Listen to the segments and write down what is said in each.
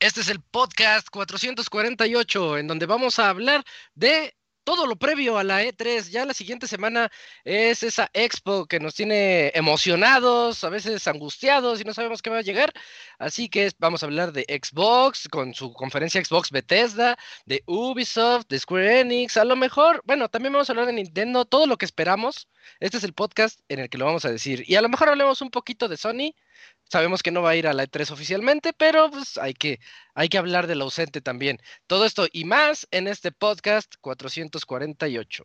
Este es el podcast 448, en donde vamos a hablar de todo lo previo a la E3. Ya la siguiente semana es esa expo que nos tiene emocionados, a veces angustiados y no sabemos qué va a llegar. Así que vamos a hablar de Xbox, con su conferencia Xbox Bethesda, de Ubisoft, de Square Enix, a lo mejor, bueno, también vamos a hablar de Nintendo, todo lo que esperamos. Este es el podcast en el que lo vamos a decir. Y a lo mejor hablemos un poquito de Sony. Sabemos que no va a ir a la E3 oficialmente, pero pues hay que, hay que hablar del ausente también. Todo esto y más en este podcast 448.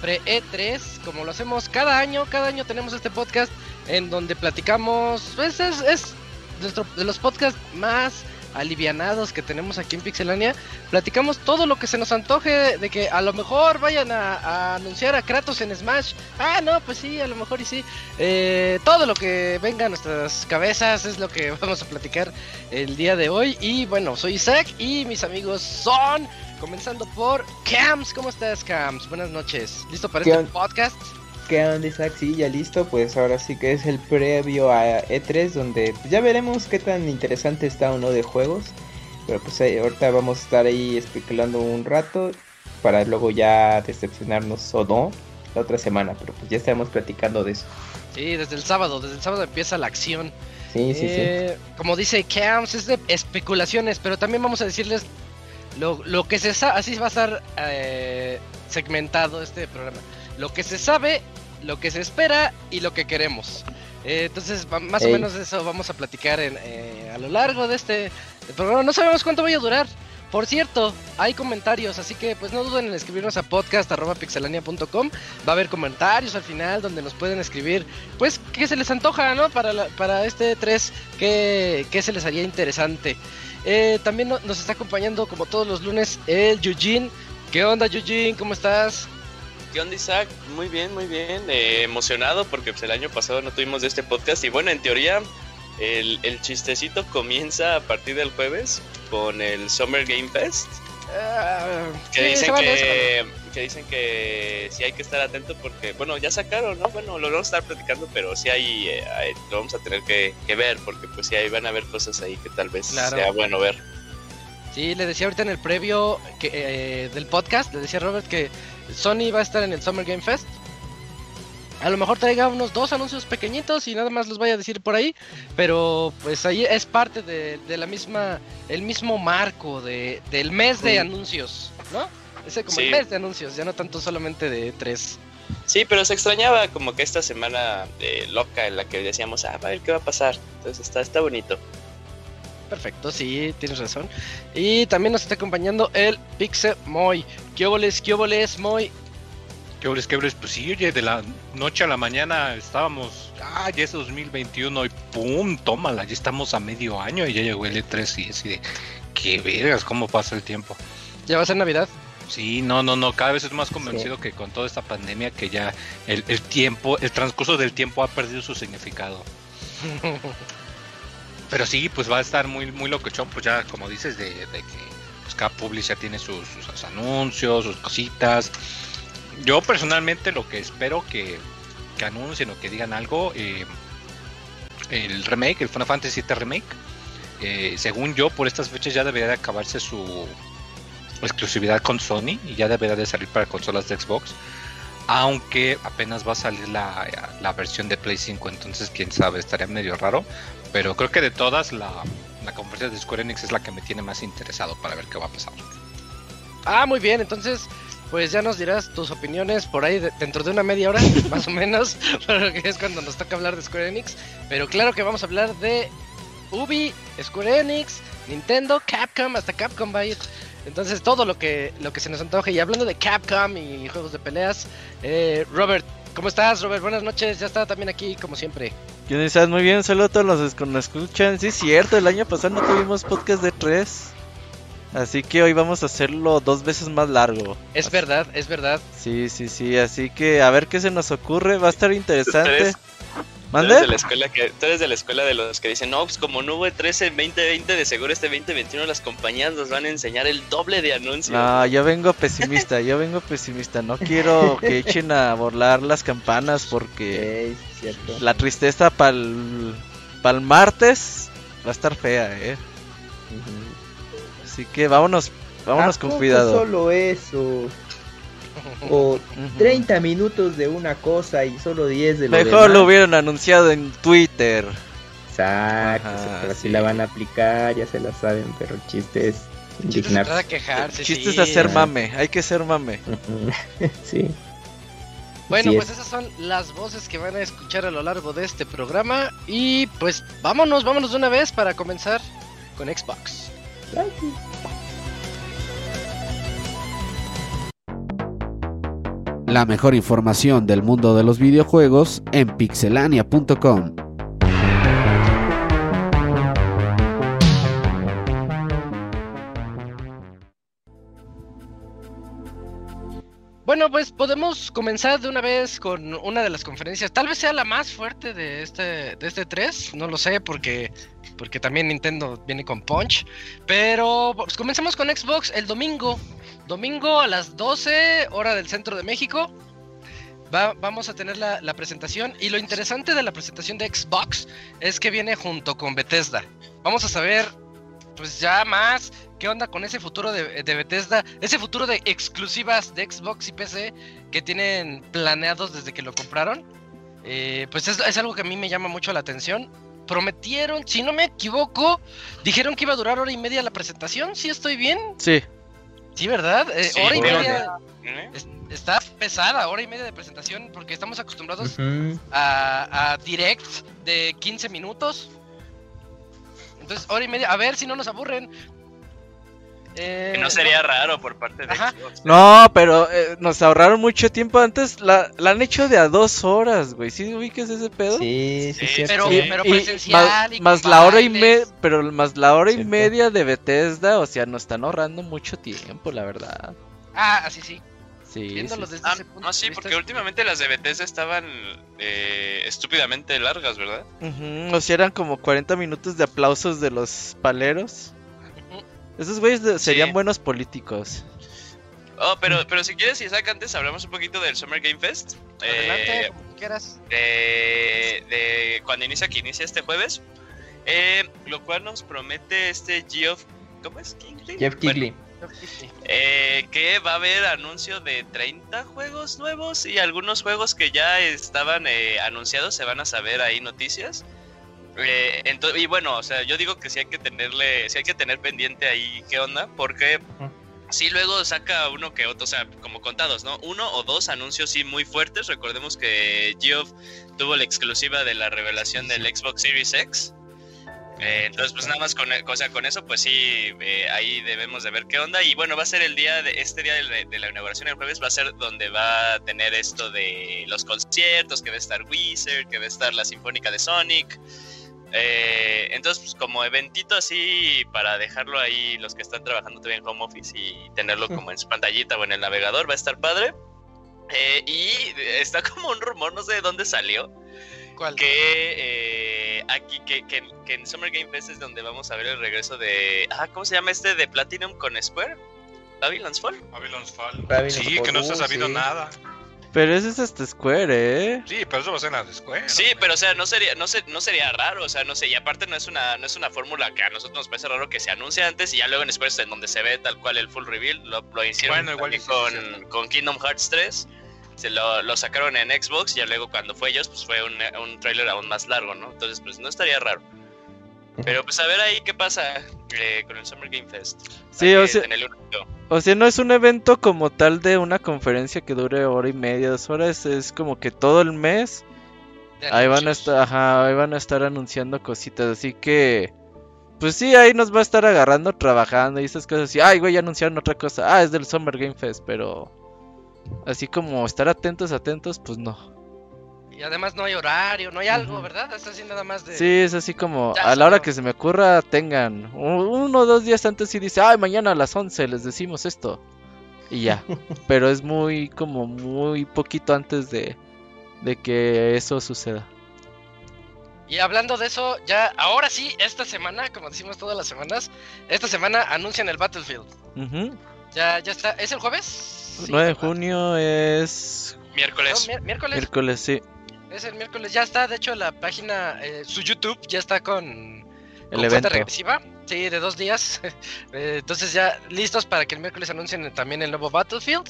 pre-E3, como lo hacemos cada año. Cada año tenemos este podcast en donde platicamos. pues, es, es nuestro, de los podcasts más alivianados que tenemos aquí en Pixelania. Platicamos todo lo que se nos antoje de que a lo mejor vayan a, a anunciar a Kratos en Smash. Ah, no, pues sí, a lo mejor y sí. Eh, todo lo que venga a nuestras cabezas es lo que vamos a platicar el día de hoy. Y bueno, soy Isaac y mis amigos son... Comenzando por Cams, ¿cómo estás Cams? Buenas noches, ¿listo para ¿Qué este on- podcast? ¿Qué onda Isaac? Sí, ya listo, pues ahora sí que es el previo a E3 donde pues, ya veremos qué tan interesante está uno de juegos. Pero pues ahí- ahorita vamos a estar ahí especulando un rato para luego ya decepcionarnos o no la otra semana, pero pues ya estaremos platicando de eso. Sí, desde el sábado, desde el sábado empieza la acción. Sí, sí, sí. Eh, Como dice Cams, es de especulaciones, pero también vamos a decirles lo, lo que se sabe, así va a estar eh, segmentado este programa. Lo que se sabe, lo que se espera y lo que queremos. Eh, entonces, va- más o Ey. menos de eso vamos a platicar en, eh, a lo largo de este programa. No sabemos cuánto vaya a durar. Por cierto, hay comentarios, así que pues no duden en escribirnos a podcast.pixelania.com. Va a haber comentarios al final donde nos pueden escribir, pues, qué se les antoja, ¿no? Para, la- para este 3, qué, qué se les haría interesante. Eh, también no- nos está acompañando, como todos los lunes, el Yujin. ¿Qué onda, Yujin? ¿Cómo estás? ¿Qué onda, Isaac? Muy bien, muy bien. Eh, emocionado porque pues, el año pasado no tuvimos de este podcast. Y bueno, en teoría, el, el chistecito comienza a partir del jueves con el Summer Game Fest. Ah, Que sí, se dicen vale, se vale. que, que dicen que sí hay que estar atento porque, bueno, ya sacaron, ¿no? Bueno, lo vamos a estar platicando, pero sí hay, eh, hay- lo vamos a tener que, que ver porque pues sí ahí van a haber cosas ahí que tal vez Claro. sea bueno ver. Sí, le decía ahorita en el previo que, eh, del podcast, le decía a Robert que Sony va a estar en el Summer Game Fest. A lo mejor traiga unos dos anuncios pequeñitos y nada más los vaya a decir por ahí, pero pues ahí es parte de, de la misma, el mismo marco de, del mes de Sí. anuncios, ¿no? Ese como el Sí. mes de anuncios, ya no tanto solamente de tres. Sí, pero se extrañaba como que esta semana eh, loca en la que decíamos, ah, a ver qué va a pasar. Entonces está, está bonito. Perfecto, sí, tienes razón. Y también nos está acompañando el Pixel Moy. ¿Qué óboles, qué óboles, Moy? ¿Qué horas, qué horas? Pues sí, oye, de la noche a la mañana estábamos, ah, ya es 2021 y pum, tómala, ya estamos a medio año y ya llegó el E3 y así de, qué vergas, cómo pasa el tiempo. ¿Ya va a ser Navidad? Sí, no, no, no, cada vez es más convencido que con toda esta pandemia que ya el, el tiempo, el transcurso del tiempo ha perdido su significado. Pero sí, pues va a estar muy, muy locochón, pues ya como dices, de, de que pues, cada publisher tiene sus, sus anuncios, sus cositas. Yo personalmente lo que espero que, que anuncien o que digan algo, eh, el remake, el Final Fantasy VII Remake, eh, según yo, por estas fechas ya debería de acabarse su exclusividad con Sony y ya debería de salir para consolas de Xbox. Aunque apenas va a salir la, la versión de Play 5, entonces quién sabe, estaría medio raro. Pero creo que de todas, la, la conferencia de Square Enix es la que me tiene más interesado para ver qué va a pasar. Ah, muy bien, entonces, pues ya nos dirás tus opiniones por ahí de- dentro de una media hora, más o menos, porque es cuando nos toca hablar de Square Enix. Pero claro que vamos a hablar de Ubi, Square Enix, Nintendo, Capcom, hasta Capcom va a ir. Entonces, todo lo que, lo que se nos antoje. Y hablando de Capcom y juegos de peleas, eh, Robert, ¿cómo estás, Robert? Buenas noches, ya está también aquí, como siempre. ¿Qué onda, estás? Ah, Muy bien, saludo a todos los que nos escuchan. Sí, es cierto, el año pasado no tuvimos podcast de tres. Así que hoy vamos a hacerlo dos veces más largo. Es verdad, es verdad. Sí, sí, sí, así que a ver qué se nos ocurre, va a estar interesante. Tres. Tú eres, de la ¿Mande? escuela que, tú eres de la escuela de los que dicen, no, pues como no hubo 13 en 2020, de seguro este 2021 las compañías nos van a enseñar el doble de anuncios. No, yo vengo pesimista, yo vengo pesimista. No quiero que echen a volar las campanas porque Ey, sí, cierto. la tristeza para el martes va a estar fea, ¿eh? Ujú. Así que vámonos, vámonos ¿A con poco cuidado. Solo eso. O Ujú. 30 minutos de una cosa y solo 10 de lo Mejor lo demás. hubieran anunciado en Twitter. Exacto, Ajá, pero si sí. la van a aplicar, ya se la saben, pero el chiste es Chistes para indignarse. quejarse. El chiste es sí. hacer mame, hay que ser mame. Ujú. sí. Bueno, Así pues es. esas son las voces que van a escuchar a lo largo de este programa. Y pues vámonos, vámonos de una vez para comenzar con Xbox. La mejor información del mundo de los videojuegos en pixelania.com. Bueno, pues podemos comenzar de una vez con una de las conferencias. Tal vez sea la más fuerte de este, de este 3, no lo sé, porque, porque también Nintendo viene con Punch. Pero pues, comencemos con Xbox el domingo. Domingo a las 12, hora del centro de México. Va- vamos a tener la, la presentación. Y lo interesante de la presentación de Xbox es que viene junto con Bethesda. Vamos a saber, pues ya más, qué onda con ese futuro de, de Bethesda, ese futuro de exclusivas de Xbox y PC que tienen planeados desde que lo compraron. Eh, pues es, es algo que a mí me llama mucho la atención. Prometieron, si no me equivoco, dijeron que iba a durar hora y media la presentación. Si estoy bien, Sí, sí, ¿verdad? Eh, Sí, hora y creo media. ¿Eh? Es- Está pesada, hora y media de presentación, porque estamos acostumbrados Ujú. a, a direct de 15 minutos. Entonces, hora y media, a ver si no nos aburren. Eh, Que no sería raro por parte de Ajá. Xbox. no, pero eh, nos ahorraron mucho tiempo antes. La, la han hecho de a dos horas, güey. ¿Sí ubicas ese pedo? Sí, sí, Sí, cierto. pero- Y- pero y presencial más, y más con la hora y media, bailes. pero más la hora y Cierto. media de Bethesda, o sea, nos están ahorrando mucho tiempo, la verdad. Ah, así sí. Sí, Viéndolo sí, desde Ah, ese punto no, de sí, vista, porque últimamente las de Bethesda estaban eh, estúpidamente largas, ¿verdad? sí. Ujú, O sea, eran como 40 minutos de aplausos de los paleros. Ujú. Esos güeyes de- serían Sí. buenos políticos. Oh, Mm. pero, pero si quieres, Isaac, antes hablamos un poquito del Summer Game Fest. Adelante, Eh, como quieras. de, de cuando inicia que inicia este jueves. Eh, lo cual nos promete este Geoff. ¿Cómo es? ¿Kingley? Jeff Bueno, Kigley. Eh, que va a haber anuncio de 30 juegos nuevos y algunos juegos que ya estaban eh, anunciados se van a saber ahí noticias. Eh, ento- y bueno, o sea, yo digo que sí hay que tenerle, sí hay que tener pendiente ahí qué onda, porque Ujú. si luego saca uno que otro, o sea, como contados, ¿no? Uno o dos anuncios sí muy fuertes. Recordemos que Geoff tuvo la exclusiva de la revelación del Xbox Series X. Eh, entonces, pues nada más con, o sea, con eso, pues sí, eh, ahí debemos de ver qué onda. Y bueno, va a ser el día, de, este día de la, de la inauguración, el jueves, va a ser donde va a tener esto de los conciertos, que va a estar Wizard, que va a estar la Sinfónica de Sonic. Eh, entonces, pues como eventito así, para dejarlo ahí, los que están trabajando todavía en home office y tenerlo como en su pantallita o en el navegador, va a estar padre. Eh, y está como un rumor, no sé de dónde salió, ¿Cuál? que eh, aquí que, que, que en Summer Game Fest es donde vamos a ver el regreso de ah cómo se llama este de Platinum con Square Babylon's Fall Babylon's Fall. Babylon's sí, Fall, que no se ha uh, sabido sí. nada. Pero ese es este Square, ¿eh? Sí, pero eso va a ser en la escuela. sí pero o sea no sería no se- no sería raro o sea no sé y aparte no es una no es una fórmula que a nosotros nos parece raro que se anuncie antes y ya luego en Square es en donde se ve tal cual el full reveal lo, lo hicieron Bueno, igual también y sí, sí, con, cierto. con Kingdom Hearts 3 se lo, lo sacaron en Xbox y ya luego cuando fue ellos, pues fue un, un tráiler aún más largo, ¿no? Entonces, pues no estaría raro. Pero pues a ver ahí qué pasa eh, con el Summer Game Fest. Sí, Hay o que sea- tenerle un ojo. O sea, no es un evento como tal de una conferencia que dure hora y media, dos horas. Es como que todo el mes de ahí van a anuncios. estar, ajá, ahí van a estar anunciando cositas. Así que, pues sí, ahí nos va a estar agarrando, trabajando y esas cosas. Y, ay, güey, ya anunciaron otra cosa. Ah, es del Summer Game Fest, pero así como estar atentos, atentos, pues no. Y además no hay horario, no hay algo, Ujú. ¿verdad? Es así nada más de... Sí, es así como Ya a la hora solo- que se me ocurra, tengan u- uno o dos días antes y dice, ay, mañana a las 11 les decimos esto. Y ya. Pero es muy, como muy poquito antes de, de que eso suceda. Y hablando de eso, ya ahora sí, esta semana, como decimos todas las semanas, esta semana anuncian el Battlefield. Ujú. Ya, ya está. ¿Es el jueves? Sí, 9 de ¿verdad? junio es No, Miércoles. mi- miércoles. miércoles, sí. Es el miércoles, ya está. De hecho, la página, eh, su YouTube ya está con, El con cuenta evento. regresiva. Sí, de dos días. Eh, Entonces, ya listos para que el miércoles anuncien también el nuevo Battlefield.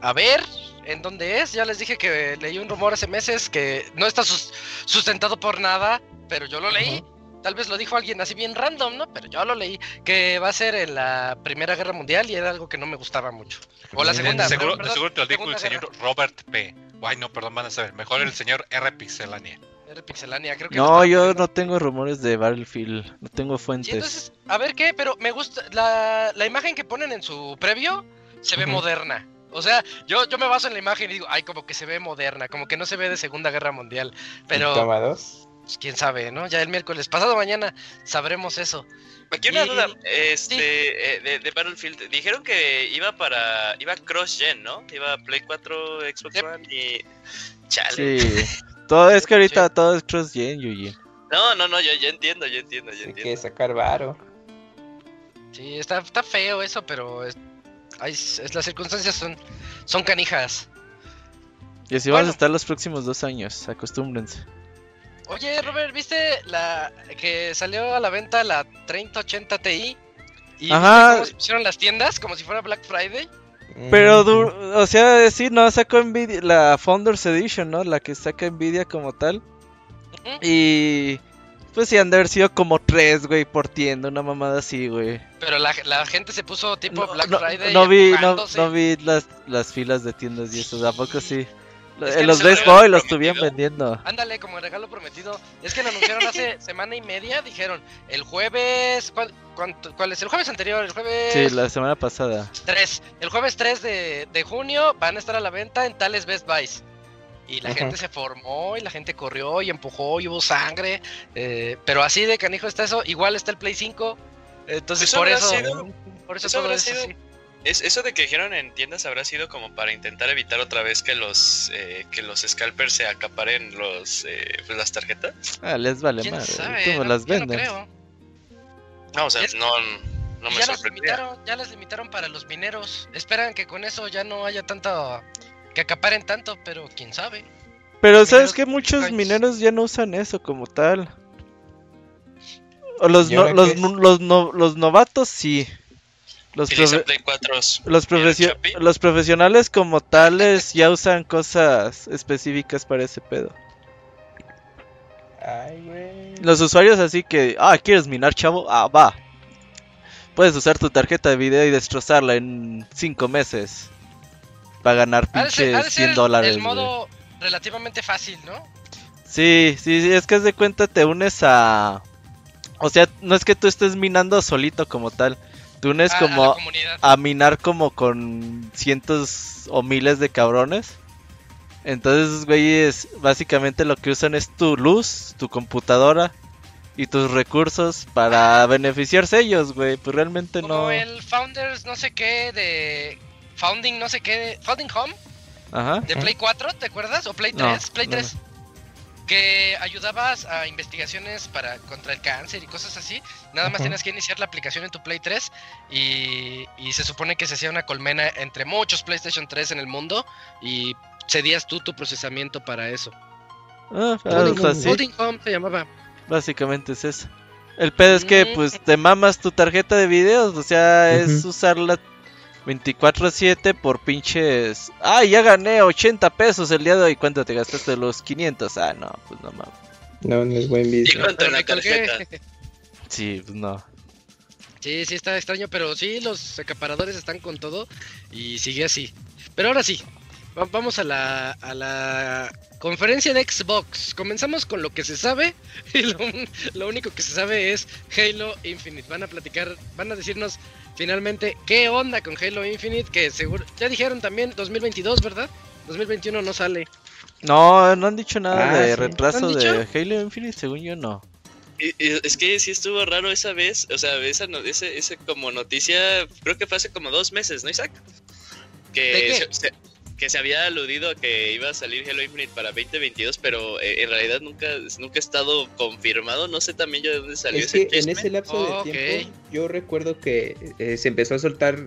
A ver en dónde es. Ya les dije que leí un rumor hace meses que no está sus- sustentado por nada, pero yo lo leí. Tal vez lo dijo alguien así bien random, ¿no? Pero yo lo leí. Que va a ser en la Primera Guerra Mundial y era algo que no me gustaba mucho. O la Se- segunda. seguro, perdón, perdón, seguro te lo dijo el Segunda señor Robert P. Ay, no, perdón, van a saber. Mejor el señor R. Pixelania. era Pixelania, creo que No, está- yo no tengo rumores de Battlefield, no tengo Sí, fuentes. entonces, a ver qué, pero me gusta. La, la imagen que ponen en su previo se ve Ujú. moderna. O sea, yo, yo me baso en la imagen y digo, ay, como que se ve moderna, como que no se ve de Segunda Guerra Mundial. Pero Toma dos. pues, quién sabe, ¿no? Ya el miércoles, pasado mañana, sabremos eso. Aquí una Y- duda, este, sí. eh, de, de Battlefield, dijeron que iba para, iba cross-gen, ¿no? Iba Play 4, Xbox Yep. One y... Chale. Sí. Todo es que ahorita todo es cross-gen, Yuji. No, no, no, yo, yo entiendo, yo entiendo, yo Hay entiendo. que sacar varo. Sí, está, está feo eso, pero es- ay, es- es- las circunstancias son, son canijas. Y así vamos Bueno. a estar los próximos dos años, acostúmbrense. Oye, Robert, ¿viste la que salió a la venta la 3080 Ti? Y Ajá. ¿viste cómo se pusieron las tiendas como si fuera Black Friday. Pero, Mm, du- o sea, sí, no, sacó Nvidia, la Founders Edition, ¿no? La que saca Nvidia como tal. Ujú. Y. Pues sí, han de haber sido como tres, güey, por tienda, una mamada así, güey. Pero la, la gente se puso tipo No, Black no- Friday. no vi, no, empujándose. no vi las, las filas de tiendas y eso, tampoco sí. Es Eh, que los no se Best lo habían Boy los estuvieron prometido. vendiendo. Ándale, como el regalo prometido. Es que lo anunciaron hace semana y media. Dijeron, el jueves. ¿Cuál, cuánto- cuál es? El jueves anterior, el jueves Sí, la semana pasada. 3. El jueves 3 de, de junio van a estar a la venta en tales Best Buys. Y la Ajá. gente se formó, y la gente corrió, y empujó, y hubo sangre. eh, pero así de canijo está eso. Igual está el Play 5. Entonces, Eso por, habrá eso, sido- por Pues eso. eso todo habrá eso sido- sí. Es, eso de que dijeron en tiendas habrá sido como para intentar evitar otra vez que los, eh, que los scalpers se acaparen los, eh, pues, las tarjetas. Ah, les vale ¿Quién madre. sabe? ¿Cómo No, las yo no venden? creo. No, o sea, Es- no, Y no me ya las sorprendió. limitaron, ya las limitaron para los mineros. Esperan que con eso ya no haya tanto que acaparen tanto, pero quién sabe. Pero Los sabes mineros que muchos bitcoins. mineros ya no usan eso como tal. O los, ¿Y no- ahora qué los, es? nu- los, no- los novatos sí. Los, Utilizan profe- Play 4. los, profesio- Chapi? los profesionales como tales ya usan cosas específicas para ese pedo. Ay, güey. Los usuarios así que, ah, ¿quieres minar, chavo? Ah, va. Puedes usar tu tarjeta de video y destrozarla en 5 meses. Para ganar Ha de ser- ha de ser pinches 100 el- dólares. El güey. modo relativamente fácil, ¿no? Sí, sí, sí, es que haz de cuenta te unes a... O sea, no es que tú estés minando solito como tal. Te unes A- a la como comunidad. a minar como con cientos o miles de cabrones. Entonces, esos güeyes, básicamente lo que usan es tu luz, tu computadora y tus recursos para beneficiarse ellos, güey. Pues realmente Ah. Como no. el Founders no sé qué de Founding no sé qué, de- Founding Home Ajá. de Play 4, ¿te acuerdas? O Play No, 3, Play no 3. Que ayudabas a investigaciones para contra el cáncer y cosas así. Nada más Ujú. tenías que iniciar la aplicación en tu Play 3 y, y se supone que se hacía una colmena entre muchos PlayStation 3 en el mundo y cedías tú tu procesamiento para eso. Ah, Pudding pues Home. así, Folding Home se llamaba. básicamente es eso. El pedo es que, Mm. pues, te mamas tu tarjeta de videos, o sea, es Ujú. usarla 24-7 por pinches. ¡Ay, ya gané 80 pesos el día de hoy! ¿Cuánto te gastaste de los 500? Ah, no, pues no mames. No, no es buen ¿Y business. cuánto en la tarjeta? Sí, pues no. Sí, sí, está extraño, pero sí, los acaparadores están con todo y sigue así. Pero ahora sí, va- vamos a la, a la conferencia de Xbox. Comenzamos con lo que se sabe y lo, un- lo único que se sabe es Halo Infinite. Van a platicar, van a decirnos finalmente qué onda con Halo Infinite, que seguro, ya dijeron también 2022, ¿verdad? 2021 no sale. No, no han dicho nada Ah, de sí. ¿No retraso han de Halo Infinite, según yo no. Y- y Es que sí estuvo raro esa vez, o sea, esa, no- ese, ese como noticia, creo que fue hace como dos meses, ¿no, Isaac? ¿De qué? Que, se, se- que se había aludido a que iba a salir Halo Infinite para 2022, pero eh, en realidad nunca, nunca ha estado confirmado, no sé también yo de dónde salió Es que en chisme. ese lapso de Oh, ok. tiempo, yo recuerdo que eh, se empezó a soltar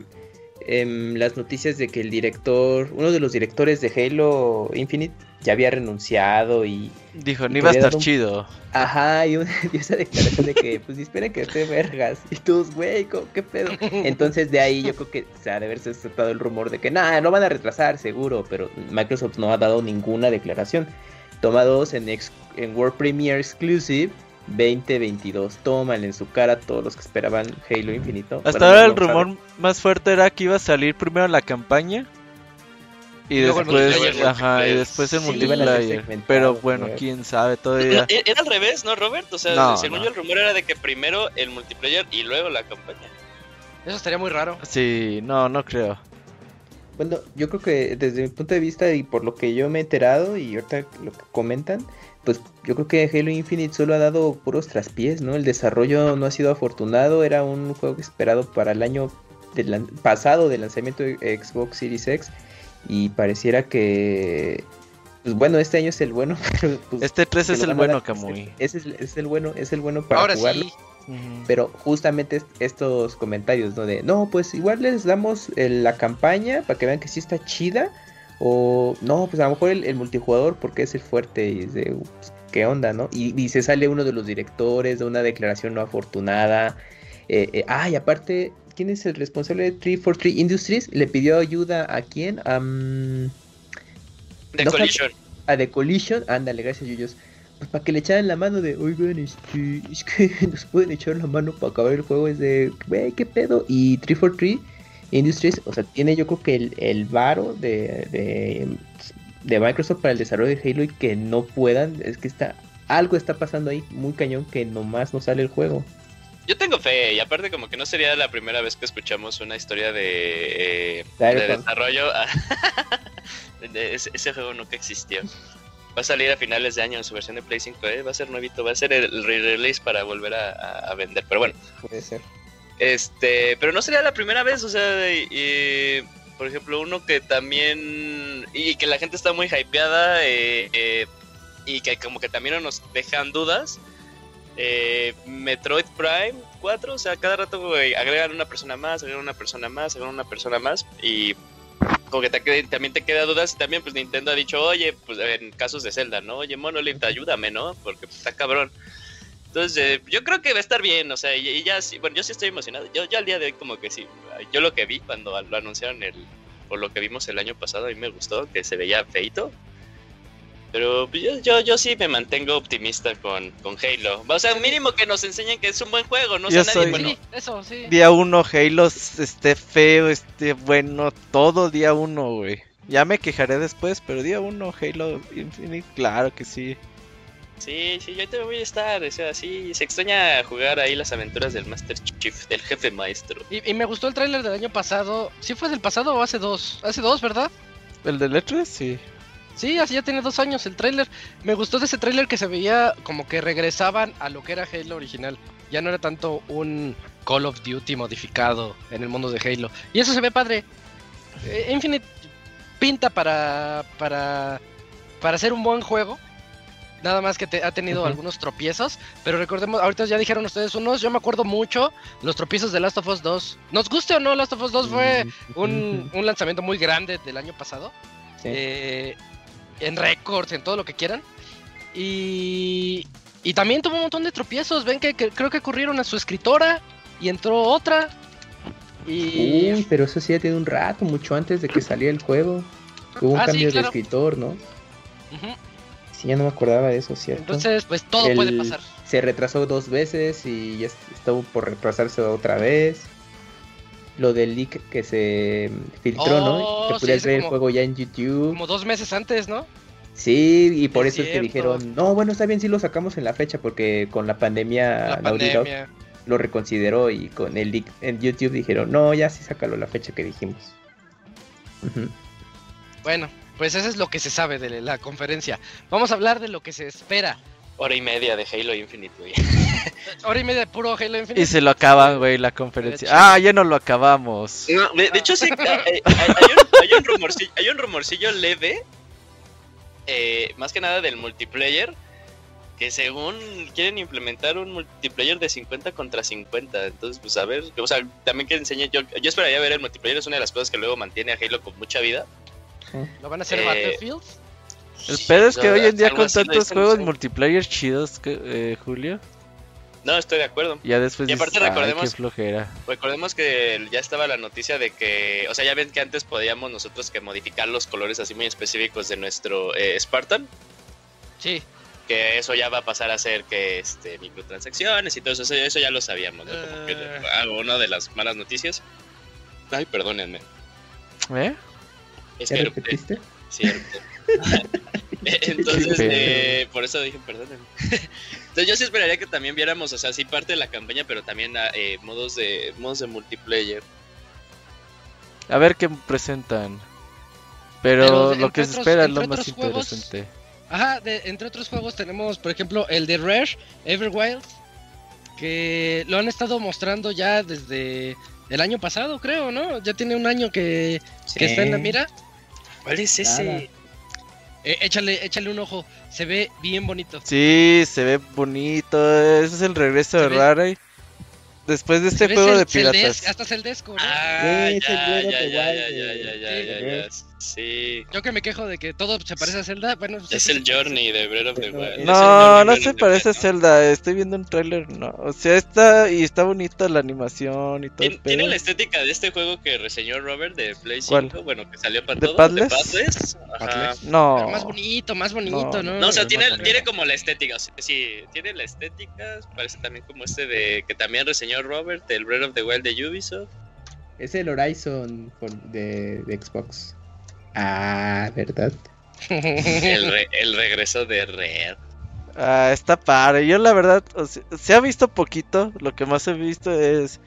em, las noticias de que el director, uno de los directores de Halo Infinite, ya había renunciado y. Dijo, Y no iba a todavía estar no- chido. Ajá, y, una, y esa declaración de que, pues espera que esté vergas. Y todos, güey, co- ¿qué pedo? Entonces de ahí yo creo que se ha de haberse soltado el rumor de que, nada, no van a retrasar, seguro, pero Microsoft no ha dado ninguna declaración. Toma dos en, ex- en World Premiere Exclusive 2022. Tómale en su cara a todos los que esperaban Halo Infinito. Hasta ahora el rumor más fuerte era que iba a salir primero la campaña. Y, Y luego el después, multiplayer. ajá, y después el lo Sí, iban a hacer multiplayer. segmentado, Pero bueno, güey. quién sabe No, todavía. e- era al revés, ¿no, Robert? O sea, No, según no. yo el rumor era de que primero el multiplayer y luego la campaña. Eso estaría muy raro. Sí, no, no creo. Bueno, yo creo que desde mi punto de vista y por lo que yo me he enterado y ahorita lo que comentan, pues yo creo que Halo Infinite solo ha dado puros traspiés, ¿no? El desarrollo no ha sido afortunado, era un juego esperado para el año del lan- pasado del lanzamiento de Xbox Series X y pareciera que, pues bueno, este año es el bueno, pero pues, Este 3 se es lo el van a bueno, dar, es el- Kamui. Ese es, el- es el bueno, es el bueno para Ahora jugarlo. sí. Ujú. Pero justamente est- estos comentarios, ¿no? De, no, pues igual les damos eh, la campaña para que vean que sí está chida. O, no, pues a lo mejor el, el multijugador porque es el fuerte y es de, "Ups, ¿qué onda, no? Y, y se sale uno de los directores de una declaración no afortunada. Eh, eh, ah, y aparte, ¿quién es el responsable de 343 Industries? ¿Le pidió ayuda a quién? A... mm, De No, Collision. a The Collision, ándale, gracias Yuyos, pues para que le echaran la mano de, oigan, este, es que nos pueden echar la mano para acabar el juego, es de, güey, qué pedo, y 343 Industries, o sea, tiene yo creo que el, el varo de, de, de Microsoft para el desarrollo de Halo y que no puedan, es que está, algo está pasando ahí muy cañón que nomás no sale el juego. Yo tengo fe, y aparte como que no sería la primera vez que escuchamos una historia de, eh, De de Aerocon. desarrollo. De ese, ese juego nunca existió. Va a salir a finales de año en su versión de Play 5, ¿eh? va a ser nuevito, va a ser el re-release para volver a, a- a vender. Pero bueno, Puede ser. este, pero no sería la primera vez, o sea, de- y, por ejemplo, uno que también, y que la gente está muy hypeada, eh, eh, y que como que también nos dejan dudas, eh, Metroid Prime 4, o sea, cada rato güey, agregan una persona más, agregan una persona más, agregan una persona más, y como que te qued- también te queda dudas, y también pues Nintendo ha dicho, oye, pues en casos de Zelda, ¿no? Oye, Monolith, ayúdame, ¿no? Porque pues, está cabrón. Entonces, eh, yo creo que va a estar bien, o sea, y, y ya sí, bueno, yo sí estoy emocionado. Yo, yo al día de hoy como que sí, yo lo que vi cuando lo anunciaron el, o lo que vimos el año pasado, a mí me gustó, que se veía feito. Pero pues, yo, yo, yo sí me mantengo optimista con, con Halo. O sea, mínimo que nos enseñen que es un buen juego, no sé Yo nadie, soy- bueno, Sí, eso, sí. Día 1 Halo esté feo, esté bueno, todo día 1, güey. Ya me quejaré después, pero día 1 Halo Infinite, claro que sí. Sí, sí, yo te voy a estar, o sea, sí, se extraña jugar ahí las aventuras del Master Chief, del jefe maestro. Y, y me gustó el tráiler del año pasado. ¿Sí fue del pasado o hace dos? Hace dos, ¿verdad? ¿El de Letras? Sí. Sí, hace ya tiene dos años el tráiler. Me gustó de ese tráiler que se veía como que regresaban a lo que era Halo original. Ya no era tanto un Call of Duty modificado en el mundo de Halo. Y eso se ve padre. Eh, Infinite pinta para para para ser un buen juego. Nada más que te- ha tenido Ujú. algunos tropiezos, pero recordemos, ahorita ya dijeron ustedes unos, yo me acuerdo mucho los tropiezos de Last of Us 2. Nos guste o no, Last of Us 2 Pues, Mm. fue un, un lanzamiento muy grande del año pasado. Sí. eh, en récords, en todo lo que quieran. Y, y también tuvo un montón de tropiezos. Ven que, que creo que corrieron a su escritora y entró otra. Y Uy, pero eso sí ya tiene un rato, mucho antes de que saliera el juego. que Hubo un Ah, sí, cambio claro. de escritor, ¿no? ujú, Sí, ya no me acordaba de eso, ¿cierto? entonces, pues todo El- puede pasar. Se retrasó dos veces y ya est- estuvo por retrasarse otra vez. Lo del leak que se filtró, Oh, ¿no? Que sí, podías ese ver el como- juego ya en YouTube. Como dos meses antes, ¿no? Sí, y por Es eso es que cierto. dijeron, no, bueno, está bien si lo sacamos en la fecha, porque con la pandemia, La Ah, Naughty Dog pandemia. lo reconsideró y con el leak en YouTube dijeron, no, ya sí sácalo la fecha que dijimos. Ujú. Bueno, pues eso es lo que se sabe de la conferencia. Vamos a hablar de lo que se espera. Hora y media de Halo Infinite, güey. Hora y media de puro Halo Infinite. Y se lo acaban, güey, la conferencia. Pero chido. Ah, ya no lo acabamos. No, de, de hecho, sí, hay, hay- hay un, hay un rumorcillo, hay un rumorcillo leve, eh, más que nada del multiplayer, que según quieren implementar un multiplayer de 50 contra 50. Entonces, pues a ver, o sea, también que enseñe. Yo, yo esperaría ver el multiplayer, es una de las cosas que luego mantiene a Halo con mucha vida. ¿Lo van a hacer Eh, Battlefield? El pedo es Sí, que la hoy verdad, en día algo con así lo tantos dicen, no juegos sé. multiplayer chidos, que, eh, Julio, No, estoy de acuerdo. ya después Y aparte dices, "Ay, recordemos- qué flojera. Recordemos que el- ya estaba la noticia de que, o sea, ya ven que antes podíamos nosotros que modificar los colores así muy específicos de nuestro eh, Spartan, Sí. que eso ya va a pasar a ser que este microtransacciones y todo eso, eso, eso ya lo sabíamos, ¿no? Como que Eh. ah, una de las malas noticias. Ay, perdónenme. ¿Eh? Es ¿Ya que erupté, repetiste? sí, erupté. Entonces, eh, por eso dije perdónenme. Entonces yo sí esperaría que también viéramos, o sea, sí parte de la campaña, pero también ah, eh, modos de modos de multiplayer. A ver qué presentan. Pero, Pero de- lo que entre se otros- espera es lo entre más otros juegos- interesante. Ajá, de- entre otros juegos tenemos, por ejemplo, el de Rare, Everwild, que lo han estado mostrando ya desde el año pasado, creo, ¿no? Ya tiene un año que, que está en la Sí. mira. ¿Cuál es Nada. ese? Eh, échale, échale un ojo, se ve bien bonito. Sí, se ve bonito. Ese es el regreso Se de ve- Rare. Después de este Se ve juego cel- de celdes- piratas. hasta es el desco, ¿no? Ah, Ese ya, juego ya, de ya, ya, Wild, ya, eh, ya, ya, sí, ya, de ya, Rare. Sí. Yo que me quejo de que todo se parece a Zelda, bueno... pues Es eso el se parece. Journey de Breath of the Pero Wild. es- Es el No, Journey no de se Breath of the parece a Wild, ¿no? Zelda. Estoy viendo un tráiler, no. O sea, está y está bonita la animación y todo el Tien- Tiene pedo. la estética de este juego que reseñó Robert de Play 5, ¿Cuál? bueno, que salió para ¿De todo. Padless? ¿De Padless? Ajá. Padless. Pero No. más bonito, más bonito, No, ¿no? No, o sea, no, tiene, no, no. tiene como la estética, o sea, sí, tiene la estética, parece también como este de que también reseñó Robert, el Breath of the Wild de Ubisoft. Es el Horizon por- de, de Xbox. Ah, ¿verdad? El, re- el regreso de Red. Ah, está padre. Yo la verdad, o sea, se ha visto poquito. Lo que más he visto es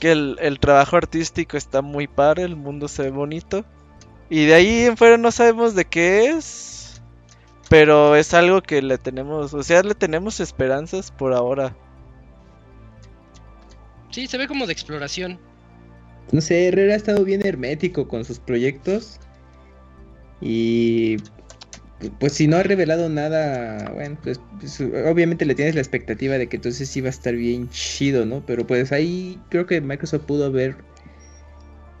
que el, el trabajo artístico está muy padre, el mundo se ve bonito. Y de ahí en fuera no sabemos de qué es. Pero es algo que le tenemos, o sea, le tenemos esperanzas por ahora. Sí, se ve como de exploración. No sé, Herrera ha estado bien hermético con sus proyectos. Y pues si no ha revelado nada, bueno, pues, pues, obviamente le tienes la expectativa de que entonces sí va a estar bien chido, ¿no? Pero pues ahí creo que Microsoft pudo haber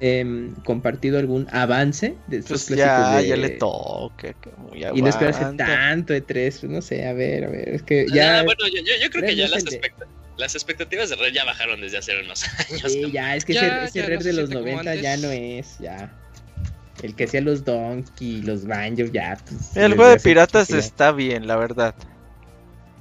em, compartido algún avance de estos Pues clásicos ya, de- ya le toca. que muy Y no esperarse aguanta. tanto de tres, no sé, a ver, a ver, es que Pues, Ya, ya... Ah, bueno, yo, yo- yo creo Red que ya no las, es el de- expecta- las expectativas de Red ya bajaron desde hace unos años. Sí, ¿no? ya, es que Ya, ese- ese, ya no Red se de los siente como 90 ya antes. no es, ya. El que hacía los Donkey, los Banjos, ya. pues, El desde juego de hace piratas mucho que ya- está bien, la verdad.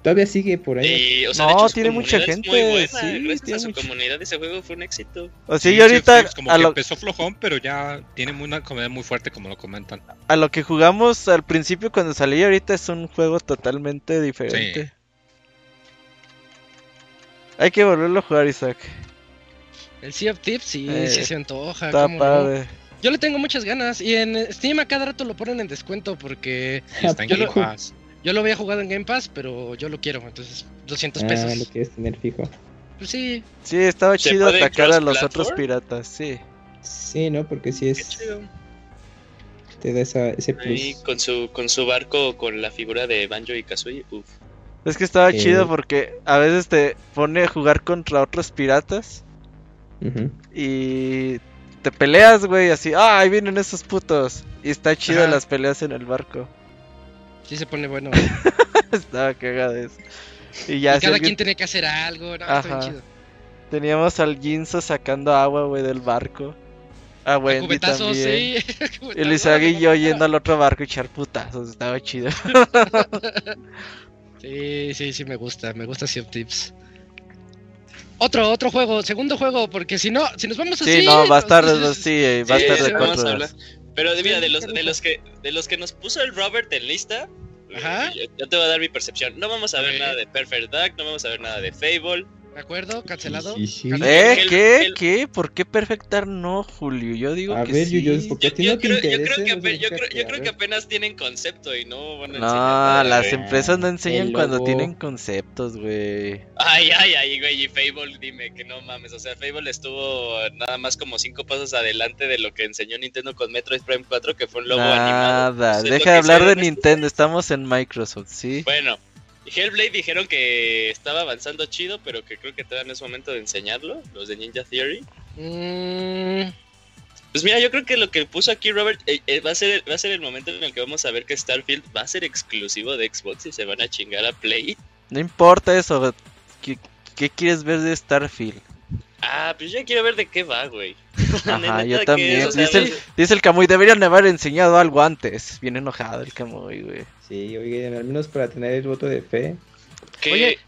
Todavía sigue por ahí. Y, o sea, No, de hecho, su tiene mucha comunidad es gente, Muy buena. sí, Gracias tiene a su mucha- comunidad ese juego fue un éxito. O sea, Sí, yo ahorita Netflix como a que lo, empezó flojón, pero ya tiene muy- una comunidad muy fuerte, como lo comentan. a lo que jugamos al principio cuando salí, ahorita es un juego totalmente diferente. Hay que volverlo a jugar, Isaac. El Sea of Tips, sí, Eh, sí se antoja. Está Ah, cómo no. padre. Yo le tengo muchas ganas. Y en Steam a cada rato lo ponen en descuento porque Y está en Yo Game lo- Pass. yo lo había jugado en Game Pass, pero yo lo quiero. Entonces, 200 Ah, pesos. lo quieres tener fijo. Pues sí, Sí, estaba ¿Se chido puede atacar a los cross-platform? otros piratas, sí. Sí, ¿no? Porque sí Qué es. chido. Te da esa- ese Ahí plus. con su, con su barco, con la figura de Banjo y Kazooie. Uf. Es que estaba Sí. chido porque a veces te pone a jugar contra otros piratas Ujú. y te peleas, güey, así, ah, ahí vienen esos putos. Y está chido Ajá. las peleas en el barco. sí se pone bueno. Estaba cagado eso. Y Y ya, si cada alguien quien tiene que hacer algo. No, está bien Ajá. chido. te Teníamos al Ginza sacando agua, güey, del barco. A A Wendy cubetazos, también. sí. Y Lizagi y yo yendo al otro barco y echar putazos. Estaba chido. Sí, sí, sí, me gusta, me gusta Sea of Tips. Otro, otro juego, segundo juego, porque si no, si nos vamos así... Sí, no, pues, va a estar, entonces- sí, eh, va a estar sí, de vamos a cuatro horas. hablar. Pero de- mira, de los, Sí, de los que de los que nos puso el Robert en lista, Ajá. eh, yo, yo te voy a dar mi percepción. No vamos a ver Ok. nada de Perfect Duck, no vamos a ver nada de Fable. ¿De acuerdo? ¿Cancelado? Sí, sí. Cancelado. ¿Eh? El- ¿Qué? el- ¿Qué? ¿por qué perfectar no, Julio? Yo digo A que ver, sí. yo, yo, ¿por qué Yo, a ti yo no te creo, yo interesa? creo que, No sé, ape- yo creo, yo fíjate, creo a que ver. apenas tienen concepto y no van a enseñar No, nada, Eh, las güey. empresas no enseñan El cuando logo. tienen conceptos, güey. Ay, ay, ay, güey, y Fable, dime que no mames. O sea, Fable estuvo nada más como cinco pasos adelante de lo que enseñó Nintendo con Metroid Prime 4, que fue un logo animado. Nada, Entonces, lo deja de que hablar de hicieron es- Nintendo, estamos en Microsoft, ¿sí? Bueno, Hellblade dijeron que estaba avanzando chido, pero que creo que todavía no es momento de enseñarlo, los de Ninja Theory. ¿Eh? Mm, Pues mira, yo creo que lo que puso aquí Robert eh, eh, va, a ser, va a ser el momento en el que vamos a ver que Starfield va a ser exclusivo de Xbox y se van a chingar a Play. No importa eso, ¿qué, qué quieres ver de Starfield? Ah, pues yo quiero ver de qué va, güey. La neta, Ajá, ¿qué yo es? también. O sea, Dice el, dice el Camuy, deberían haber enseñado algo antes. Bien enojado el Camuy, güey. Sí, oigan, al menos para tener el voto de fe. que- Oye,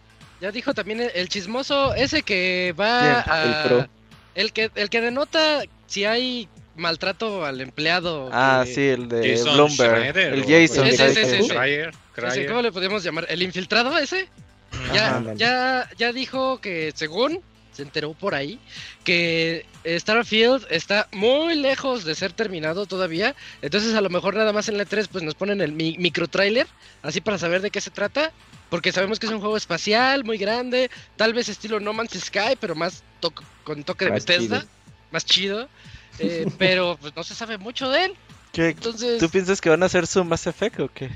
ya dijo también el, el chismoso ese que va ¿Quién? a... El pro. el que, el que denota si hay maltrato al empleado. Ah, que- sí, el de Jason Bloomberg. Schreier, el o- Jason. Ese, ¿sabes ese, qué? ese, ese. Schreier, ese, Schreier. ¿Cómo le podríamos llamar? ¿El infiltrado ese? Ajá. Ya, Ándale. ya, ya dijo que según se enteró por ahí que Starfield está muy lejos de ser terminado todavía. Entonces a lo mejor nada más en la 3 pues nos ponen el mi- micro trailer así para saber de qué se trata. Porque sabemos que es un juego espacial muy grande, tal vez estilo No Man's Sky, pero más to- con toque de Más Bethesda, chido. más chido. eh, pero pues no se sabe mucho de él. ¿Qué- Entonces ¿Tú piensas que van a hacer su Mass Effect o qué?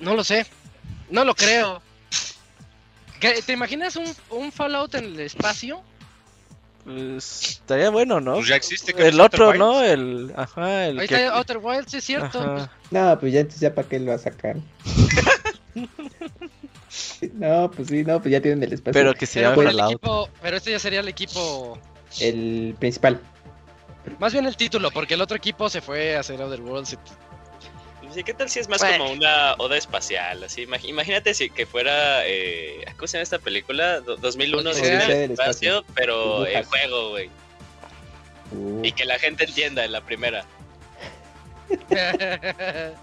No lo sé. No lo creo. ¿Qué- ¿Te imaginas un, un Fallout en el espacio? Pues, estaría bueno, ¿no? Pues ya existe. que el no es otro, Outer ¿no? Wilds. El, ajá, el Ahí que... está Outer Wilds, sí es cierto. Ajá. No, pues ya entonces ya para qué lo va a sacar. no, pues sí, no, pues ya tienen el espacio. Pero que se Pero, llame fuera pues el Fallout. equipo- pero este ya sería el equipo. El principal. Más bien el título, porque el otro equipo se fue a hacer Outer Worlds. y- Sí, Pues, ¿Qué tal si es más Bueno. como una oda espacial? Así, Imag- imagínate si que fuera, eh, ¿cómo se llama esta película? Do- 2001, Odisea 2001 del del espacio, pero en Burbujas. juego, güey. Uh, Y que la gente entienda en la primera. ¿Quién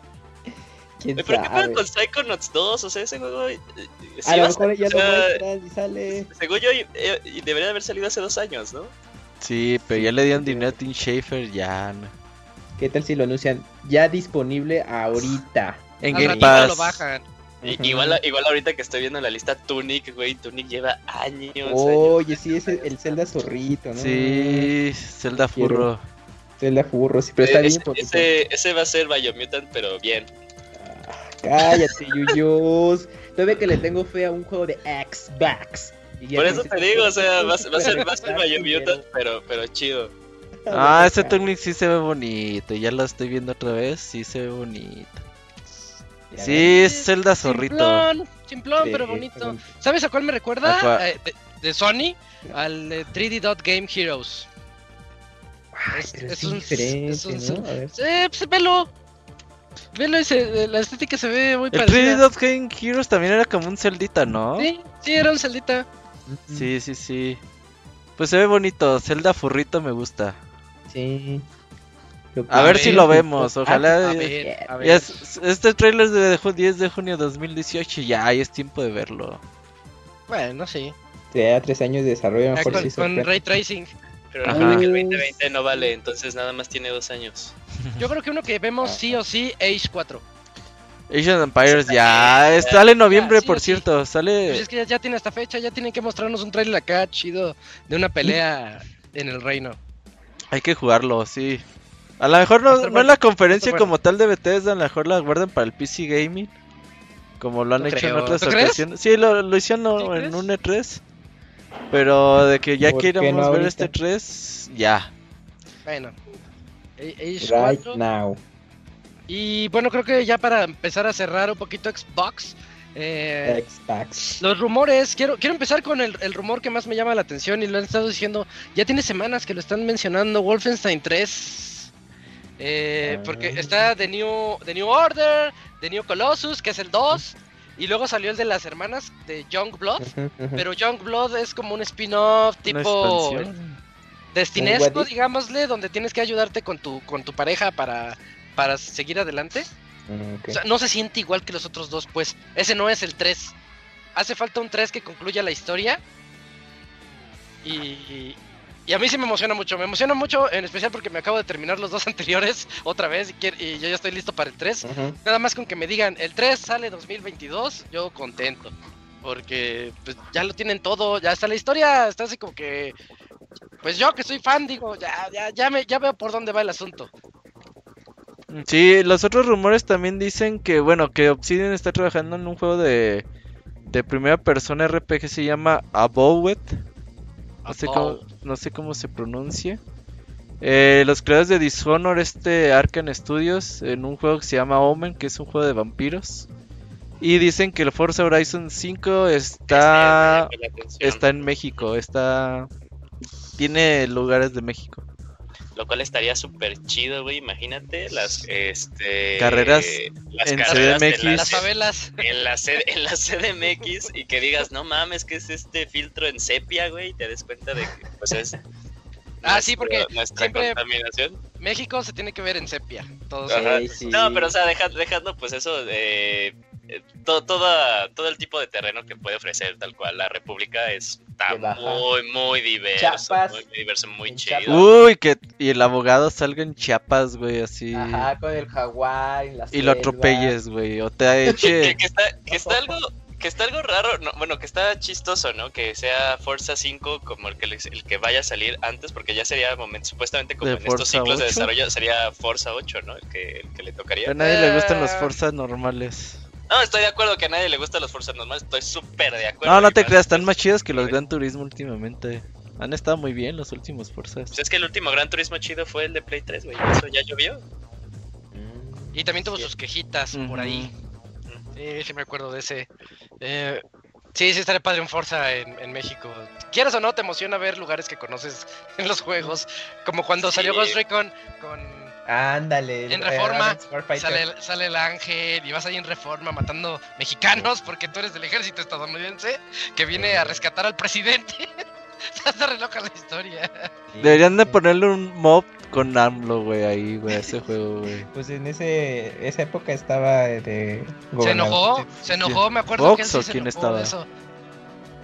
Güey, Pero ¿qué sabe? pasa con Psychonauts 2? O sea, ese juego... eh, eh, sí a lo va ser- mejor ya o lo sea, muestran y sale. Según yo, eh, y debería haber salido hace dos años, ¿no? Sí, pero ya le dieron dinero a Tim Schafer, ya. no. ¿Qué tal si lo anuncian ya disponible ahorita? En Al Game ratito Pass. lo bajan. Y- Ujú. igual, igual ahorita que estoy viendo la lista Tunic, güey, Tunic lleva años. Oye, años, sí, es el, años. el Zelda zorrito, ¿no? Sí, Zelda Quiero. Furro. Zelda furro, sí, pero está Eh, bien ese, porque... ese, ese va a ser Biomutant, pero bien. Cállate, yuyos. Todavía que le tengo fe a un juego de Xbox. Y ya Por eso dices, te digo, o sea, "Tú va, a ser- va a ser, va a ser super Biomutant, pero, pero chido. pero- Ah, ese Ya, Tunic sí se ve bonito. Ya lo estoy viendo otra vez. Sí se ve bonito. ya este, Sí, ves. es Zelda Zorrito. Simplón, simplón, Sí, pero está bonito. bonito. ¿Sabes a cuál me recuerda? ¿A cuál? Eh, de, de Sony, al eh, 3D Dot Game Heroes. Ay, Es- pero es es, un- diferente, es un- ¿no? A ver. Eh, pues velo. Velo, ese- la estética se ve muy El parecida. 3D Dot Game Heroes también era como un celdita, ¿no? Sí, sí, era un celdita. sí, sí. sí. Pues se ve bonito. Zelda Furrito me gusta. Sí. Lo A ver si lo Ah, vemos, ojalá- A Ay, ver, a ver. Ya es- este trailer de ju- 10 de junio de 2018, ya, ya es tiempo de verlo. Bueno, sí. Te da tres años de desarrollo, a lo Ya mejor con, sí con sorprende. ray tracing. Pero Ajá. recuerda que el 2020 no vale, entonces nada más tiene dos años. Yo creo que uno que vemos sí o sí, Age 4. Asian Empires ya, es- sale en noviembre, Ya, sí o por sí. cierto, Pues sale... es que ya, ya tiene esta fecha, ya tienen que mostrarnos un trailer acá chido de una pelea en el reino. Hay que jugarlo, sí. A lo mejor Va a no, estar no bueno, en la conferencia va a estar como tal de Bethesda, a lo mejor la guardan para el PC Gaming, como lo han No hecho en creo. otras ¿Tú crees? ocasiones. Sí, lo, lo hicieron ¿Sí en crees? un E3, pero de que ya ¿Por qué queramos no ver ahorita? este 3, ya. Bueno. E- Age Right 4. now. Y bueno, creo que ya para empezar a cerrar un poquito Xbox, Eh, Xbox. los rumores, quiero, quiero empezar con el, el rumor que más me llama la atención y lo han estado diciendo, ya tiene semanas que lo están mencionando, Wolfenstein 3. Eh, Ah. Porque está The New, The New Order, The New Colossus, que es el 2, y luego salió el de las hermanas de Young Blood, Ujú, ujú. pero Young Blood es como un spin-off Una tipo expansión. destinesco, Un what if. digámosle, donde tienes que ayudarte con tu, con tu pareja para, para seguir adelante. Mm, ok. O sea, no se siente igual que los otros dos, pues. Ese no es el 3. Hace falta un 3 que concluya la historia. Y, y a mí sí me emociona mucho. Me emociona mucho, en especial porque me acabo de terminar los dos anteriores otra vez y, quiero- y yo ya estoy listo para el 3. Ujú. Nada más con que me digan, el 3 sale 2022, yo contento. Porque pues, ya lo tienen todo, ya está la historia, está así como que... Pues yo que soy fan, digo, ya, ya, ya, me, ya veo por dónde va el asunto. Sí, los otros rumores también dicen que, bueno, que Obsidian está trabajando en un juego de, de primera persona RPG que se llama Abowet. No sé, cómo, no sé cómo se pronuncia. Eh, los creadores de Dishonor, este Arkane Studios, en un juego que se llama Omen, que es un juego de vampiros. Y dicen que el Forza Horizon 5 está, Este, me llama la atención, Ah, está en México, está tiene lugares de México. Lo cual estaría súper chido, güey. Imagínate las este, Carreras las en carreras de CDMX. la- Las favelas. en la, C- en la CDMX y que digas, no mames, que es este filtro en sepia, güey, y te des cuenta de que, pues es. Ah, sí, porque nuestra- nuestra siempre- contaminación. México se tiene que ver en sepia. Todos Ajá. Ey, sí. No, pero o sea, deja- dejando pues eso, eh, eh, to- toda, todo el tipo de terreno que puede ofrecer, tal cual. La República está De Baja. muy, muy diverso, Chiapas. muy diverso, muy En chido. Chiapas. Uy, que y el abogado salga en Chiapas, güey, así Ajá, con el jaguar. en la y selva. lo atropelles, güey, o te que, eche. que está, que está algo que está algo raro, no, bueno, que está chistoso, ¿no? Que sea Forza 5 como el que, les- el que vaya a salir antes, porque ya sería momento, supuestamente como ¿De en estos Forza ciclos de 8? desarrollo sería Forza 8, ¿no? El que, el que le tocaría. A nadie le gustan Ah. Ah. los Forzas normales. No, estoy de acuerdo que a nadie le gustan los Forza normales, estoy súper de acuerdo. No, no y te más- creas, están más chidos que los Vale. Gran Turismo últimamente. Han estado muy bien los últimos Forzas. Pues es que el último Gran Turismo chido fue el de Play 3, güey, eso ya llovió. Mm. Y también tuvo sus quejitas por ahí. Ujú. Sí, sí me acuerdo de ese. Eh, sí, sí estaría padre un Forza en, en México. Quieras o no, te emociona ver lugares que conoces en los juegos. Como cuando Sí. salió Ghost Recon con... Ándale. En eh, Reforma Advanced Warfighter. Sale, el- sale el ángel y vas ahí en reforma matando mexicanos porque tú eres del ejército estadounidense que viene a rescatar al presidente. Está re loca la historia. Sí, Deberían de sí. ponerle un mob con AMLO, güey, ahí, güey, a ese juego, güey. Pues en ese, esa época estaba de. Se gobernador. enojó, se enojó, me acuerdo ¿Fox que él sí o se quién enojó estaba? de eso.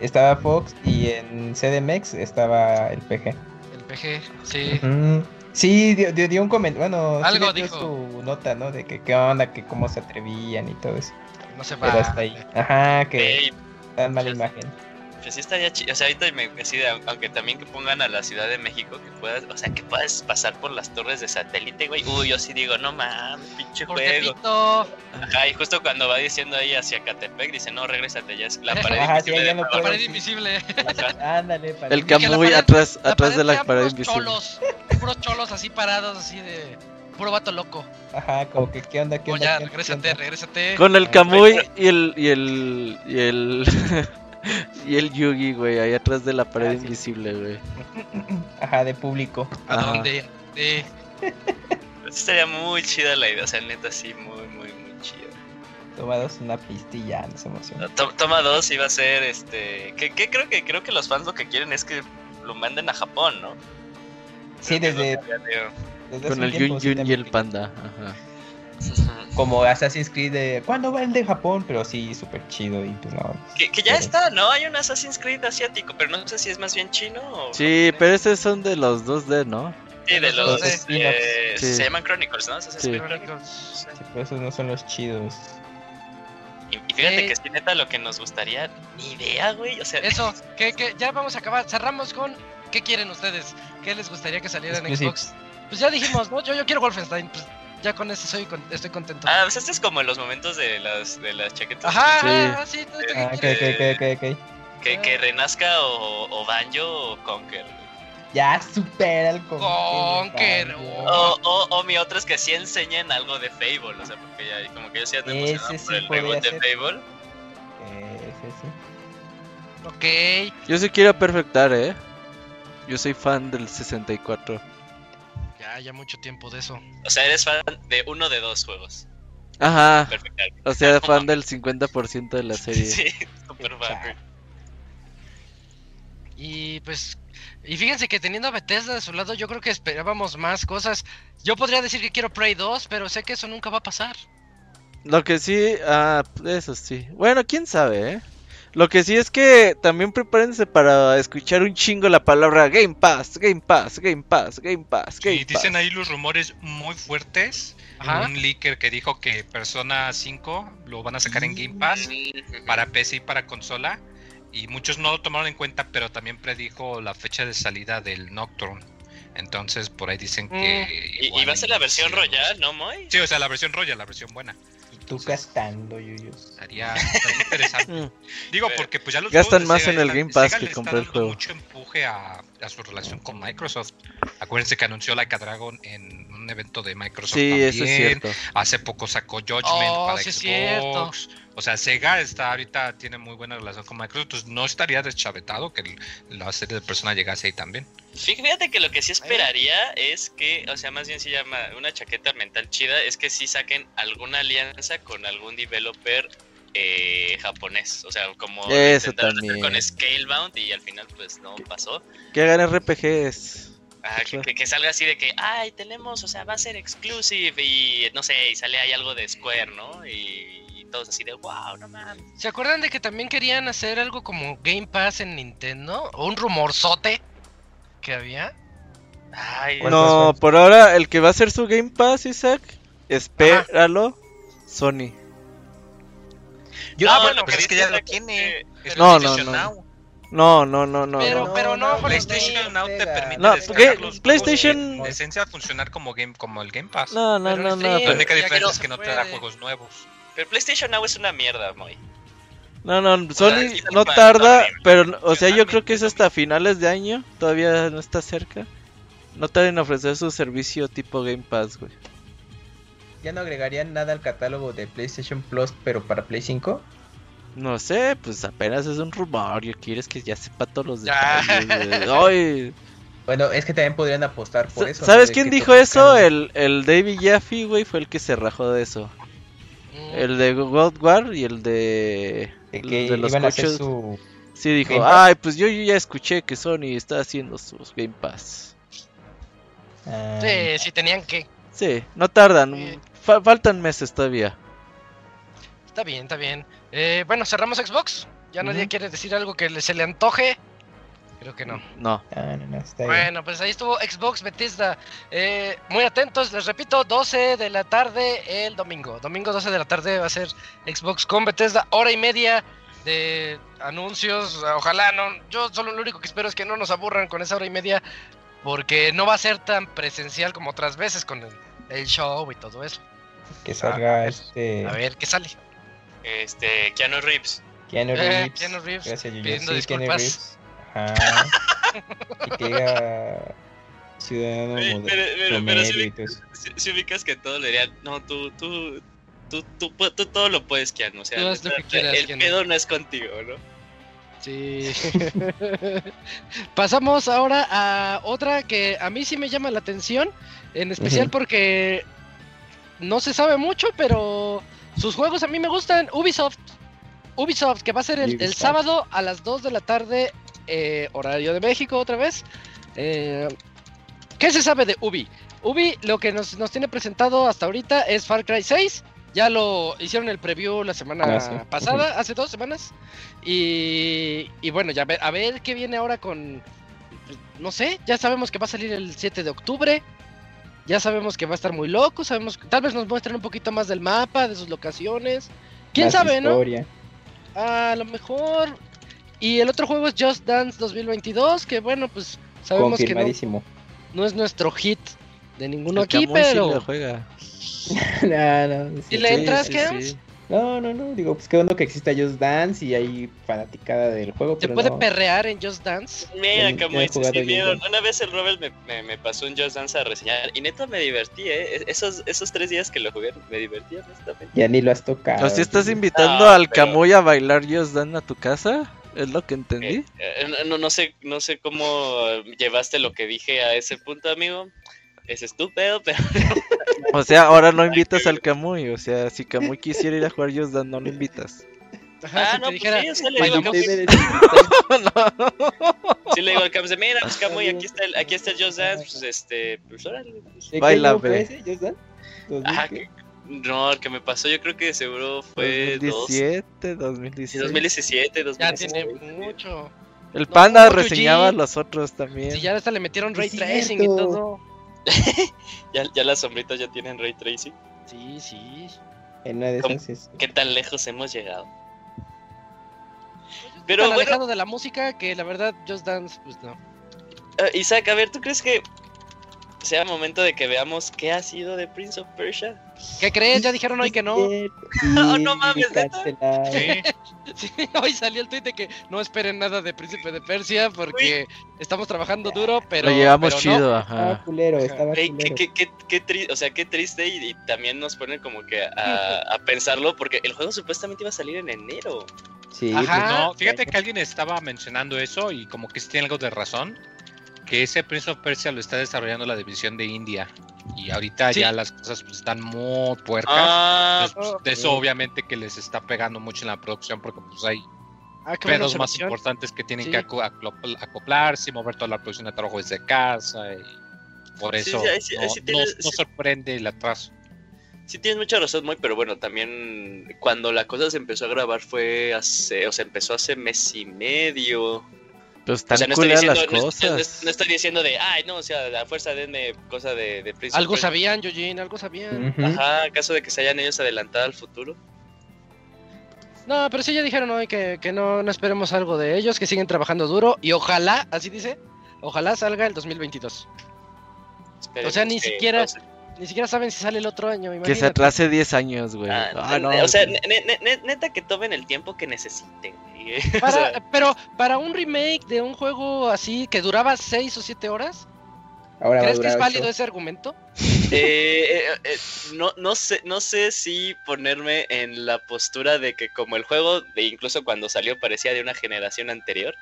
Estaba Fox y en CDMX estaba el PG. El PG, sí. Ujú. Sí, dio, dio- dio un comentario. Bueno, sí Algo dio dijo. su nota, ¿no? De que qué onda, que cómo se atrevían y todo eso. No se va. Pero hasta ahí. Ajá, que Ey, tan mala imagen. Pues sí estaría chido, o sea, ahorita me decía, aunque también que pongan a la Ciudad de México, que puedas, o sea, que puedas pasar por las torres de satélite, güey. Uy, yo sí digo, no mames, pinche Por juego. Tepito. Ajá, y justo cuando va diciendo ahí hacia Catepec, dice, no, regrésate, ya es la pared Ajá, sí, ahí invisible de ya no La Tabasco". pared sí. invisible. Ándale, para El que la Camuy pared- atrás, atrás La de la eran pared puros invisible. cholos. Puros cholos así parados, así de. Puro vato loco. Ajá, como que qué onda, qué O onda. ya, qué onda, regrésate, qué onda. regrésate. Con el Ah, Camuy y el. y el. y el. y el Yugi, güey, ahí atrás de la pared Ah, sí. invisible, güey. Ajá, de público. ¿A Ajá. dónde? De- Pues estaría muy chida la idea, o sea, neta, sí, muy, muy, muy chida. Tomados una pistilla, no se emociona. To- Toma dos iba a ser, este, que, que creo que creo que los fans lo que quieren es que lo manden a Japón, ¿no? Sí, Creo que desde, es lo que había leído. desde Con hace el un tiempo, Yun sí, Yun y también. el Panda. Ajá. Como Assassin's Creed de ¿cuándo va el de Japón? Pero sí, súper chido y pues no. Que, que ya está, ¿no? Hay un Assassin's Creed asiático, pero no sé si es más bien chino o... Sí, japonés. pero esos son de los 2D, ¿no? Sí, de los... Los spin-offs. eh, Sí. Se llaman Chronicles, ¿no? Assassin's Sí. Creed Chronicles. Chronicles. sí, pero esos no son los chidos. Y, y fíjate Eh. que es que neta lo que nos gustaría, ni idea, güey. O sea, Eso, que, que ya vamos a acabar. Cerramos con ¿qué quieren ustedes? ¿Qué les gustaría que saliera en Exclusives. Xbox? Pues ya dijimos, ¿no? Yo, yo quiero Wolfenstein, pues ya con eso soy con- estoy contento. Ah, pues este es como los momentos de las, de las chaquetas. Ajá, sí. ajá, sí, tú- tú qué Ah, ok, quieres. ok, ok, ok, ok. Que, que renazca o, o Banjo o Conker. güey. Ya supera el Conker, Banjo. oh. O, o, o mi otro es que sí enseñen algo de Fable. O sea, porque ya como que yo sí ando Ese emocionado sí por el podría reboot de ser. Fable. Ok. Yo sí quiero perfectar, eh. Yo soy fan del 64. Ya, ya mucho tiempo de eso. O sea, eres fan de uno de dos juegos. Ajá. Perfecto. O sea, fan del 50% de la serie. Sí, super fan. Y pues, y fíjense que teniendo a Bethesda de su lado, yo creo que esperábamos más cosas. Yo podría decir que quiero Prey 2, pero sé que eso nunca va a pasar. Lo que sí, ah, eso sí. Bueno, quién sabe, ¿eh? Lo que sí es que también prepárense para escuchar un chingo la palabra Game Pass, Game Pass, Game Pass, Game Pass, Game Y Pass. dicen ahí los rumores muy fuertes. Ajá. Un leaker que dijo que Persona 5 lo van a sacar en Game Pass Mm. para PC y para consola. Y muchos no lo tomaron en cuenta, pero también predijo la fecha de salida del Nocturne. Entonces por ahí dicen que. Mm. Y, igual y va a ser la versión sí, Royal, ¿no, Moy? Sí, o sea, la versión Royal, la versión buena. Y tú gastando, Yuyos. Estaría, estaría interesante. Mm. Digo, Pero- porque pues ya los Gastan juegos de más Sega en el están- Game Pass Sega que le está comprar el dando juego. mucho empuje a, a su relación con Microsoft. Acuérdense que anunció Like a Dragon en un evento de Microsoft. Sí, eso es también. cierto. Hace poco sacó Judgment Oh, para sí es Xbox. O sea, Sega está ahorita tiene muy buena relación con Microsoft, entonces no estaría deschavetado que el- la serie de personas llegase ahí también. Fíjate que lo que sí esperaría es que, o sea, más bien se llama una chaqueta mental chida, es que sí saquen alguna alianza con algún developer eh, japonés. O sea, como lo Eso intentaron hacer también. con Scalebound y al final pues no pasó. Que hagan RPGs. Ah, que, que- que salga así de que, ay, tenemos, o sea, va a ser exclusive y no sé, y sale ahí algo de Square, ¿no? Y, y todos así de, wow, no mames. ¿Se acuerdan de que también querían hacer algo como Game Pass en Nintendo? ¿O un rumorzote que había? Ay, ¿Cuál No, más, por ahora el que va a ser su Game Pass, Isaac, espéralo, Sony. Ah, no, bueno, pero que es que dice ya lo la- tiene. Es No, no, PlayStation no. No, no, no, no. Pero- no. pero no, Bueno, PlayStation Now te Sega. permite No, descargar porque los juegos PlayStation- en esencia funcionar como game como el Game Pass. No, no, Pero no, el no, Free- La pero- única Ya diferencia no es que no se te da puede. juegos nuevos. Pero PlayStation Now es una mierda, Moy. No, no, Sony sí, no para- tarda, para- pero, o sea, yo creo Finalmente, que es ¿no? hasta finales de año, todavía no está cerca. No tardan en ofrecer su servicio tipo Game Pass, güey. ¿Ya no agregarían nada al catálogo de PlayStation Plus, pero para Play 5? No sé, pues apenas es un rumor, yo quieres que ya sepa todos los Ya. detalles, güey. Ay, Bueno, es que también podrían apostar por sa- eso. ¿Sabes ¿no? De quién que pues, dijo eso? tocan- El, el David Jaffe, güey, fue el que se rajó de eso. Mm, El de God War y el de... De que los de los iban a hacer coches. su... Sí, dijo, Game Pass. ay, pues yo, yo ya escuché que Sony está haciendo sus Game Pass. ah, Sí, sí, tenían que. Sí, no tardan, Sí. fa- faltan meses todavía. Está bien, está bien. Eh, bueno, cerramos Xbox. Ya nadie Ujú. quiere decir algo que le- se le antoje. Creo que no. No. ah, no, no, está bien. Bueno, pues ahí estuvo Xbox Bethesda. Eh, muy atentos, les repito, 12 de la tarde el domingo. Domingo 12 de la tarde va a ser Xbox con Bethesda, hora y media de anuncios. Ojalá no, yo solo lo único que espero es que no nos aburran con esa hora y media, porque no va a ser tan presencial como otras veces con el, el show y todo eso. Que salga a ver, este... ah, pues, A ver qué sale. Este, Keanu Reeves. Keanu Eh, Reeves. Keanu Reeves, Gracias, Yuyo. pidiendo Sí, Keanu disculpas. Reeves. Ajá. y que diga Ciudadano Oye, Mode- pero- pero- pero promedio sí- y todo eso. Si, si ubicas que todo le dirían, no, tú, tú, tú, tú, pu- tú todo lo puedes, Keanu. O sea, Tú haz lo que neta, quieras, el Keanu. pedo no es contigo, ¿no? Sí. Pasamos ahora a otra que a mí sí me llama la atención, en especial Ujú. porque no se sabe mucho, pero sus juegos a mí me gustan. Ubisoft, Ubisoft, que va a ser el, el Ubisoft. sábado a las 2 de la tarde, eh, horario de México otra vez. Eh, ¿Qué se sabe de Ubi? Ubi lo que nos, nos tiene presentado hasta ahorita es Far Cry 6. Ya lo hicieron el preview la semana Ah, sí. pasada, hace dos semanas. Y, y bueno, ya ve- a ver qué viene ahora con... No sé, ya sabemos que va a salir el 7 de octubre. Ya sabemos que va a estar muy loco. Sabemos, tal vez nos muestren un poquito más del mapa, de sus locaciones. ¿Quién Más sabe, no? historia. A lo mejor. Y el otro juego es Just Dance 2022, que bueno, pues sabemos que no, Confirmadísimo. no es nuestro hit de ninguno El aquí, Camuy sí pero lo juega. No, no, ¿Y sí, le sí. entras, sí, Kems? sí. No, no, no. Digo, pues qué bueno que exista Just Dance y hay fanaticada del juego. ¿se pero puede no. perrear en Just Dance? Mira, Ya- como ya he dices, jugado sí, yo, vieron. ya. Una vez el Robert me, me- me pasó un Just Dance a reseñar y neta me divertí, ¿eh? Es- Esos, esos tres días que lo jugué, me divertí honestamente. Ya ni lo has tocado. O sea, estás Ah, sí. invitando No, al pero- Camuy a bailar Just Dan a tu casa. Es lo que entendí. Eh, no, no sé, no sé cómo llevaste lo que dije a ese punto, amigo. Es estúpido, pero O sea, ahora no invitas al Camuy. O sea, si Camuy quisiera ir a jugar Just Dance, no lo invitas. Ah, si no, te pues dijera, sí, o sea, le "Bailamos". digo, no, pues, No. sí le digo al Camus, de, mira, pues Camuy, aquí está el, aquí está el Just Dance, pues este, pues órale. pues". Baila, ve. ¿Jordan? Ajá, que- no, el que me pasó, yo creo que de seguro Pues, fue dos- 2017, 2017. 2017, Ya 2017. tiene mucho. El panda No, reseñaba a Yuji. los otros también. Si ya hasta le metieron ray Es tracing y cierto. todo. Ya, ya las sombritas ya tienen ray tracing. Sí, sí. En una de esas es- ¿Qué tan lejos hemos llegado? Pero Pero Pues tan bueno. alejado de la música que la verdad Just Dance pues no. Ah, Isaac, a ver, ¿tú crees que sea momento de que veamos qué ha sido de Prince of Persia? ¿Qué crees? Ya dijeron hoy que no. Oh, no mames, Y ¿neta? cancelado. Sí, Sí, hoy salió el tweet de que no esperen nada de Príncipe de Persia porque estamos trabajando duro, pero lo pero llevamos no. chido, Estaba ajá. culero, estaba Ey, qué, culero. qué- qué- qué tri- o sea, qué triste y, y también nos pone como que a, a pensarlo porque el juego supuestamente iba a salir en enero. Sí, pues, Ajá. Pues Ah, no, fíjate que alguien estaba mencionando eso y como que sí tiene algo de razón. Que ese Prince of Persia lo está desarrollando la división de India. Y ahorita Sí. ya las cosas pues, están muy puercas. Ah, Entonces, pues, de eso obviamente que les está pegando mucho en la producción porque pues hay Ah, qué buena pedos más observación. importantes que tienen Sí. que acu- aclo- acoplarse y mover toda la producción de trabajo desde casa y por Sí, eso sí, ahí sí- ahí no, sí tienes- no- no sí. sorprende el atraso. sí tienes mucha razón, muy, pero bueno, también cuando la cosa se empezó a grabar fue hace, o sea, empezó hace mes y medio. Pues O tan sea, no estoy culeras diciendo, las no- no- cosas. no estoy diciendo de, ay, no, o sea, la fuerza denme cosa de, de Prince of Algo Persia". sabían, Yojin, algo sabían. Ujú. Ajá, en caso de que se hayan ellos adelantado al futuro. No, pero sí ya dijeron hoy que, que no, no esperemos algo de ellos, que siguen trabajando duro y ojalá, así dice, ojalá salga el 2022. O sea, ni Esperemos que siquiera- no se Ni siquiera saben si sale el otro año, Que se imagínate. atrase 10 años, güey. Ah, Ah, no, o sea, ne- ne- ne- neta que tomen el tiempo que necesiten. güey. O Para- sea, Pero para un remake de un juego así que duraba 6 o 7 horas, Ahora va a ¿crees que durar es ocho. válido ese argumento? eh, eh, eh, no, no, sé, no sé si ponerme en la postura de que como el juego, de incluso cuando salió, parecía de una generación anterior.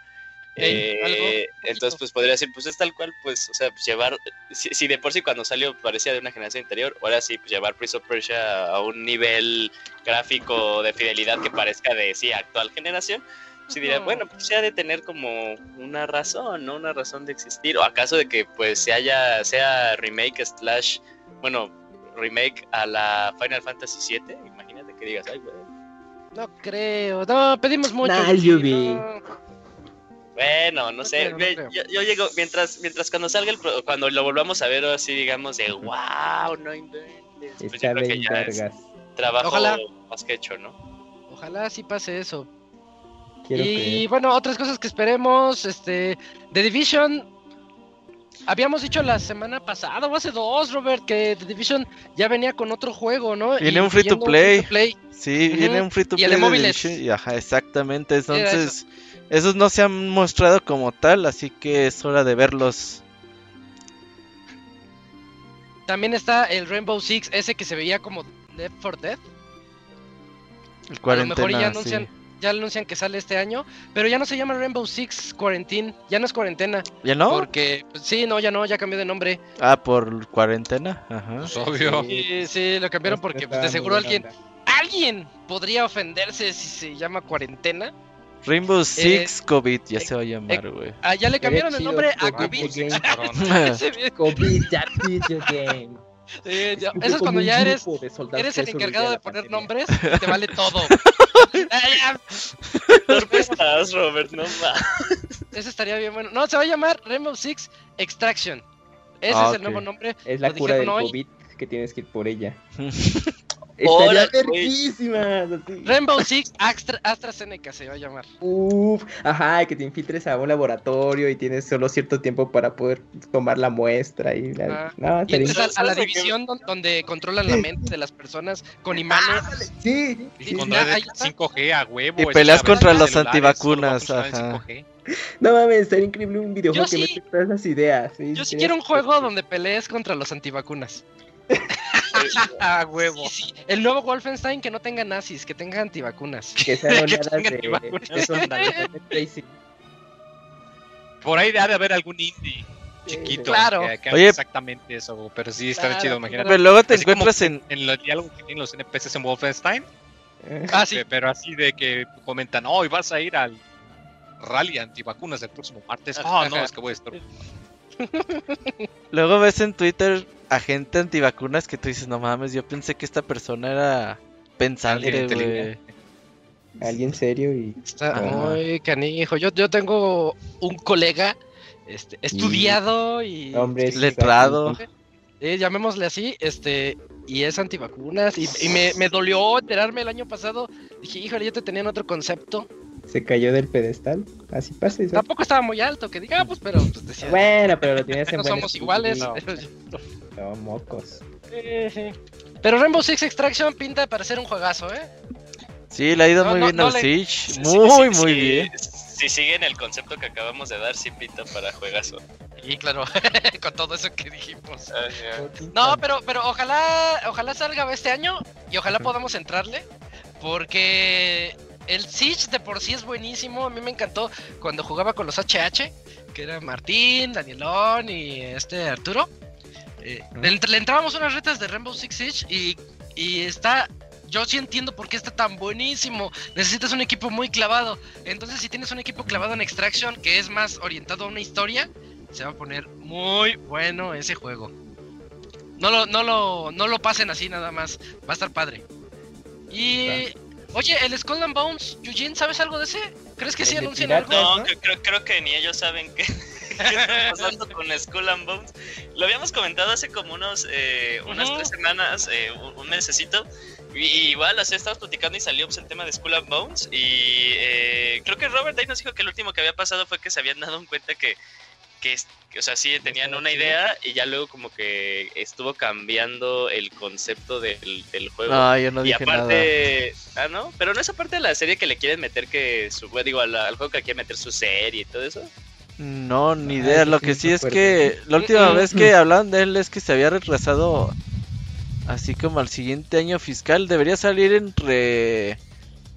Ey, eh, algo, un entonces, pues podría decir, pues es tal cual, pues, o sea, pues, llevar, si, si de por sí cuando salió parecía de una generación anterior, ahora sí, pues llevar Prince of Persia a un nivel gráfico de fidelidad que parezca de, sí, actual generación, sí dirá, No. bueno, pues se ha de tener como una razón, ¿no? Una razón de existir. O acaso de que pues se haya, sea remake slash, bueno, remake a la Final Fantasy VII, imagínate que digas, ay, güey. No creo, no, pedimos mucho. Nah, el sí, Yubi. no. Bueno, no No sé, creo, no ve, creo. yo, yo llego, mientras, mientras cuando salga el, pro- cuando lo volvamos a ver así, digamos, de wow, no inventes. Pues yo Está creo que bien, ya es vergas. trabajo Ojalá. más que hecho, ¿no? Ojalá sí pase eso. Quiero y creer. bueno, otras cosas que esperemos, este, The Division. Habíamos dicho la semana pasada o hace dos, Robert, que The Division ya venía con otro juego, ¿no? Viene Y un free to siguiendo un play. play. Sí, Ujú. viene un free to Y el play. de de móviles. Division, y ajá, exactamente. era eso. Entonces, esos no se han mostrado como tal, así que es hora de verlos. También está el Rainbow Six, ese que se veía como Death for Death. El A lo cuarentena. mejor ya sí. anuncian, ya anuncian que sale este año, pero ya no se llama Rainbow Six Quarantine, ya no es cuarentena, ¿Ya no? porque pues, sí, no, ya no, ya cambió de nombre. Ah, por cuarentena. Ajá. Pues Oh. obvio. Sí. Sí, sí, lo cambiaron porque pues, de Estaba seguro muy buena alguien, alguien podría ofenderse si se llama cuarentena. Rainbow Six COVID, ya se va a eh, llamar, güey. Ah, ya le cambiaron el chido, nombre a pero Ah, Covid. pues, sí, Covid. cabrón. Ese bien, COVID that video game. eh, ya- Escucho Eso es como cuando un ya eres, grupo de soldados eres que el sobrevivió encargado a de la poner pandemia. nombres, te vale todo. Ah, ya, ¿Dónde estás, Robert? No más. Eso estaría bien bueno. No, se va a llamar Rainbow Six Extraction. Ese Ah, es el ok. nuevo nombre. Es la Lo cura del dijeron hoy. COVID que tienes que ir por ella. Órale, Estaría güey. verguísimas. así. Rainbow Six Astra- AstraZeneca se va a llamar. Uf, ajá, que te infiltres a un laboratorio y tienes solo cierto tiempo para poder tomar la muestra y la... Ah, no, Y estaría- entonces a- a, la ¿Sabes de qué? división don- donde controlan la mente de las personas con imanes. Ah, Sí, Y sí, con ya, redes ahí está. 5G a huevo. Y eso peleas es la contra ventaja los de celulares, solo va a antivacunas, funcionar en ajá. 5G. no mames, estaría increíble un videojuego Yo que sí- mete todas esas ideas. Yo sí quiero un juego donde pelees contra los antivacunas. Ah, huevo. Sí, sí, El nuevo Wolfenstein que no tenga nazis, que tenga antivacunas. Que sean Que oleadas tengan de, vacunas. de son- de tracing. Por ahí ha de haber algún indie chiquito claro. que, que haga Oye. exactamente eso, güey, pero sí está Claro, pues, chido, claro. imagínate. Pero luego te Así como encuentras en. En los diálogos que tienen los NPCs en Wolfenstein, eh, Ah, sí. pe- pero así de que comentan, hoy vas a ir al rally antivacunas el próximo martes. Oh, no, es que voy a estar. Luego ves en Twitter a gente antivacunas que tú dices, no mames, yo pensé que esta persona era pensante, Alguien güey. inteligente. Alguien serio y. Está Ajá. muy canijo. Yo, yo tengo un colega este, estudiado y Hombre, Letrado. eh, llamémosle así, este, y es antivacunas. Y, y me, me dolió enterarme el año pasado. Dije, híjole, yo te tenían otro concepto. Se cayó del pedestal. Así pasa. eso. Tampoco estaba muy alto, que digamos, pero pues, decía, Bueno, pero lo tenías en no buen somos espíritu. iguales. No, pero- no, mocos. Pero Rainbow Six Extraction pinta para ser un juegazo, ¿eh? Sí, le ha ido No, muy no, bien no al le- Siege. Sí, Muy, sí, sí, muy sí, bien. Si siguen el concepto que acabamos de dar, sí pinta para juegazo. Y claro, con todo eso que dijimos. Ah, ya. No, pero, pero ojalá, ojalá salga este año y ojalá podamos entrarle. Porque el Siege de por sí es buenísimo. A mí me encantó cuando jugaba con los HH, que era Martín, Danielón y este Arturo. Eh, le, entr- le entrábamos unas retas de Rainbow Six Siege y, y está. Yo sí entiendo por qué está tan buenísimo. Necesitas un equipo muy clavado. Entonces, si tienes un equipo clavado en Extraction que es más orientado a una historia, se va a poner muy bueno ese juego. No lo, no lo, no lo pasen así nada más. Va a estar padre. Y. Oye, el Skull and Bones, Eugene, ¿sabes algo de ese? ¿Crees que sí ¿El de anuncian piratas? algo? No, ¿no? que- creo, creo que ni ellos saben qué, qué está pasando con Skull and Bones. Lo habíamos comentado hace como unos, eh, unas Ujú. tres semanas, eh, un, un mesecito. Y, y igual, así estábamos platicando y salió pues, el tema de Skull and Bones. Y eh, creo que Robert Day nos dijo que el último que había pasado fue que se habían dado cuenta que, que, es- que, o sea, sí tenían una idea y ya luego como que estuvo cambiando el concepto del, del juego No, yo no y dije nada. aparte, ah, no, pero no es aparte de la serie que le quieren meter que su, bueno, digo, al, al juego que le quieren meter su serie y todo eso. No, Ah, ni idea. eso Lo sí que no sí me es acuerdo. que la última Mm, mm. vez que hablaban de él es que se había retrasado así como al siguiente año fiscal. Debería salir entre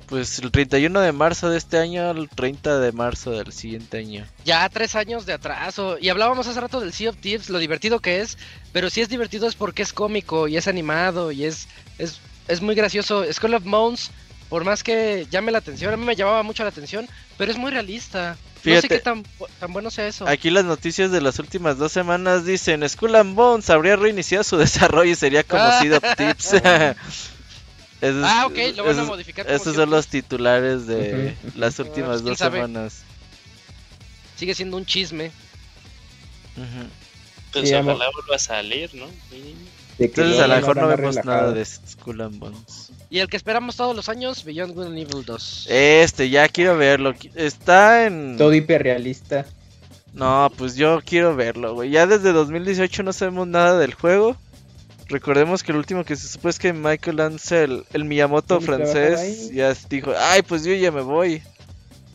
pues el 31 de marzo de este año al 30 de marzo del siguiente año. Ya tres años de atraso. Y hablábamos hace rato del Sea of Thieves, lo divertido que es. Pero si es divertido es porque es cómico y es animado y es, es, es muy gracioso. Skull of Bones, por más que llame la atención, a mí me llamaba mucho la atención, pero es muy realista. no sé Fíjate. qué tan, bu- tan bueno sea eso. Aquí las noticias de las últimas dos semanas dicen Skull and Bones habría reiniciado su desarrollo y sería conocido Tips. Esos- ah, ok, lo van a esos- modificar. como Esos Sea of son los titulares de las Ujú. últimas Pues, ¿Quién dos sabe? semanas. Thieves. Sigue siendo un chisme. Ujú. Pues Sí, ojalá vuelva a salir, ¿no? Sí. De que Entonces ya a lo la mejor no banda vemos relajada. nada de Skull and Bones. Y el que esperamos todos los años, Beyond Good and Evil 2. Este, ya quiero verlo. Qui- Está en... Todo hiperrealista. No, pues yo quiero verlo, güey. Ya desde 2018 no sabemos nada del juego. Recordemos que el último que se supo es que Michael Ansel, el Miyamoto Sí, trabaja francés, ahí. ya dijo, ay, pues yo ya me voy.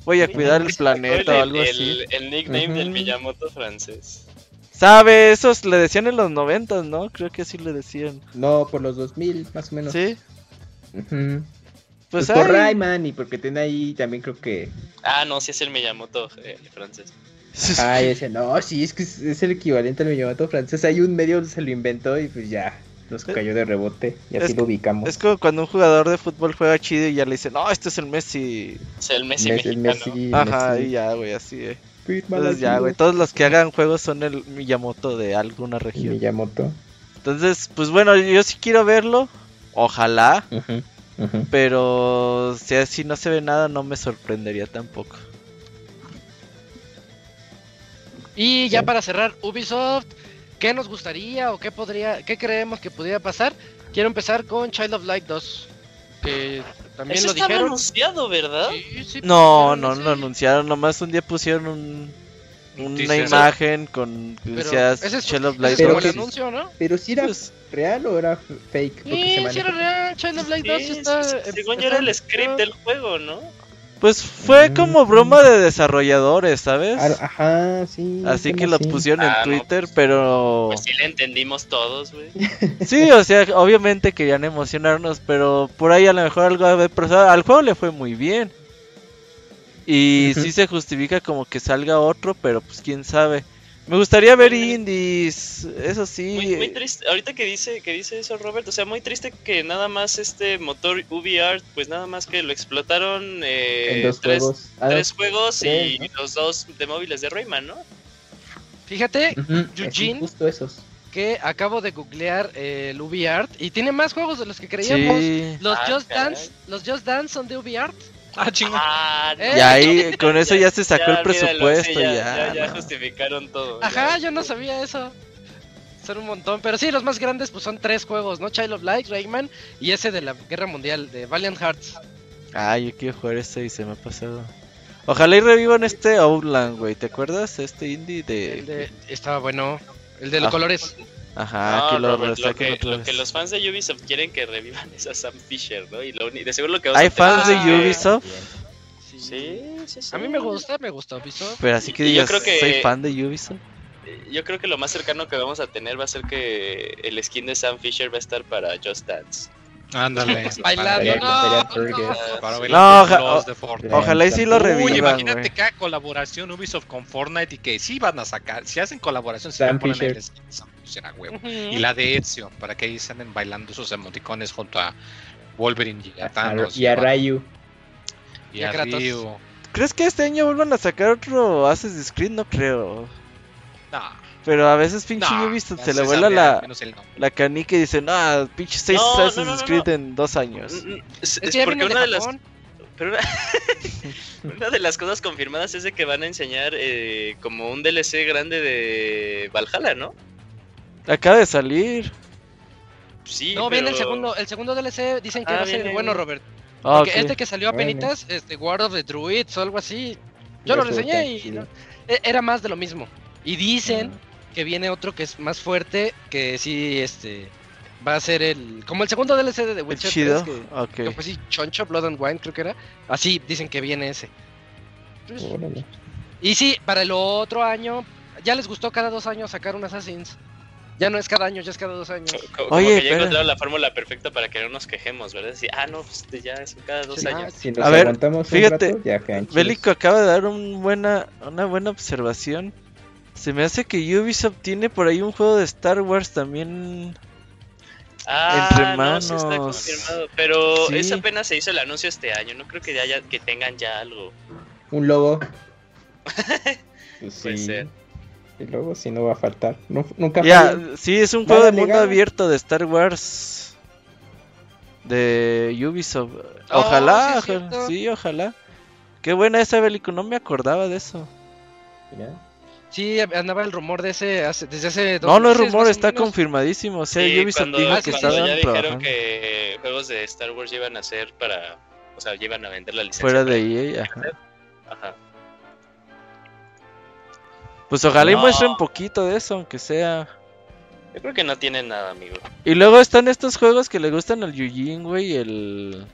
Voy a Sí, cuidar el El, planeta o algo el- así. el nickname Ujú. del Miyamoto francés. ¿Sabe? Esos le decían en los 90, ¿no? Creo que sí le decían. No, por los 2000, más o menos. ¿Sí? Ujú. Pues Pues, por ay, Rayman y porque tiene ahí también creo que. Ah, no, sí es el Miyamoto eh, francés. Ay, ese no, sí, es que es, es el equivalente al Miyamoto francés. Hay un medio se lo inventó y pues ya. Nos cayó de rebote y así Eh, Es- lo ubicamos. Es como cuando un jugador de fútbol juega chido y ya le dicen, no, este es el Messi. Es el Messi Messi, mexicano. Messi, Ajá, Messi. y ya, güey, así. eh. Firma Entonces la ya, vida. güey, todos los que hagan juegos son el Miyamoto de alguna región. Miyamoto. Entonces, pues bueno, yo sí quiero verlo. Ojalá. Ujú, ujú. Pero si así no se ve nada, no me sorprendería tampoco. Y ya Sí. para cerrar, Ubisoft, ¿qué nos gustaría o qué podría, qué creemos que pudiera pasar? Quiero empezar con Child of Light 2. Que también Eso lo estaba dijeron. anunciado, ¿verdad? Sí, sí, No, pusieron no, ese, no anunciaron. Nomás un día pusieron un- una Noticias. imagen con que Pero decías ese es- Shell of ese Light es como Pero el sí. Origins. anuncio, ¿no? Pero si era Pues, real o era f- fake. Porque Sí, se sí era maneja- real, Child of Light 2 Sí, está... sí, sí, Según yo era el script del juego, ¿no? Pues fue como broma de desarrolladores, ¿sabes? Ah, Ajá, sí. Así bueno, que lo sí. pusieron en Ah, no, Twitter, pero... Pues sí le entendimos todos, güey. Sí, o sea, obviamente querían emocionarnos, pero por ahí a lo mejor algo haber pasado. Al juego le fue muy bien. Y Ujú. sí se justifica como que salga otro, pero pues quién sabe. Me gustaría ver indies, eso sí. eh. Muy, muy triste, ahorita que dice, que dice eso Robert, o sea, muy triste que nada más este motor UbiArt, pues nada más que lo explotaron eh, En dos tres, juegos. Ah, tres juegos y tres, los dos de móviles de Rayman, ¿no? Fíjate ujú, así, Eugene. Justo esos. que acabo de googlear eh, el UbiArt y tiene más juegos de los que creíamos. sí. Los Ah, Just caray. Dance, los Just Dance son de UbiArt. Ah, chingo. Ah, no, Eh, Y ahí con eso ya se sacó el olvídalo, sí, presupuesto, ya, ya. ya- ya ¿no? justificaron todo. Ajá, ya. yo no sabía eso. Son un montón, pero sí, los más grandes pues son tres juegos, ¿no? Child of Light, Rayman y ese de la Guerra Mundial, de Valiant Hearts. Ah, yo quiero jugar este y se me ha pasado. Ojalá y revivan este Outland, güey. ¿Te acuerdas? Este indie El de... de... Estaba bueno. El de los Ah. colores. Ajá, Ah, que No, lo Robert, lo, resaquen que, otra lo vez. que los fans de Ubisoft quieren que revivan es a Sam Fisher, ¿no? Y lo uni- de seguro lo que vas a Hay fans tener de es que- Ubisoft, Sí. Sí, sí, sí. A mí me gusta, me gusta Ubisoft. pero así que Y yo digas, creo que- soy fan de Ubisoft. Eh, Yo creo que lo más cercano que vamos a tener va a ser que el skin de Sam Fisher va a estar para Just Dance. Ándale. Bailando, Estaría- no, estaría no. pergue. Para ver No, los oja- los de Fortnite. Ojalá y sí Uy, lo Uy, revivan, imagínate güey. cada colaboración Ubisoft con Fortnite y que sí van a sacar, si hacen colaboración, si Sam ponen Fisher. el skin de Sam Fisher a huevo. Y la de Ezio, para que ahí se anden bailando esos emoticones junto a Wolverine y a A- Thanos. Y a Rayu. y a Y a Kratos. Ryu. ¿Crees que este año vuelvan a sacar otro Assassin's Creed? No creo. No, Pero a veces pinche no, Ubisoft ya se le sabe vuela al la, menos el nombre. la canica y dice, no, pinche 6 No, no, no, Assassin's no, Mm, Creed no. en dos años. Es, Es es que ya porque vienen una de, de las, Japón. pero una, una de las cosas confirmadas es de que van a enseñar eh, como un DLC grande de Valhalla, ¿no? Acaba de salir. Sí, No, pero- viene el segundo, el segundo DLC, dicen que Ah, va a ser viene- bueno, Robert. Ah, Porque ok. este que salió Bueno. apenas, este War of the Druids o algo así. Yo lo Eso está reseñé y chido. no- e- era más de lo mismo. Y dicen Ah. que viene otro que es más fuerte, que sí, este, va a ser el, como el segundo DLC de The ¿El Witcher 3, chido. que, Ok. que pues, fue así, Choncho, Blood and Wine creo que era. Así dicen que viene ese. Pues, Órale. y sí, para el otro año, ya les gustó cada dos años sacar un Assassin's. Ya no es cada año, ya es cada dos años. co- Como, Oye, que ya espera. encontraron la fórmula perfecta para que no nos quejemos, ¿verdad? Así, ah, no, pues ya es cada dos Sí, años. Si nos A ver, aguantamos fíjate, un rato, ya quedan chidos. Bélico acaba de dar un buena, una buena observación. Se me hace que Ubisoft tiene por ahí un juego de Star Wars también. Ah, Entre no, sí está manos. confirmado, pero Sí. eso apenas se hizo el anuncio este año, no creo que ya haya- que tengan ya algo. Un logo. Pues Puede sí. ser. El logo sí no va a faltar. Nu- nunca Ya, falla. sí, es un Nada juego de mundo legal. abierto de Star Wars. De Ubisoft. Oh, Ojalá, sí es ojalá- cierto. sí, ojalá. Qué buena esa Bélico, no me acordaba de eso. Mira. Ah, Sí, andaba el rumor de ese hace- desde hace dos No, no es meses, rumor, más o está menos. confirmadísimo. O sea, Sí, Ubisoft Eh, cuando, dijo ah, que sí, cuando estaban ya dijeron trabajando que juegos de Star Wars llevan a ser para, o sea, llevan a vender la licencia. fuera para- de EA. ajá. Ajá. Pues ojalá y No. muestren poquito de eso, aunque sea. Yo creo que no tienen nada, amigo. Y luego están estos juegos que le gustan al Yujin, güey, el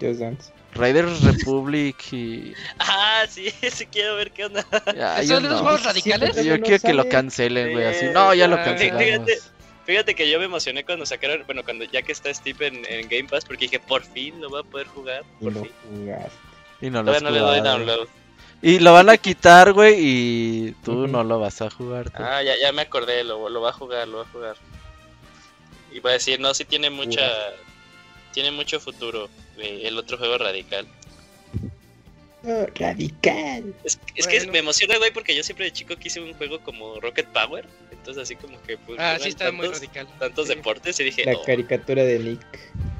Just Dance. Riders Republic y... Ah, sí, sí quiero ver qué onda. Ay, yo ¿Son de los no. juegos radicales? Sí, Yo No quiero que lo sale. cancelen, güey, así. Sí, No, ya lo ya. cancelamos. Fíjate. Fíjate que yo me emocioné cuando sacaron, bueno, cuando ya que está Steve en, en Game Pass, porque dije, por fin lo voy a poder jugar. Y Por lo fin. jugaste. Y no lo has Todavía no le doy jugado. download. Y lo van a quitar, güey, y tú Ujú. no lo vas a jugar. tú. Ah, ya, ya me acordé, lo, lo va a jugar, lo va a jugar. Y voy a decir, no, sí tiene mucha. Tiene mucho futuro eh, el otro juego radical. Oh, radical. Es, es que Bueno. me emociona, güey, porque yo siempre de chico quise un juego como Rocket Power. Entonces, así como que. pues, Ah, juegan sí, está muy tantos, radical. tantos Sí, deportes y dije, La "Oh, caricatura de Nick.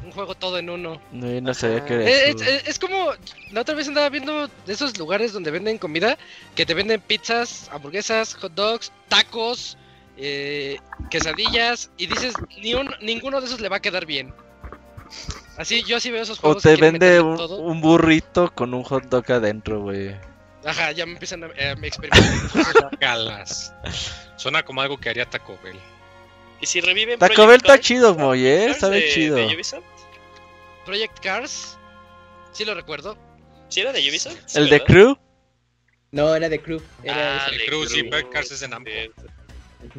Un juego todo en uno. No, yo no sabía que era Eh, eso. Es, es- es como, la otra vez andaba viendo de esos lugares donde venden comida, que te venden pizzas, hamburguesas, hot dogs, tacos, eh, quesadillas, y dices, ni un- ninguno de esos le va a quedar bien. Así yo sí veo esos O juegos. que te quieren vende meterle un, todo. un burrito con un hot dog adentro, güey. Ajá, ya me empiezan a, eh, a experimentar. Galas. Suena como algo que haría Taco Bell. ¿Y si reviven Taco Project Bell está Cars? chido, güey, eh, Cars está bien de- chido. de Ubisoft? Project Cars, sí lo recuerdo. ¿Sí era de Ubisoft? Sí, El de ¿verdad? Crew, No, era de Crew. Era Ah, ese. de Crew, sí, Crew, Backcars es de Namco. cierto.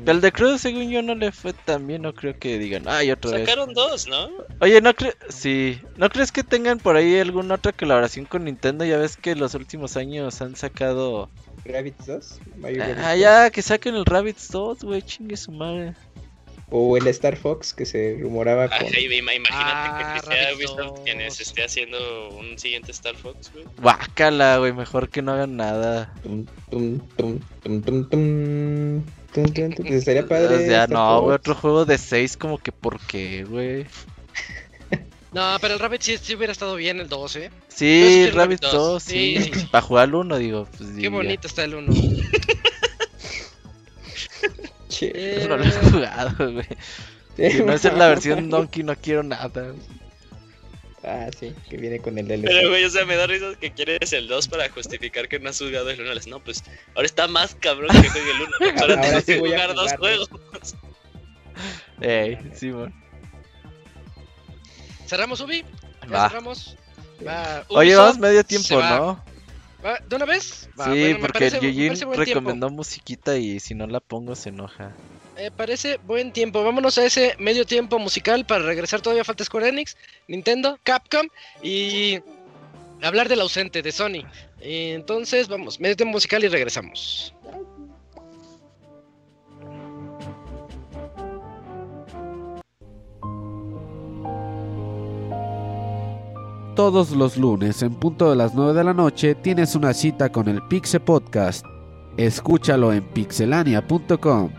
el de Crew según yo no le fue tan bien, no creo que digan, ay otra vez. Sacaron dos, ¿no? Oye, ¿no, cre- sí. ¿no crees que tengan por ahí alguna otra colaboración con Nintendo? Ya ves que en los últimos años han sacado... Rabbids 2. Mario Rabbids Ah, ya, que saquen el Rabbids 2, güey, chingue su madre. 2, O el Star Fox que se rumoraba Ah, con. Jaime, ima- imagínate Ah, que sea Rabbids Ubisoft dos. quienes esté haciendo un siguiente Star Fox, güey. Guácala, güey, mejor que no hagan nada. Tum, tum, tum, tum, tum, tum. Tum, tum, tum. Estaría O padre. sea, Star no, güey, Fox. otro juego de 6 como que por qué, güey. No, pero el Rabbit sí, sí hubiera estado bien el eh. 12. Yo sí Sí, quiero Rabbids Rabbids 2, sí, sí. sí, sí. Para jugar al 1, digo. Pues, Qué diga, bonito está el 1. Che. No lo he jugado, güey. Si no es la versión Donkey, no quiero nada. Ah, sí, que viene con el DLC. Pero, güey, o sea, me da risa que quieres el 2 para justificar que no has jugado el 1. No, pues ahora está más cabrón que juegue el 1. Ahora, Ahora tienes sí que voy a jugar dos jugarlo. juegos. Ey, sí, bueno. ¿Cerramos Ubi? ¿Ya Va. cerramos? Va, Oye, Ubisoft vamos medio se tiempo, va. ¿no? Va, Ah, ¿De una vez? Va, sí, bueno, me porque parece- el me parece Yujin buen tiempo. recomendó musiquita y si no la pongo se enoja. Eh, parece buen tiempo. Vámonos a ese medio tiempo musical para regresar. Todavía falta Square Enix, Nintendo, Capcom y hablar del ausente, de Sony. Eh, Entonces, vamos, medio tiempo musical y regresamos. Todos los lunes, en punto de las 9 de la noche, tienes una cita con el Pixe Podcast. Escúchalo en pixelania.com.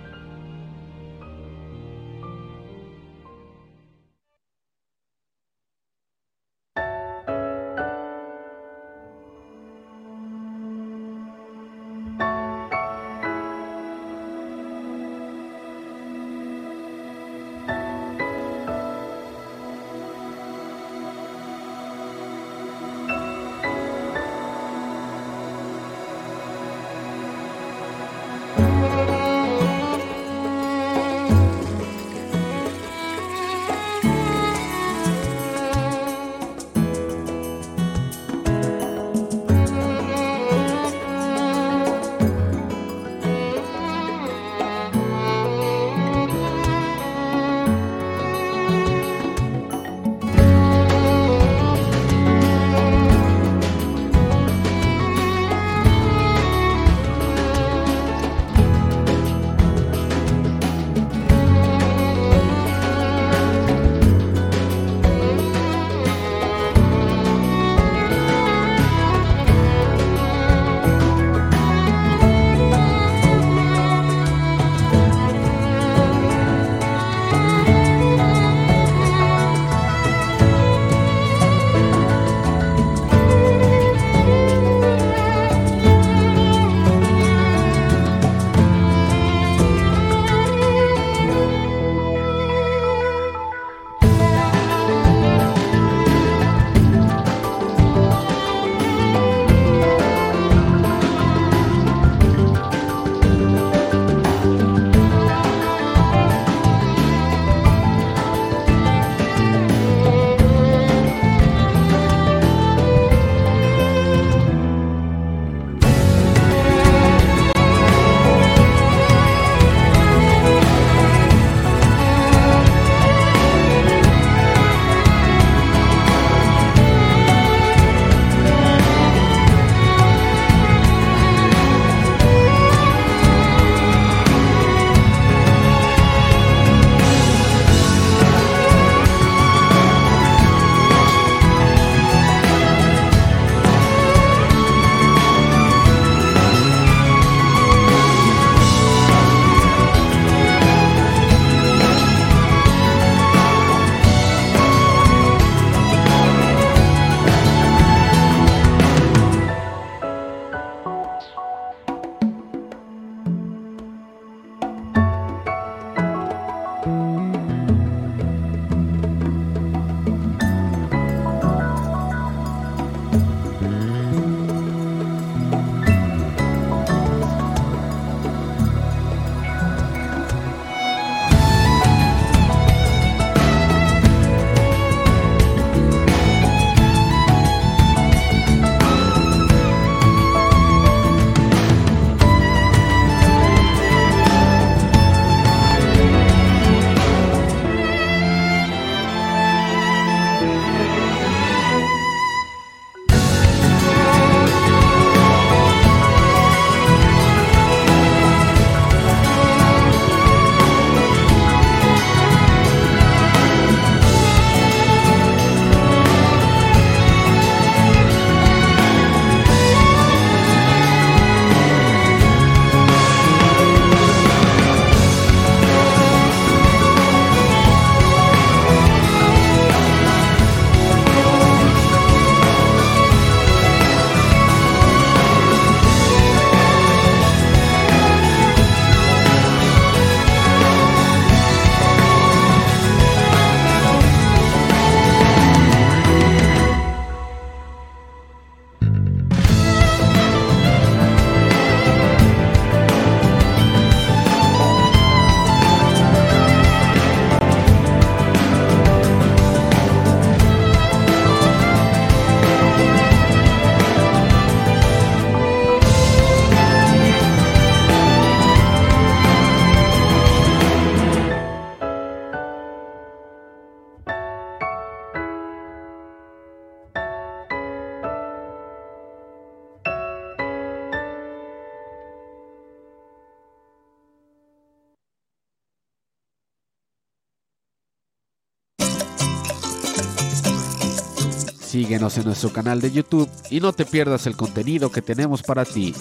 Síguenos en nuestro canal de YouTube y no te pierdas el contenido que tenemos para ti.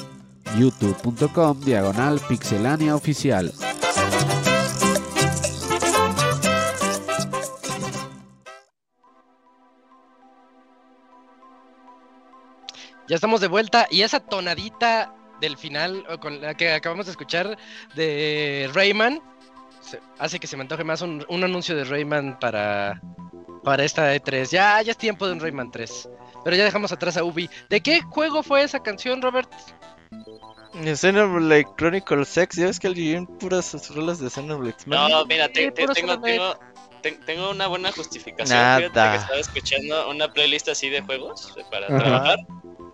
youtube.com diagonal pixelania oficial. Ya estamos de vuelta y esa tonadita del final o con la que acabamos de escuchar de Rayman se- hace que se me antoje más un, un anuncio de Rayman para, para esta E3. Ya, ya es tiempo de un Rayman 3. Pero ya dejamos atrás a Ubi. ¿De qué juego fue esa canción, Robert? Xenoblade Chronicle Sex, ya ves que el Yujin puras rolas de Xenoblade. No, mira, te- Sí, te- puro tengo, Xenoblade. tengo, te- tengo una buena justificación. Nada. Fíjate que estaba escuchando una playlist así de juegos eh, para Ajá. trabajar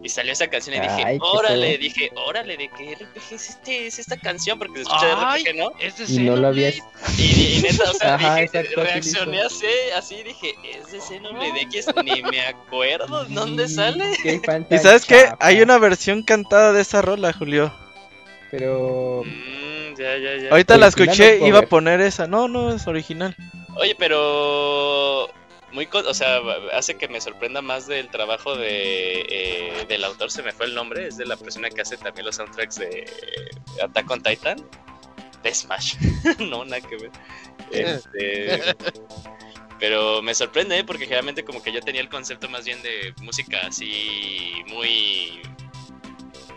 y salió esa canción y dije, Ay, qué órale, feo. dije, órale, ¿de qué RPG es, este, es esta canción? Porque se escucha Ay. de RPG, ¿no? ¿Es de Y no lo Xenoblade? habías. Y, y neta, o sea, Ajá, dije, exacto, así reaccioné mismo. así, así dije, es de Xenoblade X, ni me acuerdo dónde sale. Qué fan ¿Y tan sabes qué? chafa. Hay una versión cantada de esa rola, Julio. Pero. Mm, ya, ya, ya. Ahorita la Original escuché o iba a cover. poner esa. No, no, es original. Oye, pero muy, co- o sea, hace que me sorprenda más del trabajo de eh, del autor, se me fue el nombre, es de la persona que hace también los soundtracks de Attack on Titan, de Smash, no nada que ver. Este, pero me sorprende ¿eh? porque generalmente como que yo tenía el concepto más bien de música así muy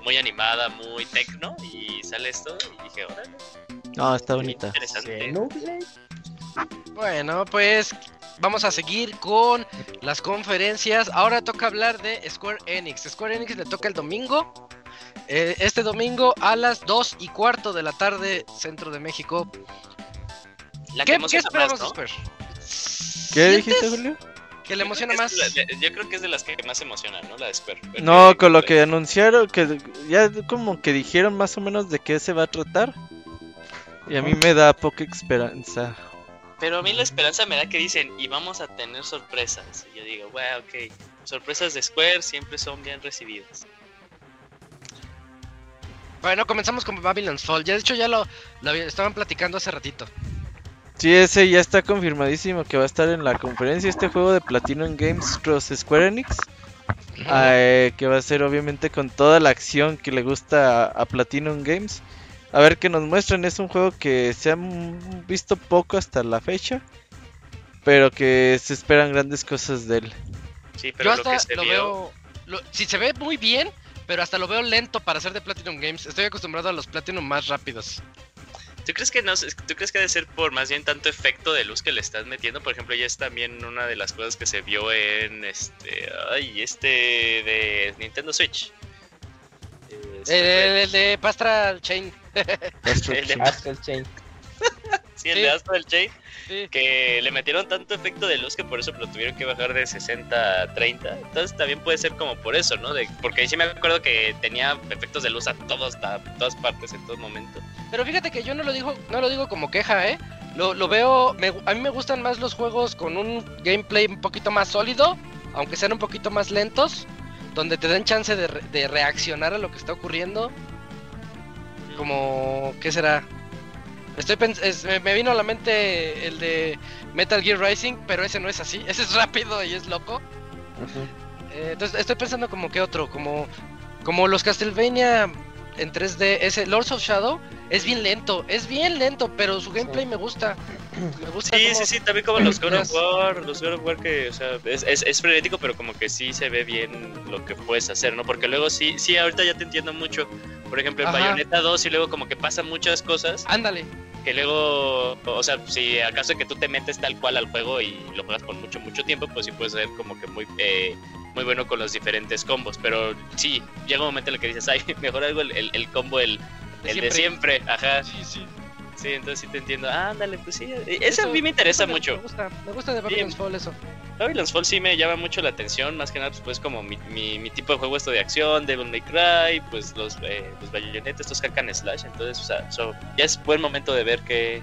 muy animada, muy tecno y sale esto y dije, órale, No, está bonita. interesante. Xenoblade. Bueno, pues vamos a seguir con las conferencias. Ahora toca hablar de Square Enix. Square Enix le toca el domingo. eh, este domingo a las 2 y cuarto de la tarde, centro de México. La ¿Qué, que qué emociona más, esperamos ¿no? de Square? ¿Qué ¿Sientes dijiste, Julio? Que le Yo creo emociona que más. es de la- de- yo creo que es de las que más emocionan, ¿no? La de Square. Porque- No, con lo que anunciaron, que ya como que dijeron más o menos de qué se va a tratar. Y a mí me da poca esperanza. Pero a mí la esperanza me da que dicen, y vamos a tener sorpresas. Y yo digo, wow, ok. Sorpresas de Square siempre son bien recibidas. Bueno, comenzamos con Babylon's Fall. Ya de hecho ya lo, lo había- estaban platicando hace ratito. Sí, ese ya está confirmadísimo que va a estar en la conferencia este juego de Platinum Games Cross Square Enix. eh, que va a ser obviamente con toda la acción que le gusta a, a Platinum Games. A ver qué nos muestran. Es un juego que se ha mm, visto poco hasta la fecha. Pero que se esperan grandes cosas de él. Sí, Yo pero lo hasta que se lo, vio. veo. lo- si se ve muy bien, pero hasta lo veo lento para ser de Platinum Games. Estoy acostumbrado a los Platinum más rápidos. ¿Tú crees que no? se- ¿Tú crees que ha de ser por más bien tanto efecto de luz que le estás metiendo? Por ejemplo, ya es también una de las cosas que se vio en este. Ay, este de Nintendo Switch. Eh, se El, me fue. el- el de Pastral Chain. El de- Astral Chain. sí, el eh, sí. de Astral Chain. Sí. que le metieron tanto efecto de luz que por eso lo tuvieron que bajar de 60 a 30. Entonces también puede ser como por eso, ¿no? De, porque ahí sí me acuerdo que tenía efectos de luz a todos, a todas partes, en todo momento. Pero fíjate que yo no lo digo, no lo digo como queja, ¿eh? Lo, lo veo, me- a mí me gustan más los juegos con un gameplay un poquito más sólido, aunque sean un poquito más lentos, donde te den chance de, re- de reaccionar a lo que está ocurriendo. Como, ¿qué será? Estoy pens- es- me- me vino a la mente el de Metal Gear Rising, pero ese no es así, ese es rápido y es loco. Eh, entonces estoy pensando como que otro, como, como los Castlevania en 3D, ese Lords of Shadow es bien lento, es bien lento, pero su gameplay me gusta. Me gusta Sí, cómo- sí, sí, también como los God of Gracias. War, los God of War que, o sea, es, es, es frenético, pero como que sí se ve bien lo que puedes hacer, ¿no? Porque luego sí, sí, ahorita ya te entiendo mucho. Por ejemplo, en Ajá. Bayonetta 2 y luego como que pasan muchas cosas Ándale. que luego, o sea, si acaso que tú te metes tal cual al juego y lo juegas por mucho, mucho tiempo, pues sí puedes ser como que muy, eh, muy bueno con los diferentes combos. Pero sí, llega un momento en el que dices, ay, mejor algo el, el- el combo, el, De el de siempre. Ajá, sí, entonces sí te entiendo. Ah, ándale, pues sí, eh, eso a Eso- mí me interesa me- mucho. Me gusta, me gusta de Babylon's Fall eso. Babylon's Fall sí me llama mucho la atención, más que nada, pues, pues como mi, mi, mi tipo de juego esto de acción, Devil May Cry, pues los, eh, los Bayonetta, estos hack and slash, entonces, o sea, so, ya es buen momento de ver qué,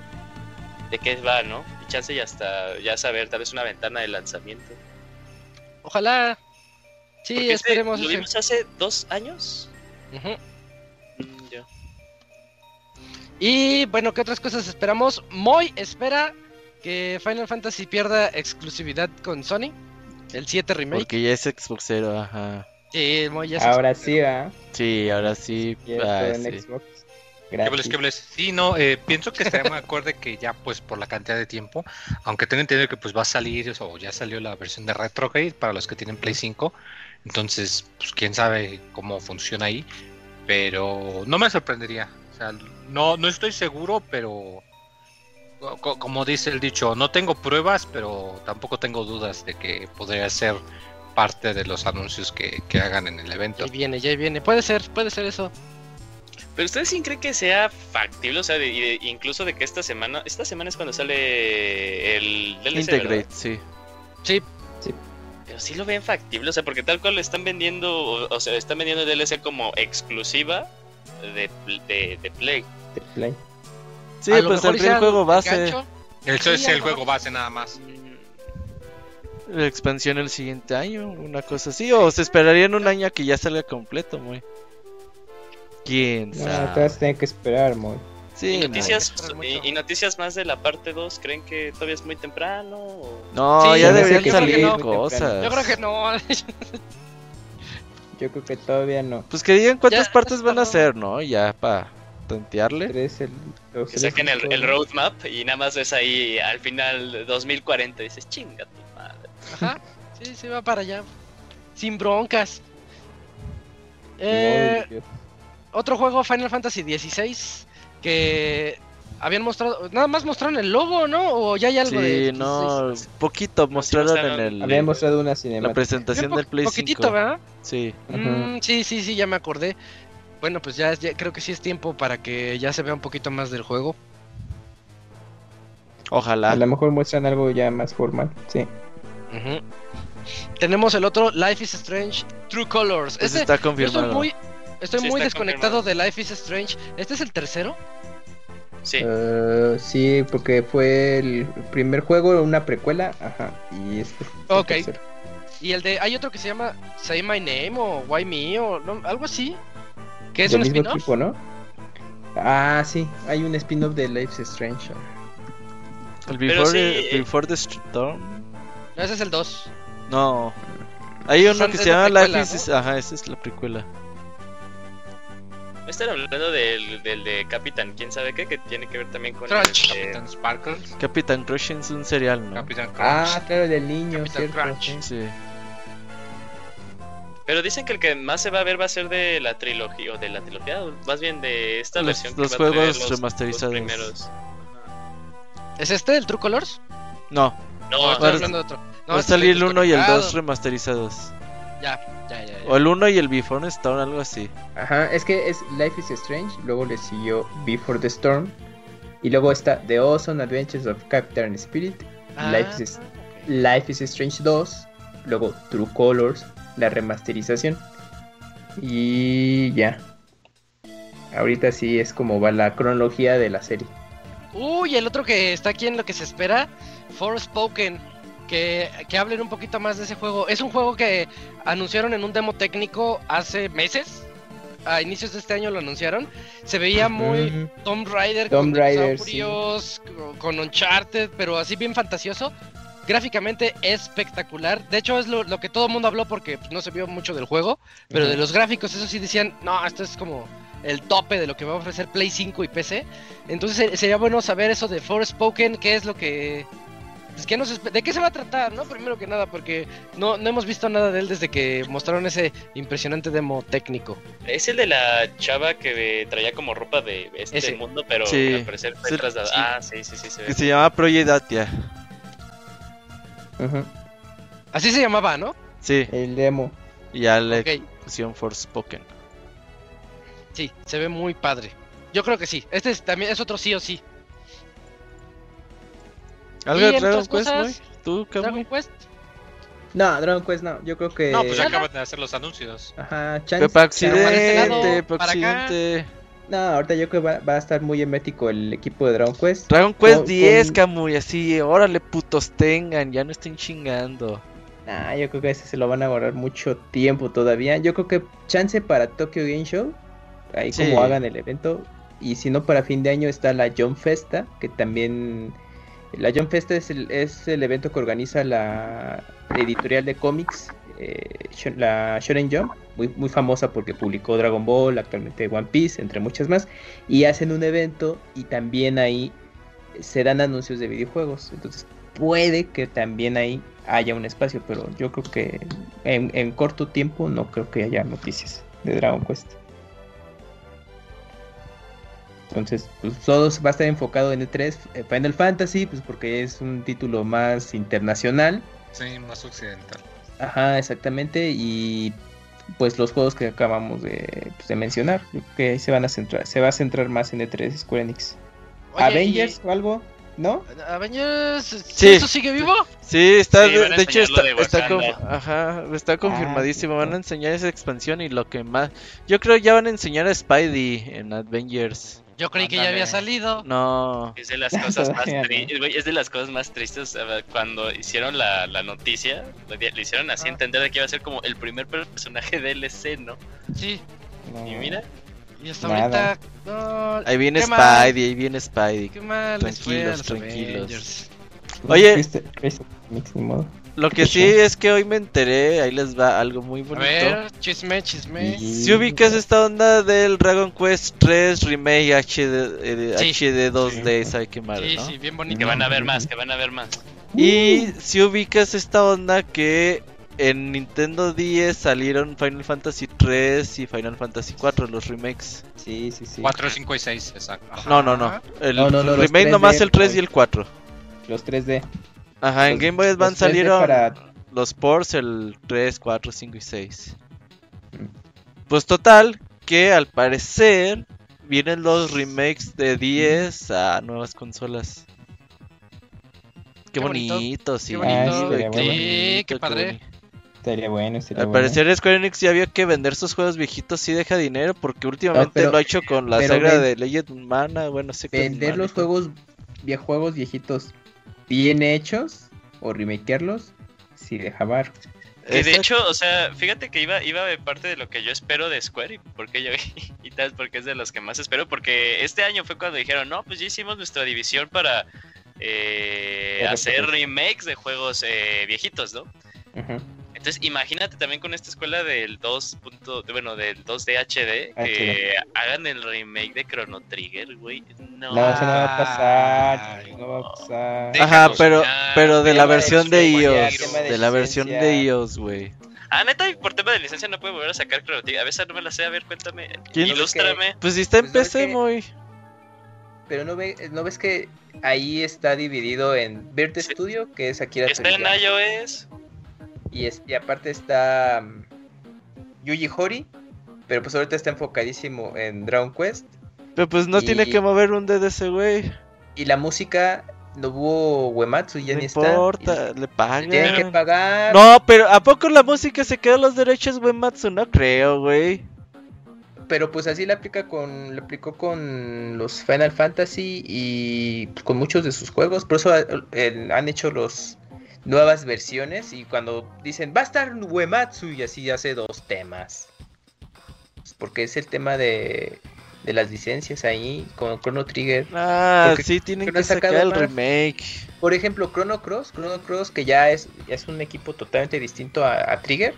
de qué va, ¿no? Y chance ya hasta, ya saber, tal vez una ventana de lanzamiento. Ojalá. Sí, Porque este esperemos. ¿Lo ese. vimos hace dos años? Ujú. Mm, ya. Y bueno, ¿qué otras cosas esperamos? Moy espera que Final Fantasy pierda exclusividad con Sony. El 7 remake. Porque ya es Xbox Zero, ajá. Sí, muy ya se- Ahora sí, ¿ah? Sí, ahora sí. Y esto ah, en sí. Xbox. ¿Qué Gratis. hables, qué hables? Sí, no, eh, pienso que estaría muy acorde que ya, pues, por la cantidad de tiempo, aunque tengo entendido que pues va a salir, o ya salió la versión de Retrograde para los que tienen Play 5, entonces, pues, quién sabe cómo funciona ahí, pero no me sorprendería, o sea, no, no estoy seguro, pero co- como dice el dicho, no tengo pruebas, pero tampoco tengo dudas de que podría ser parte de los anuncios que, que hagan en el evento. Ya viene, ya viene. Puede ser, puede ser eso. Pero ustedes sí creen que sea factible, o sea, de- y de- incluso de que esta semana, esta semana es cuando sale el DLC, ¿verdad? Integrate, sí. Sí, Pero sí lo ven factible, o sea, porque tal cual lo están vendiendo, o, o sea, están vendiendo el DLC como exclusiva de, pl- de, de Play. de Play. Sí, a lo pues mejor el sea juego base, gancho. Eso Sí, es a el lo juego mejor. base nada más. la expansión el siguiente año, una cosa así, o se esperaría en un año a que ya salga completo, muy. ¿Quién No, sabe? te vas a tener que esperar, muy. Sí, y, no. noticias, Mucho. y, y noticias más de la parte 2, ¿creen que todavía es muy temprano? o- No, Sí, yo ya creo deberían que salir no. cosas. Yo creo que no. Yo creo que todavía no. Pues que digan cuántas Ya, partes van a está, ¿no? hacer, ¿no? Ya para tantearle. Tres, el, los Que tres saquen el, juegos. el roadmap y nada más ves ahí al final 2040 y dices, chinga tu madre. Ajá. Sí, se va para allá. Sin broncas. Eh, Muy bien. Eh, otro juego, Final Fantasy XVI, que habían mostrado, nada más mostraron el logo, ¿no? O ya hay algo de... Sí, 16? no, poquito mostraron en mostraron. el Habían mostrado una la cinemática. Bien presentación po- del Play poquitito, 5. ¿verdad? Sí. Ajá. Mm, sí, sí, sí, ya me acordé. Bueno, pues ya, ya creo que sí es tiempo para que ya se vea un poquito más del juego. Ojalá. A lo mejor muestran algo ya más formal. Sí. Ujú. Tenemos el otro, Life is Strange True Colors. Pues Este- está yo estoy confirmado. muy, estoy Sí, muy está desconectado de Life is Strange. ¿Este es el tercero? Sí, Eh, sí, porque fue el primer juego, una precuela. Ajá. Y este. es el Ok. tercero. Y el de. Hay otro que se llama Say My Name o Why Me o no- algo así. Que es Del un mismo spin-off. equipo, ¿no? Ah, sí. Hay un spin-off de Life is Strange. El Pero Before, sí, eh. Before the Storm. No, ese es el 2. No. Hay uno Son- que es se la llama precuela, Life is... Ajá, esa es la precuela. me están hablando del, del de Capitán, quién sabe qué, que tiene que ver también con Crunch. el, de- Capitán Sparkles, Capitán Crush es un serial, ¿no? Capitán Crunch. Ah, claro, del niño, Capital cierto. Crunch. sí. Sí. Pero dicen que el que más se va a ver va a ser de la trilogía, o de la trilogía, o más bien de esta Los- versión. que los va a traer juegos los- remasterizados. los primeros. ¿Es este, el True Colors? No, No, estoy ahora- hablando de otro. va a este estoy salir el 1 y el 2 desconectado. remasterizados. Ya, ya, ya. ya. O el 1 y el Before Storm, algo así. Ajá, es que es Life is Strange, luego le siguió Before the Storm, y luego está The Awesome Adventures of Captain Spirit, Ah, Life is- ok. Life is Strange 2, luego True Colors, la remasterización. Y ya. Ahorita sí es como va la cronología de la serie. Uy, el otro que está aquí en lo que se espera, Forspoken, que, que hablen un poquito más de ese juego. Es un juego que anunciaron en un demo técnico hace meses, a inicios de este año lo anunciaron. Se veía muy Mm, Tomb Raider Tomb con Raider, dinosaurios, co- con Uncharted, pero así bien fantasioso. Gráficamente espectacular. De hecho, es lo, lo que todo el mundo habló porque pues, no se vio mucho del juego. Pero Ujú. de los gráficos, eso sí decían, no, esto es como el tope de lo que va a ofrecer Play 5 y PC. Entonces se- sería bueno saber eso de Forspoken, qué es lo que... pues, ¿qué nos espe- ¿De qué se va a tratar, no? Primero que nada, porque no, no hemos visto nada de él desde que mostraron ese impresionante demo técnico. es el de la chava que traía como ropa de este Ese. mundo, pero Sí. al parecer fue Sí, trasladada. sí. Ah, sí, sí, sí, se ve. Que se llama Project Atia. ujú, Así se llamaba, ¿no? Sí, El demo. y ya Ok, la ejecución Forspoken. sí, se ve muy padre. Yo creo que sí. Este es- también es otro sí o sí. ¿Algo de en Dragon otras Quest, güey? cosas, ¿Tú, Dragon Camuy? Quest. No, Dragon Quest no, yo creo que... No, pues ya- acaban de hacer los anuncios. Ajá, chance- Pepa para este lado, Accidente, Pepa para acá. Accidente. No, ahorita yo creo que va, va a estar muy emético el equipo de Dragon Quest. Dragon Quest Con- 10, con- Camuy, así, órale putos, tengan, ya no estén chingando. Ah, yo creo que ese se lo van a guardar mucho tiempo todavía. Yo creo que chance para Tokyo Game Show, ahí Sí. como hagan el evento. Y si no, para fin de año está la John Festa, que también La Jump Festa es el, es el evento que organiza la editorial de cómics, eh, Shon- la Shonen Jump, muy, muy famosa porque publicó Dragon Ball, actualmente One Piece, entre muchas más, y hacen un evento y también ahí se dan anuncios de videojuegos. Entonces puede que también ahí haya un espacio, pero yo creo que en, en corto tiempo no creo que haya noticias de Dragon Quest. Entonces, pues, todo va a estar enfocado en E3, eh, Final Fantasy, pues porque es un título más internacional. Sí, más occidental. Ajá, exactamente. Y pues los juegos que acabamos de, pues, de mencionar, yo creo que ahí se van a centrar, se va a centrar más en E3 Square Enix. Oye, Avengers o algo, ¿no? y- Avengers, ¿sí Sí. ¿eso sigue vivo? Sí, está, Sí, de, van a de hecho enseñar está, lo de está Wakanda. con- ajá, Ah, está confirmadísimo, sí, van a claro. enseñar esa expansión y lo que más, yo creo ya van a enseñar a Spidey en Avengers. Yo creí que ya Ándale. había salido. No, Es de las cosas más Todavía no. tristes, güey, es de las cosas más tristes a ver, cuando hicieron la, la noticia, le, di- le hicieron así Ah. entender de que iba a ser como el primer personaje DLC, ¿no? Sí, Y mira, y hasta Nada. ahorita. No, ahí viene Qué mal. Spidey, ahí viene Spidey. qué mal les fue a los Tranquilos, tranquilos. Avengers. pues, Oye. Viste- viste Comics, ni modo. Lo que sí es que hoy me enteré, ahí les va algo muy A bonito. ver, chisme, chisme. Si ubicas esta onda del Dragon Quest 3 Remake HD, eh, Sí. HD 2D, ¿sabe qué madre, Sí, no? sí, bien que bonito. van a ver más, que van a ver más. Uh. Y si ubicas esta onda que en Nintendo 10 salieron Final Fantasy 3 y Final Fantasy 4, los remakes. Sí, sí, sí. 4, 5 y 6, exacto. Ajá. No, no, no. Ajá. El No, no, no, los remake 3D, nomás el 3 y pues. el 4. Los 3D. Ajá, en Los- Game Boy los Advance 3D salieron para- los ports, el 3, 4, 5 y 6. Mm. Pues total, que al parecer vienen los remakes de 10 a nuevas consolas. Qué, Qué bonito, bonito, sí. qué bonito. güey, Ah, estaría qué bueno. Sí, bonito, qué qué padre. bonito. Estaría bueno, estaría Al bueno. parecer Square Enix ya vio que vender sus juegos viejitos sí deja dinero porque últimamente No, pero- lo ha hecho con la pero saga ven- de Legend Mana, bueno, sé Vender los juegos, vie- juegos viejitos bien hechos o remakearlos, si deja bar. Que de hecho, o sea, fíjate que iba, iba de parte de lo que yo espero de Square y porque yo y tal, porque es de los que más espero, porque este año fue cuando dijeron, no, pues ya hicimos nuestra división para eh, Correcto. hacer remakes de juegos eh, viejitos, ¿no? Ujú. Entonces, imagínate también con esta escuela del 2. punto- de- bueno, del 2D HD, que HD. hagan el remake de Chrono Trigger, güey. No. No, eso no Ah, va a pasar. Ay, No va a pasar. Deja- Ajá, déjalos pero, ya, pero de la tema de versión de licencia, iOS, tema de de la versión de licencia. iOS, güey. Ah, neta, y por tema de licencia no puedo volver a sacar Chrono Trigger. A veces no me la sé, a ver, cuéntame. ¿Quién? Ilústrame. Pues si está en Pues, ¿sabes PC, qué? muy. Pero no, ve- no ves que ahí está dividido en Bird Sí. Studio, que es Akira Está en Toriyama, iOS. y, es- y aparte está mm, Yuji Horii, pero pues ahorita está enfocadísimo en Dragon Quest. Pero pues no Y- tiene que mover un dedo ese güey. Y la música, Nobuo Uematsu ya No ni está. y importa, le Tienen que pagan. pagar. No, pero ¿a poco la música se quedó los derechos, güey, Matsu? No creo, güey. Pero pues así la aplica con, la aplicó con los Final Fantasy y pues, con muchos de sus juegos. Por eso eh, han hecho los nuevas versiones y cuando dicen va a estar Uematsu y así hace dos temas. Pues, porque es el tema de, de las licencias ahí con Chrono Trigger. Ah, Porque- sí, tienen porque no que han sacado sacar el más. remake. Por ejemplo, Chrono Cross, Chrono Cross que ya es, ya es un equipo totalmente distinto a, a Trigger,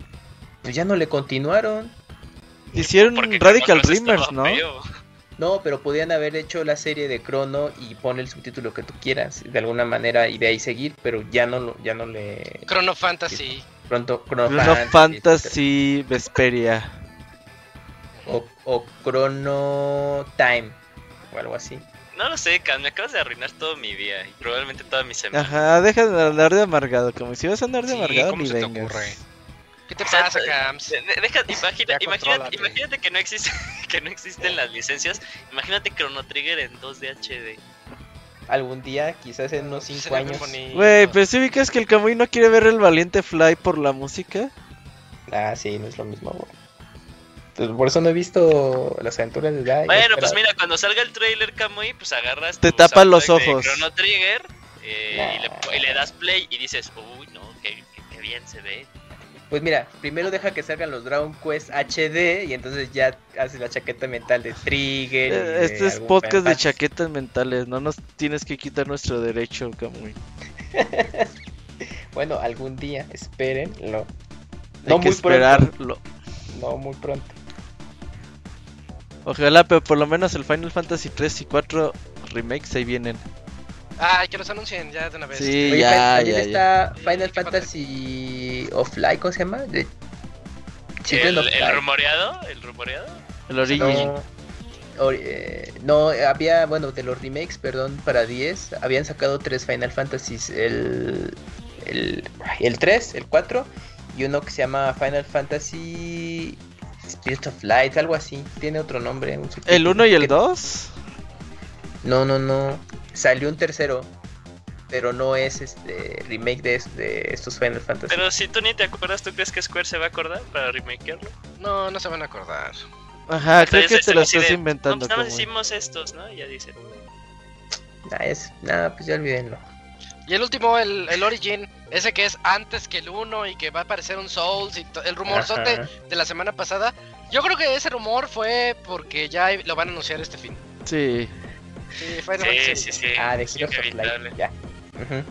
pues ya no le continuaron. Hicieron porque Chrono Radical Trigger Dreamers, estaba ¿no? feo. No, pero podían haber hecho la serie de Crono y pone el subtítulo que tú quieras, de alguna manera, y de ahí seguir, pero ya no lo, ya no le Chrono Fantasy. pronto Chrono Bruno Fantasy, Fantasy Vesperia. o, o Chrono Time o algo así. No lo sé, Can, me acabas de arruinar todo mi día y probablemente toda mi semana. Ajá, deja de andar de amargado. Como si vas a andar de Sí, amargado, ¿cómo ni se te vengas. ocurre? ¿Qué te O sea, pasa, Cams? De- de- Deja, imagina- Ya imagínate, contrólate. imagínate que no existe, que no existen las licencias. Imagínate Chrono Trigger en 2D HD. Algún día, quizás en unos Sí, 5 sería muy años. bonito. Güey, pues- pero si ubicas que el Kamui no quiere ver el valiente Fly por la música. Ah, sí, no es lo mismo. güey. Pues por eso no he visto las aventuras de Dai. Bueno, pues pero- mira, cuando salga el trailer Kamui, pues agarras Te tu tapa soundtrack los de ojos. Chrono Trigger eh, y, Nah. le, y le das play y dices, uy, no, qué, qué- qué bien se ve. Pues mira, primero deja que salgan los Dragon Quest HD y entonces ya haces la chaqueta mental de Trigger. y Eh, de Este es algún podcast de fantasma. chaquetas mentales. No nos tienes que quitar nuestro derecho, Camuy. Bueno, algún día, espérenlo. Hay que esperarlo. pronto. No muy pronto. Ojalá, pero por lo menos el Final Fantasy 3 y 4 remakes ahí vienen. Ay, que los anuncien ya de una vez. Sí, Oye, ya, Fan- ayer ya, ya. está ¿Qué Final pasa? Fantasy Offline, ¿cómo se llama? De... Children ¿El, of Light. el rumoreado? ¿El rumoreado? El Origin. No, ori- eh, no, había, bueno, de los remakes, perdón, para 10, habían sacado tres Final Fantasies, el, el, ay, el 3, el 4 y uno que se llama Final Fantasy Spirit of Light, algo así, tiene otro nombre. un subtítulo. ¿El 1 y Que- el 2? No, no, no, salió un tercero, pero no es este remake de, es- de estos Final Fantasy. Pero si tú ni te acuerdas, ¿tú crees que Square se va a acordar para remakearlo? No, no se van a acordar. Ajá, Ah, creo que Entonces, te lo así estás de, No, inventando. pues nada más Camuy. hicimos estos, ¿no? Y ya dicen. Nah, es, nada, pues ya olvídenlo. Y el último, el, el Origin, ese que es antes que el 1 y que va a aparecer un Souls y to- el rumorzote Ajá. de la semana pasada. Yo creo que ese rumor fue porque ya lo van a anunciar este fin. Sí. Sí, Final Sí, Fantasy. sí, sí. Ah, de sí, Spirit of inevitable. Light, ya. Ujú.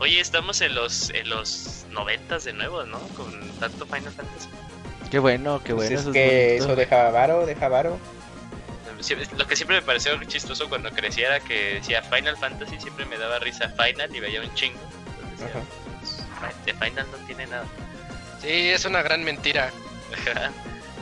Oye, estamos en los en los noventas de nuevo, ¿no? Con tanto Final Fantasy. Qué bueno, qué Pues bueno. es eso es que bonito. eso deja varo, deja varo. Siempre- Lo que siempre me pareció chistoso cuando creciera que decía Final Fantasy, siempre me daba risa Final y veía un chingo. Entonces decía, Ajá. "Ay, de Final no tiene nada. Sí, es una gran mentira. Ajá.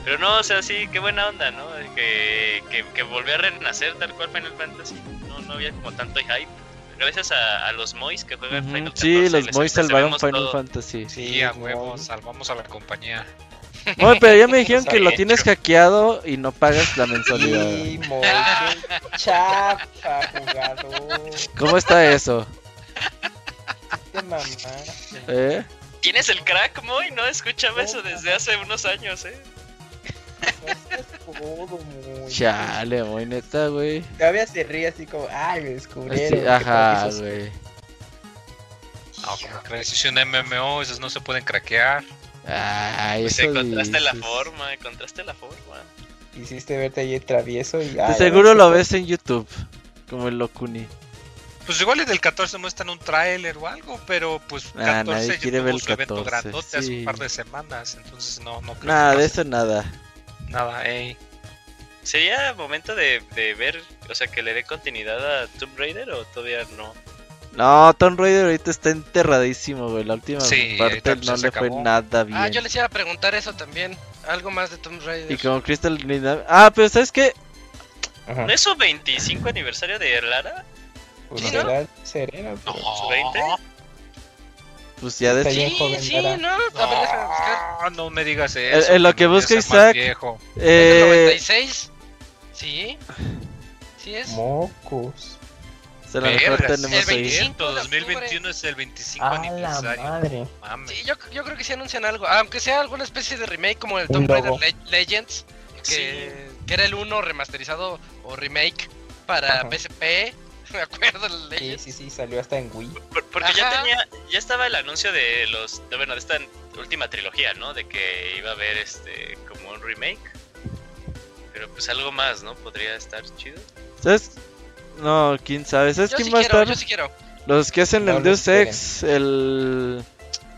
Pero no, o sea, sí, qué buena onda, ¿no? Que, que, que volvió a renacer tal cual Final Fantasy. No, no había como tanto hype. Gracias a, a los Mois que juegan Ujú, Final Fantasy. Sí, los les- les boys salvaron sabemos Final todo. Fantasy. Sí, a no. huevos, salvamos a la compañía. Oye, pero ya me dijeron que lo Hecho. tienes hackeado y no pagas la mensualidad. Y Moy, qué chafa jugador. ¿Cómo está eso? Qué mamá. ¿Eh? ¿Tienes el crack, Moy? No escuchaba eso desde hace unos años, ¿eh? Todo muy. Chale, muy neta, güey. Todavía se ríe así como, ay, me descubrieron. Así- que ajá, todo eso- güey. Ah, No, como crees, es un MMO, esos no se pueden craquear. Ay, Pues eso encontraste la dices. forma, encontraste la forma. Hiciste verte ahí travieso y. De ay, Pues seguro ahora lo ves en YouTube, como el Locuni. Pues igual en el 14 muestran un tráiler o algo, pero pues Ah, nadie 14 quiere yo ver tuvo el su evento 14, grandote hace sí. un par de semanas, entonces no, no creo Nada, que de pase eso nada. nada, ey. ¿Sería momento de, de ver, o sea, que le dé continuidad a Tomb Raider o todavía no? No, Tomb Raider ahorita está enterradísimo, güey. La última Sí, ahorita, parte pues, no ya se le fue acabó. nada bien. Ah, yo les iba a preguntar eso también. Algo más de Tomb Raider. Y como Crystal Dynam- Ah, pero ¿sabes qué? sí- Ajá. ¿No es su 25 aniversario de Lara? Pues ¿Sí, no? será sereno. No, pero- ¿Su 20? Pues ya de... Está bien Sí, joven, sí, Lara. ¿no? A ver, déjame buscar. no, no me digas En- eso. en Eh, lo que cuando busca ya sea más Isaac- viejo. ¿Es del Eh, 96? Sí. Sí es. pues, Mocos. o sea, a lo mejor Vergas, El tenemos ahí. 25 cierto, de octubre. 2021 es el 25 A la aniversario. madre. Mames. Sí, yo, yo creo que sí anuncian algo. Aunque sea alguna especie de remake como el Un Tomb Raider logo. Le- Legends, que, que era el 1 remasterizado o remake para Ajá. PSP. Me acuerdo el Sí, Legends. sí, sí, salió hasta en Wii. Por- porque ya Ajá. tenía, ya estaba el anuncio de los, de, bueno, de esta última trilogía, ¿no? De que iba a haber este, como un remake. Pero pues algo más, ¿no? Podría estar chido. ¿Sabes? No, quién sabe. ¿Sabes Yo quién sí va a quiero, estar? yo sí quiero. Los que hacen No el los Deus quieren. Ex, el...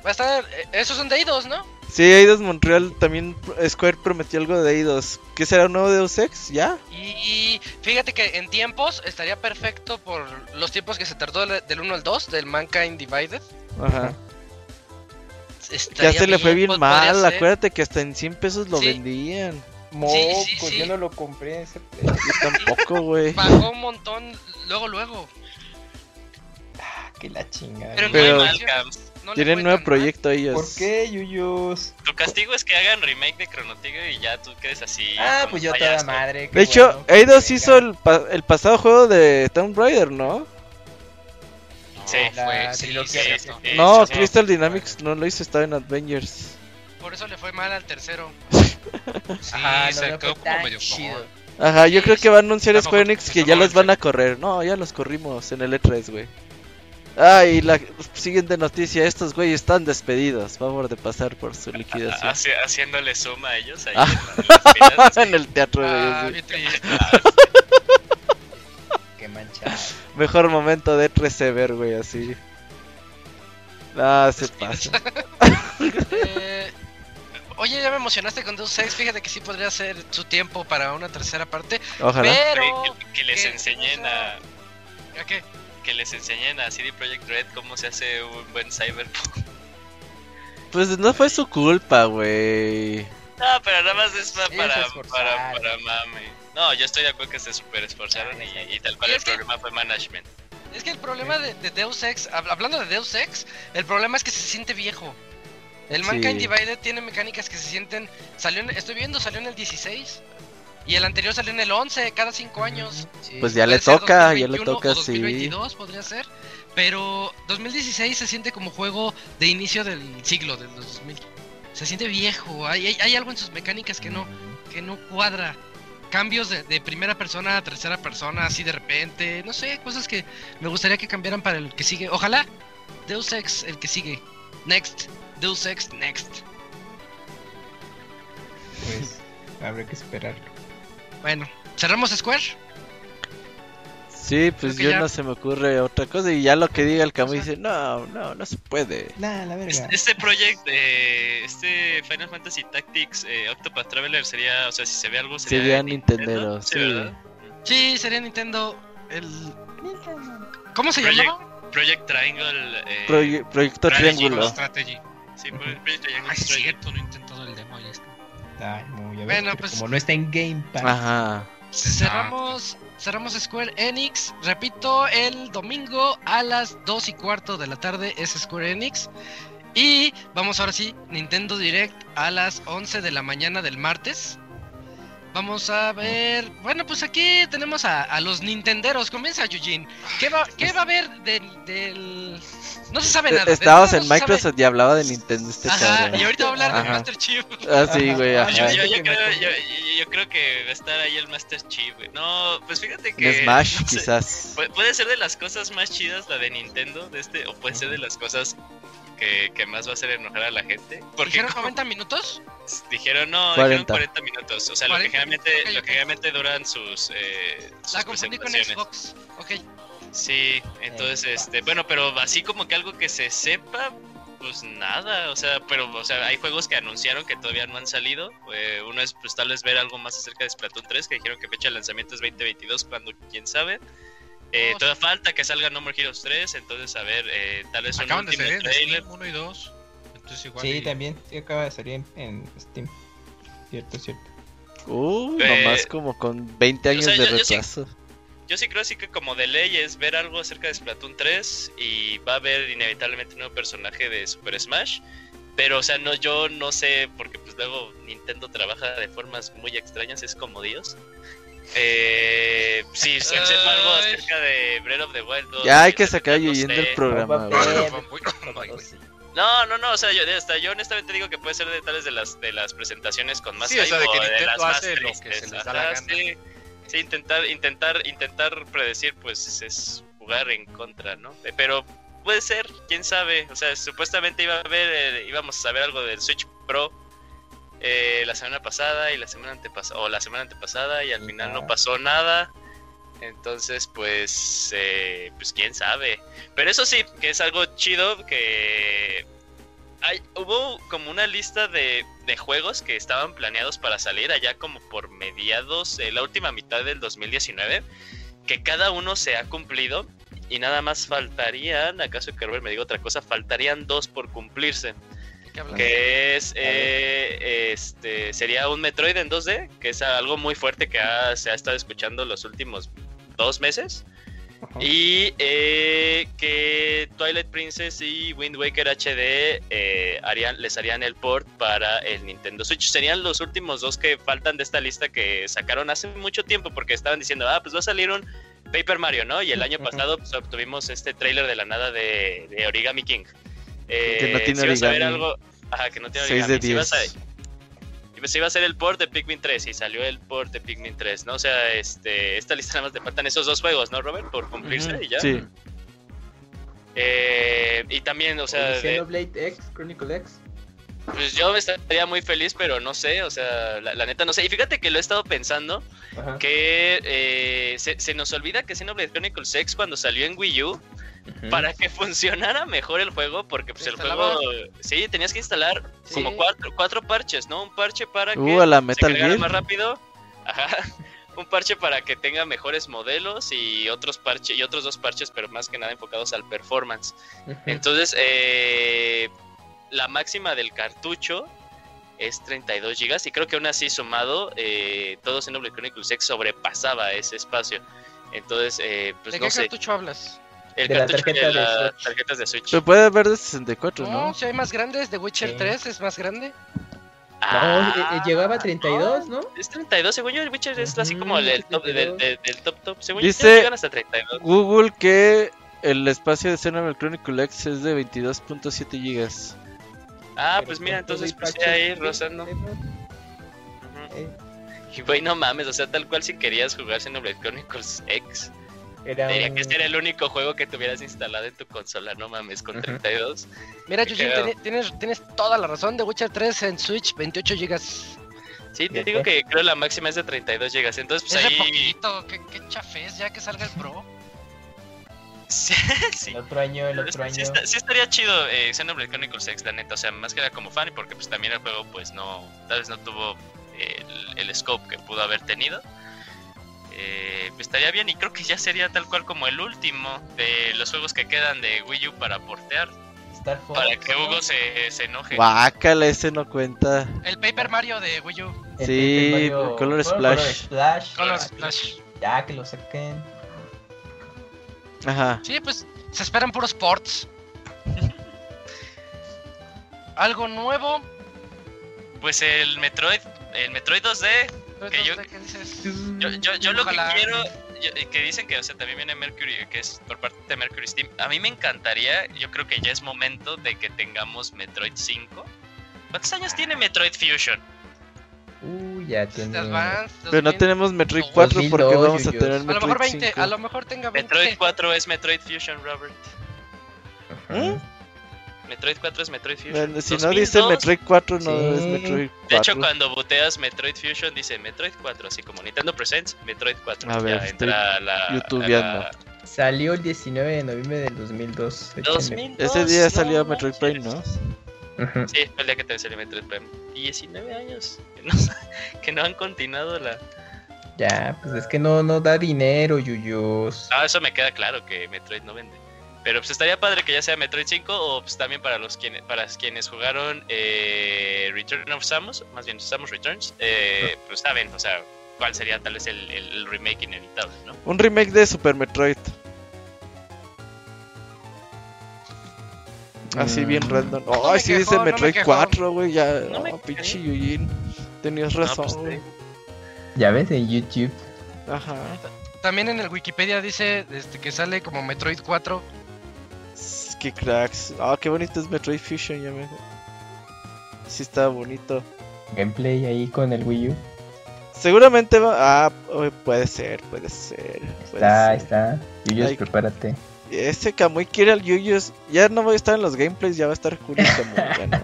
Va a estar. eh, esos son de Eidos, ¿no? Sí, Eidos Montreal también Square prometió algo de Eidos. ¿Qué será un nuevo Deus Ex? ¿Ya? Y fíjate que en tiempos estaría perfecto por los tiempos que se tardó la- del 1 al 2 del Mankind Divided. Ajá. Estaría Ya se le fue bien pod- podría mal. ser. Acuérdate que hasta en 100 pesos lo Sí. vendían. Mocos, sí. yo no lo compré en ese precio. Yo tampoco, güey. Bajó un montón luego, luego. Ah, que la chingada. Pero, Pero- no hay Mal, Cam. no le Tienen fue nuevo tan mal. proyecto ellos. ¿Por qué, Yuyos? Tu castigo es que hagan remake de Chrono Trigger y ya tú quedes así. Ah, como pues yo payaso. toda madre. qué De hecho, bueno que Eidos venga. hizo el, pa- el pasado juego de Tomb Raider, ¿no? No, Sí, la fue, sí, trilogía sí, de- cierto. Sí, no, sí, sí. Crystal Dynamics no lo hizo, estaba en Avengers. Por eso le fue mal al tercero. Sí, Ajá, no, se no quedó fue como tan medio chido. como- Ajá, yo creo que va a anunciar A lo Square mejor Enix que no ya lo los van a correr. No, ya los corrimos en el E3, E güey. Ah, y la siguiente noticia, estos güeyes están despedidos. Vamos de pasar por su liquidación. Haci- haciéndole suma a ellos ahí Ah. en la- en las filas, así. en el teatro de Ah, ellos, bien triste. Qué manchado. güey. Mejor momento de 3 ver, güey, así. Ah, se pasa. Eh, oye, ya me emocionaste con Deus Ex. Fíjate que sí podría ser su tiempo para una tercera parte. Ojalá. Pero. Que- que, que les que- enseñen a ¿A qué? que les enseñen a CD Projekt Red cómo se hace un buen cyberpunk. Pues no fue su culpa, güey. No, pero nada más es pa- Sí, se para, esforzaron. para, para mame. No, yo estoy de acuerdo que se super esforzaron y, y tal cual Y el es que- problema fue management. Es que el problema de, de Deus Ex, hab- hablando de Deus Ex, el problema es que se siente viejo. El Sí. Mankind Divided tiene mecánicas que se sienten. Salió en- estoy viendo, salió en el 16. Y el anterior salió en el 11, cada 5 años. Pues ya le Puede ser toca, ya le 2021 toca, o sí. 2022 podría ser. Pero 2016 se siente como juego de inicio del siglo, de los 2000. Se siente viejo. Hay, hay, hay algo en sus mecánicas que no, que no cuadra. Cambios de, de primera persona a tercera persona, así de repente. No sé, cosas que me gustaría que cambiaran para el que sigue. Ojalá Deus Ex, el que sigue. Next. Deus Ex, next. Pues habrá que esperarlo. Bueno, cerramos Square. Sí, pues que yo ya- no se me ocurre otra cosa. Y ya lo que diga el camo dice, no, no, no se puede. Nah, la Es- verga. Este proyecto, este Final Fantasy Tactics eh, Octopath Traveler sería, o sea, si se ve algo sería. Sería de Nintendero, Sí, sí. ¿verdad? Sí, sería Nintendo. El... ¿Cómo se Project- llamaba? Project Triangle. eh, Proye- proyecto Strategy, Triángulo. Strategy. sí, Pro- Project Triangle. Ay, sí, es Strategy. cierto, no he intentado el demo. Ya está. Ay, no, ya ves, Bueno, pero pues- Como no está en Game Pass. Ajá. Cerramos, cerramos Square Enix. Repito, el domingo a las 2 y cuarto de la tarde es Square Enix. Y vamos ahora sí, Nintendo Direct a las 11 de la mañana del martes. Vamos a ver. Bueno, pues aquí tenemos a, a los Nintenderos. Comienza, Yujin. ¿Qué va, qué va a haber del, del.? No se E, sabe nada. de Estábamos nada E-, no se en sabe. Microsoft y hablaba de Nintendo este Ajá, cabrón. y ahorita va a hablar de Ajá. Master Chief. Ah, sí, güey, Ah, Yo, ajá. yo- Ay, yo que me creo, acuerdo. yo, yo- yo creo que va a estar ahí el Master Chief, güey. No, pues fíjate que. En Smash, no sé, pues, quizás. pu- Puede ser de las cosas más chidas la de Nintendo, de este, o puede ser de las cosas que, que más va a hacer enojar a la gente. Porque ¿Dijeron como 90 minutos? dijeron, no, 40. dijeron 40 minutos. O sea, lo que 40, generalmente, ok, lo ok. que generalmente duran sus, eh, sus La confundí con presentaciones. Xbox. Ok. Sí, entonces, Eh, este, bueno, pero así como que algo que se sepa, pues nada, o sea, pero, o sea, hay juegos que anunciaron que todavía no han salido. eh, uno es, pues tal vez ver algo más acerca de Splatoon 3, que dijeron que fecha de lanzamiento es 2022, cuando quién sabe. Eh, Oh, todavía falta que salga No More Heroes 3, entonces, a ver, eh, tal vez un Acaban de último salir en trailer. Steam 1 y 2. Entonces igual. Sí, y- también sí, acaba de salir en, en Steam. Cierto, cierto. Uh, Eh, nomás como con 20 o años sea, de yo- yo sí- retraso. Yo sí creo así que como de ley es ver algo acerca de Splatoon 3 y va a haber inevitablemente un nuevo personaje de Super Smash. Pero, o sea, no, yo no sé, porque pues luego Nintendo trabaja de formas muy extrañas, es como Dios. Eh, sí, se sepa algo Ay. acerca de Breath of the Wild. dos, Ya hay de que repente, sacar a no Yuyin sé. del programa, No, güey. papá. Fanboy, fanboy, güey. No, no, no, o sea, yo, hasta yo honestamente digo que puede ser de tales de las, de las presentaciones con más Sí, o sea, de hype que o Nintendo las más hace lo que se tristes. les da la Ajá, gana. Sí, Sí, intentar, intentar, intentar predecir, pues es- es jugar en contra, ¿no? Eh, Pero puede ser, quién sabe. O sea, supuestamente iba a haber, eh, íbamos a ver algo del Switch Pro eh, la semana pasada y la semana antepasada, o la semana antepasada y al final no Ajá. pasó nada. Entonces, pues, eh, pues quién sabe. Pero eso sí, que es algo chido que hay- hubo como una lista de, de juegos que estaban planeados para salir allá como por mediados, eh, la última mitad del 2019, que cada uno se ha cumplido y nada más faltarían, acaso que Robert me diga otra cosa, faltarían dos por cumplirse, ¿De qué hablas? que es, ver. eh, este, sería un Metroid en 2D, que es algo muy fuerte que ha- se ha estado escuchando los últimos dos meses. Ajá. Y eh, que Twilight Princess y Wind Waker HD eh, harían, les harían el port para el Nintendo Switch. Serían los últimos dos que faltan de esta lista que sacaron hace mucho tiempo porque estaban diciendo, ah, pues va a salir un Paper Mario, ¿no? Y el año Ujú. pasado pues, obtuvimos este trailer de la nada de, de Origami King. Eh, Que no tiene si vas a ver origami. algo... Ajá, que no tiene 6 de origami. Si vas 10. a- y pues iba a ser el port de Pikmin 3 y salió el port de Pikmin 3, ¿no? O sea, este, esta lista nada más te faltan esos dos juegos, ¿no, Robert? Por cumplirse Ujú, y ya. Sí. Eh, y también, o sea, Pues El de- Xenoblade X, Chronicle X. pues yo estaría muy feliz, pero no sé, o sea, la, la neta no sé. Y fíjate que lo he estado pensando, Ajá. que eh, se, se nos olvida que Xenoblade Chronicles X cuando salió en Wii U, Ujú. para que funcionara mejor el juego, porque pues el Instalaba. juego, sí, tenías que instalar Sí. como cuatro, cuatro parches, ¿no? Un parche para que Uh, a la se Metal cargara Gear. más rápido, ajá, un parche para que tenga mejores modelos y otros parches, y otros dos parches, pero más que nada enfocados al performance. Ujú. Entonces, eh, la máxima del cartucho es 32 GB y creo que aún así sumado, eh, todo Xenoblade Chronicles X sobrepasaba ese espacio. Entonces, eh, pues ¿De no qué sé. cartucho hablas? El De la cartucho tarjeta de de las Switch. tarjetas de Switch. Pero puede haber de 64, No, ¿no? si hay más grandes, The Witcher Sí. 3 es más grande. No, Ah, eh, eh, llegaba a 32, ¿no? Es 32, según yo, el Witcher es así Ujú, como el, el top, 32. del, del- del top top. Según yo, Dice- llegan hasta 32. Google que el espacio de Xenoblade Chronicle X es de 22.7 GB. Ah, Pero pues mira, con todo entonces y pues parches, ahí sí, rozando. eh, no, Ujú. eh, Y güey, no mames, o sea, tal cual si querías jugar Xenoblade Chronicles X, Era tenía que un- ser el único juego que tuvieras instalado en tu consola, no mames, con Ujú. 32. Mira, Qué Yujin, cagado. tiene- tienes, tienes toda la razón. The Witcher 3 en Switch, 28 gigas. Sí, te Ya digo sé. que creo la máxima es de 32 GB, entonces pues es de ahí... poquito, qué, qué chafés, ya que salga el Pro. sí, sí. El otro año, el otro Sí, año. está- sí estaría chido eh, Xenoblade Chronicles X, la neta, o sea, más que era como fan y porque pues también el juego pues no, tal vez no tuvo eh, el, el scope que pudo haber tenido. Eh, pues, estaría bien y creo que ya sería tal cual como el último de los juegos que quedan de Wii U para portear, Star Fox. para que Hugo se, se enoje. Guácala, ese no cuenta. El Paper Mario de Wii U. El Sí, Paper Mario- bueno, Color Splash. Splash. Ah, ah, Color Splash. Ya que lo saquen. Ajá. Sí, pues se esperan puros ports. Algo nuevo. Pues el Metroid, el Metroid 2D, Que yo- ¿Qué dices? yo, yo, yo lo que Ojalá. quiero, yo- eh, que dicen que o sea, también viene Mercury, que es por parte de Mercury Steam, a mí me encantaría, yo creo que ya es momento de que tengamos Metroid 5. ¿Cuántos años tiene Metroid Fusion? Uy, Uh, ya tiene. Advance, Pero no 2000. tenemos Metroid 4 porque 2002, vamos a yuyos. tener A lo Metroid mejor 20, 5. a lo mejor tenga 20. Metroid 4 es Metroid Fusion, Robert. Ajá. ¿Eh? Metroid 4 es Metroid Fusion. Bueno, si no 2002, dice Metroid 4, no Sí. es Metroid 4. De hecho, cuando boteas Metroid Fusion, dice Metroid 4, así como Nintendo Presents, Metroid 4. A ver, ya estoy entra la. youtubeando. la- Salió el 19 de noviembre del 2002. échenle. 2002, Ese día no salió Metroid manches. Prime, ¿no? Ujú. Sí, fue el día que te salió Metroid Prime. 19 años que no, que no han continuado la. Ya, pues es que no, no da dinero, Yuyos. Ah, eso me queda claro que Metroid no vende. Pero pues estaría padre que ya sea Metroid 5 o pues también para los quienes para quienes jugaron eh, Return of Samus, más bien Samus Returns, eh, pues saben, o sea, cuál sería tal vez el, el- el remake inevitable, ¿no? Un remake de Super Metroid. Así bien Mm. random. Ay, me sí quejó, dice no me Metroid quejó. 4, güey. Ya, No me oh, quejé. pinche Yujin. Tenías No, razón. pues, güey. Ya ves en YouTube. Ajá. También en el Wikipedia dice este, que sale como Metroid 4. S- Qué cracks. Ah, qué bonito es Metroid Fusion, ya me. Sí, está bonito. Gameplay ahí con el Wii U. Seguramente va. Ah, oh, puede ser, puede ser. Puede Está, ser. está. Yuyos, Pues Ay. prepárate. Ese Kamui quiere al Yuyos. Ya no voy a estar en los gameplays, ya va a estar Julio Kamui. ya no.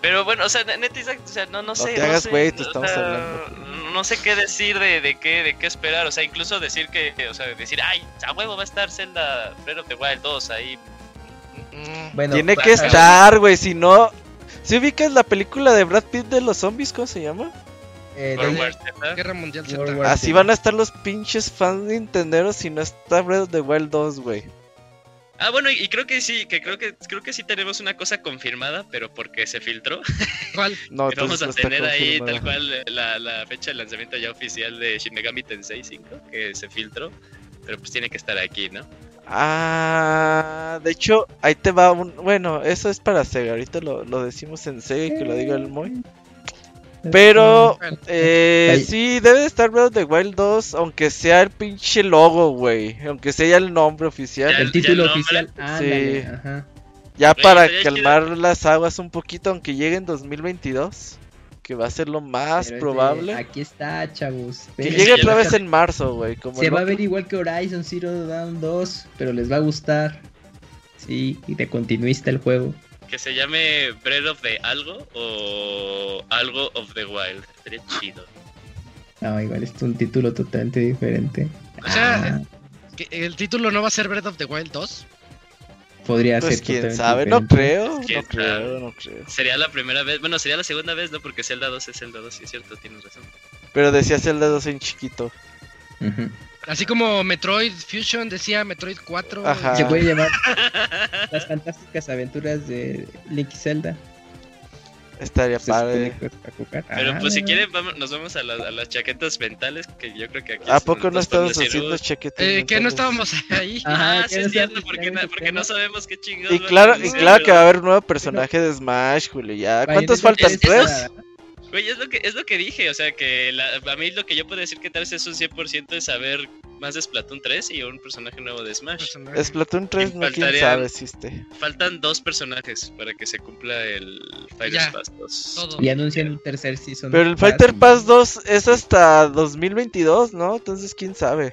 Pero bueno, o sea, neta, Isaac, o sea, no, no sé. te hagas sé, güey, te o estamos sea, hablando. No sé qué decir de, de qué, de qué esperar. O sea, incluso decir que, o sea, decir, ay, a huevo va a estar Zelda Breath of the Wild 2 ahí. Mm, Bueno, pues, ah, Tiene va- que estar, güey, si no. ¿Se ubicas la película de Brad Pitt de los zombies? ¿Cómo se llama? eh, World World War Z, ¿no? Guerra Mundial Z. War Así Z. van a estar los pinches fans nintenderos si no está Breath of the Wild 2, güey. Ah, bueno, y y creo que sí, que creo que creo que sí tenemos una cosa confirmada, pero porque se filtró. ¿Cuál? No, que vamos entonces a no está tener ahí tal confirmado. cual eh, la, la fecha de lanzamiento ya oficial de Shin Megami Tensei 5, que se filtró, pero pues tiene que estar aquí, ¿no? Ah, de hecho, ahí te va un... Bueno, eso es para Sega, ahorita lo, lo decimos en Sega y que lo diga el Moy. Pero, Bueno. eh, Ahí. sí, debe de estar Breath of the Wild 2, aunque sea el pinche logo, güey. Aunque sea ya el nombre oficial. Ya El título nombre. oficial. Ándale, ajá. Ya Güey, para estaría calmar las aguas un poquito, aunque llegue en 2022, que va a ser lo Pero más es de, probable. Aquí está, chavos. Que Ven, llegue sí, otra ya vez en marzo, güey. Como Se el va a otro. ver igual que Horizon Zero Dawn 2, pero les va a gustar. Sí, y de continuista el juego. Que se llame Breath of the Algo o Algo of the Wild. Sería chido. No, igual es un título totalmente diferente. Ah, O sea, ¿Que ¿El título no va a ser Breath of the Wild 2? podría Pues ser quién totalmente sabe, no diferente. creo, ¿Quién no creo, no creo. Sería la primera vez, bueno, sería la segunda vez, ¿no? Porque Zelda 2 es Zelda 2, sí es cierto, tienes razón. Pero decía Zelda 2 en chiquito. Ujú. Así como Metroid Fusion decía Metroid este, 4. Ajá. Se puede llamar Las fantásticas aventuras de Link y Zelda. Estaría Se supone padre. que es para jugar. Ah, Pero Ajá. pues Ah. si quieren, vamos- nos vamos a, la- a las chaquetas mentales, que yo creo que aquí... ¿A es- poco no nos podemos estamos decir, haciendo "Uy, chaquetas? Eh, que no mentales? estábamos ahí. Ah, Ajá, sí que no es cierto, estamos porque, planeando na- el porque no tema. sabemos qué chingados. Y van a claro, y hacer, claro que va a pero- haber nuevo personaje de Smash, Julio. Ya, Vaya, yo ¿cuántos creo faltan? que este es- ¿Tres? Güey, es lo que, es lo que dije, o sea, que la- a mí lo que yo puedo decir que tal vez es un 100% es saber más de Splatoon 3 y un personaje nuevo de Smash. Personaje. Splatoon 3, no, quién faltarían- sabe si este? esté. Faltan dos personajes para que se cumpla el Fighters Ya, Pass 2. Todo. Y anuncian un tercer season. Pero el Fighter Pass 2 es hasta 2022, ¿no? Entonces, quién sabe.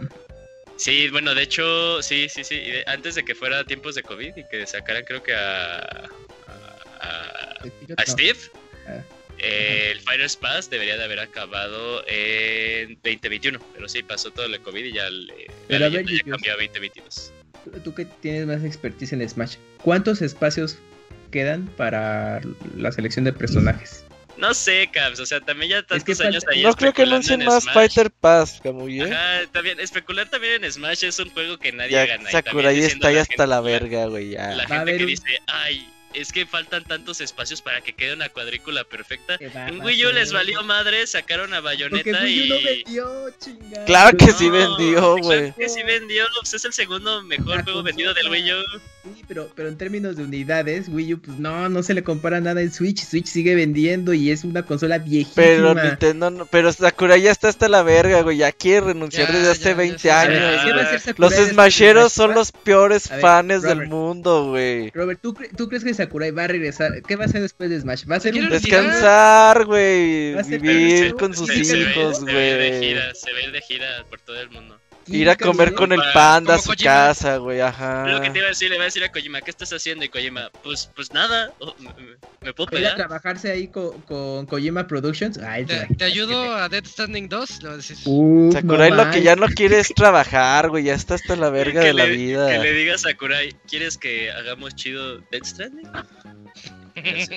Sí, bueno, de hecho, sí, sí, sí. y de- Antes de que fuera tiempos de COVID y que sacaran, creo que a. a, a- El piloto, a Steve. Ah. eh, el Fighters Pass debería de haber acabado en 2021, pero sí, pasó todo el COVID y ya le, Pero la a ver, leyenda ya Yuyos. cambió a 2022. tú- Tú que tienes más expertise en Smash, ¿cuántos espacios quedan para la selección de personajes? No sé, Caps, o sea, también ya tantos que falta- años ahí No creo que especulando anuncien en más Smash. Fighter Pass, Camuy, ¿eh? Ajá, también, especular también en Smash es un juego que nadie Ya, gana. y Sakurai también está ya diciendo hasta la gente- verga, güey. La Ya. Va a gente que haber un- dice, ay, es que faltan tantos espacios para que quede una cuadrícula perfecta. Que ah, va a En Wii U les pasar. valió madre, sacaron a Porque Bayonetta Wii U y... no vendió, chingada. Claro que No, sí vendió, exacto, güey. Que sí vendió, pues es el segundo mejor La juego vendido del consola. Wii U. Sí, pero, pero en términos de unidades, Wii U, pues no, no se le compara nada en Switch. Switch sigue vendiendo y es una consola viejísima. Pero Nintendo, no- pero Sakurai ya está hasta la verga, güey. Ya quiere renunciar Ya, desde hace ya, ya 20 se- A ver, ya, años. ¿qué va a güey. hacer Sakurai Los después de Smasheros son Smash? los peores A ver, fans del Robert. mundo, güey. Robert, ¿tú, cre- ¿tú crees que Sakurai va a regresar? ¿Qué va a hacer después de Smash? ¿Va a ser un... Quiero Desca- retirar. Descansar, güey. Va a ser Vivir permiso, con sus sí, se ve- hijos, se ve de güey. gira, se ve de gira por todo el mundo. Ir a Kika, comer ¿no? con el Como panda a su Kojima. casa, güey. Lo que Ajá. te iba a decir, le voy a decir a Kojima, ¿qué estás haciendo? Y Kojima, pues, pues nada, oh, me, me- me puedo Va a ir a pegar. trabajarse ahí co- con, Kojima Productions. Ay, ¿Te, imaginas te ayudo que- a Dead Standing 2? Le voy a decir. Uh, Sakurai no lo que manches. ya no quiere es trabajar, güey. Ya está hasta la verga Que de la le- vida. Que le diga a Sakurai, ¿quieres que hagamos chido Death Stranding? Pues,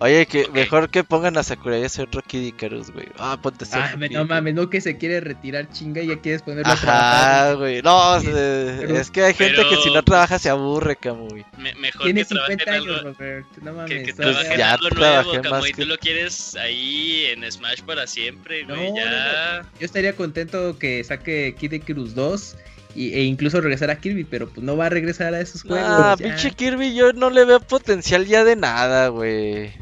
Oye, que Ok. mejor que pongan a Sakurai a hacer otro Kid Icarus, güey. Ah, ponte a hacer Ah, Kid me- no Icarus. mames, no que se quiere retirar chinga y ya quieres ponerlo a trabajar. Ajá, güey. No, Sí, se- pero- es que hay gente que si no pero- trabaja se aburre, Camuy. Me- mejor Tiene que trabaje 50 en algo. años, Robert. No mames. Que, que todavía- trabaje en ya algo trabajé nuevo, Camuy. más que- Tú lo quieres ahí en Smash para siempre, güey. No, ya. Yo estaría contento que saque Kid Icarus 2 y- e incluso regresar a Kirby, pero pues no va a regresar a esos juegos. Ah, Pues, ya. pinche Kirby, yo no le veo potencial ya de nada, güey.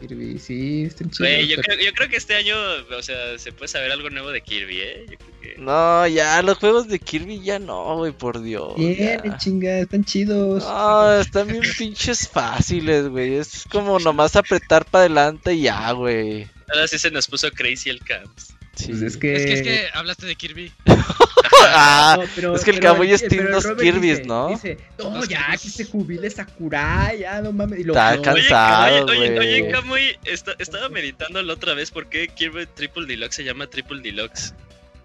Kirby, sí, están chidos, Güey, yo, pero- creo, yo creo que este año, o sea, se puede saber algo nuevo de Kirby, ¿eh? Yo creo que- No, ya, los juegos de Kirby ya no, güey, por Dios. Bien, ya. Ah, chinga, están chidos. No, están bien pinches fáciles, güey. Es como nomás apretar para adelante y ya, güey. Ahora sí se nos puso crazy el Camps. Sí. Pues es que. Es que es que hablaste de Kirby. Ah, No, pero- es que el pero Camuy es pero Team el dos Robert Kirbys, dice- ¿no? Dice, no, Dos ya, Kirbys. que se jubile Sakurai, ya, no mames. Y lo Está no, cansa- Cansado, oye, oye, güey. oye, Camuy, esta- estaba meditando la otra vez por qué Kirby Triple Deluxe se llama Triple Deluxe.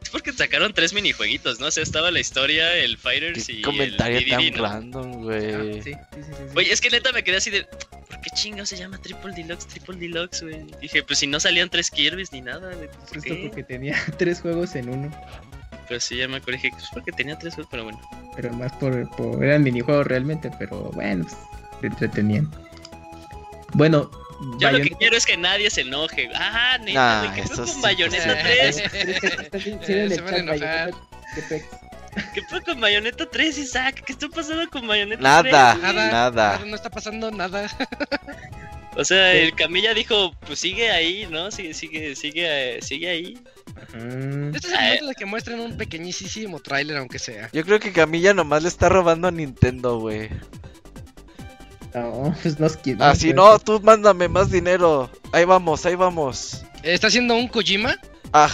Es porque sacaron tres minijueguitos, ¿no? O sea, estaba la historia, el Fighters Qué y comentario el DDD, tan ¿no? random, güey. Ah, Sí, sí, sí, sí, sí. Oye, es que neta me quedé así de. ¿Por qué chingados se llama Triple Deluxe, Triple Deluxe, güey? Dije, pues si no salían tres Kirby's ni nada, güey. pues, ¿por Justo qué? Pues porque tenía tres juegos en uno, Pero sí, ya me acordé, dije, pues porque tenía tres juegos, pero bueno. pero más por, por eran minijuegos realmente, pero bueno, pues, te entretenían. Bueno, Yo lo que Bayonetta- quiero es que nadie se enoje. Ah, neta, Nah, güey, ¿qué fue eso con sí. pues, Bayonetta 3? Está diciendo en Eh, el se van a chat, enojar. Bayonetta, que pex. ¿Qué fue con Bayonetta 3, Isaac? ¿Qué está pasando con Bayonetta Nada, 3? Nada. nada. Pero no está pasando nada. O sea, el Camilla dijo, pues sigue ahí, ¿no? Sigue, sigue, sigue, eh, sigue ahí. Ujú. Este es el momento en el que muestren un pequeñísimo tráiler, aunque sea. Yo creo que Camilla nomás le está robando a Nintendo, güey. No, pues nos quiero. Así Ah, no, tú mándame más dinero. Ahí vamos, ahí vamos. ¿Está haciendo un Kojima? Ah,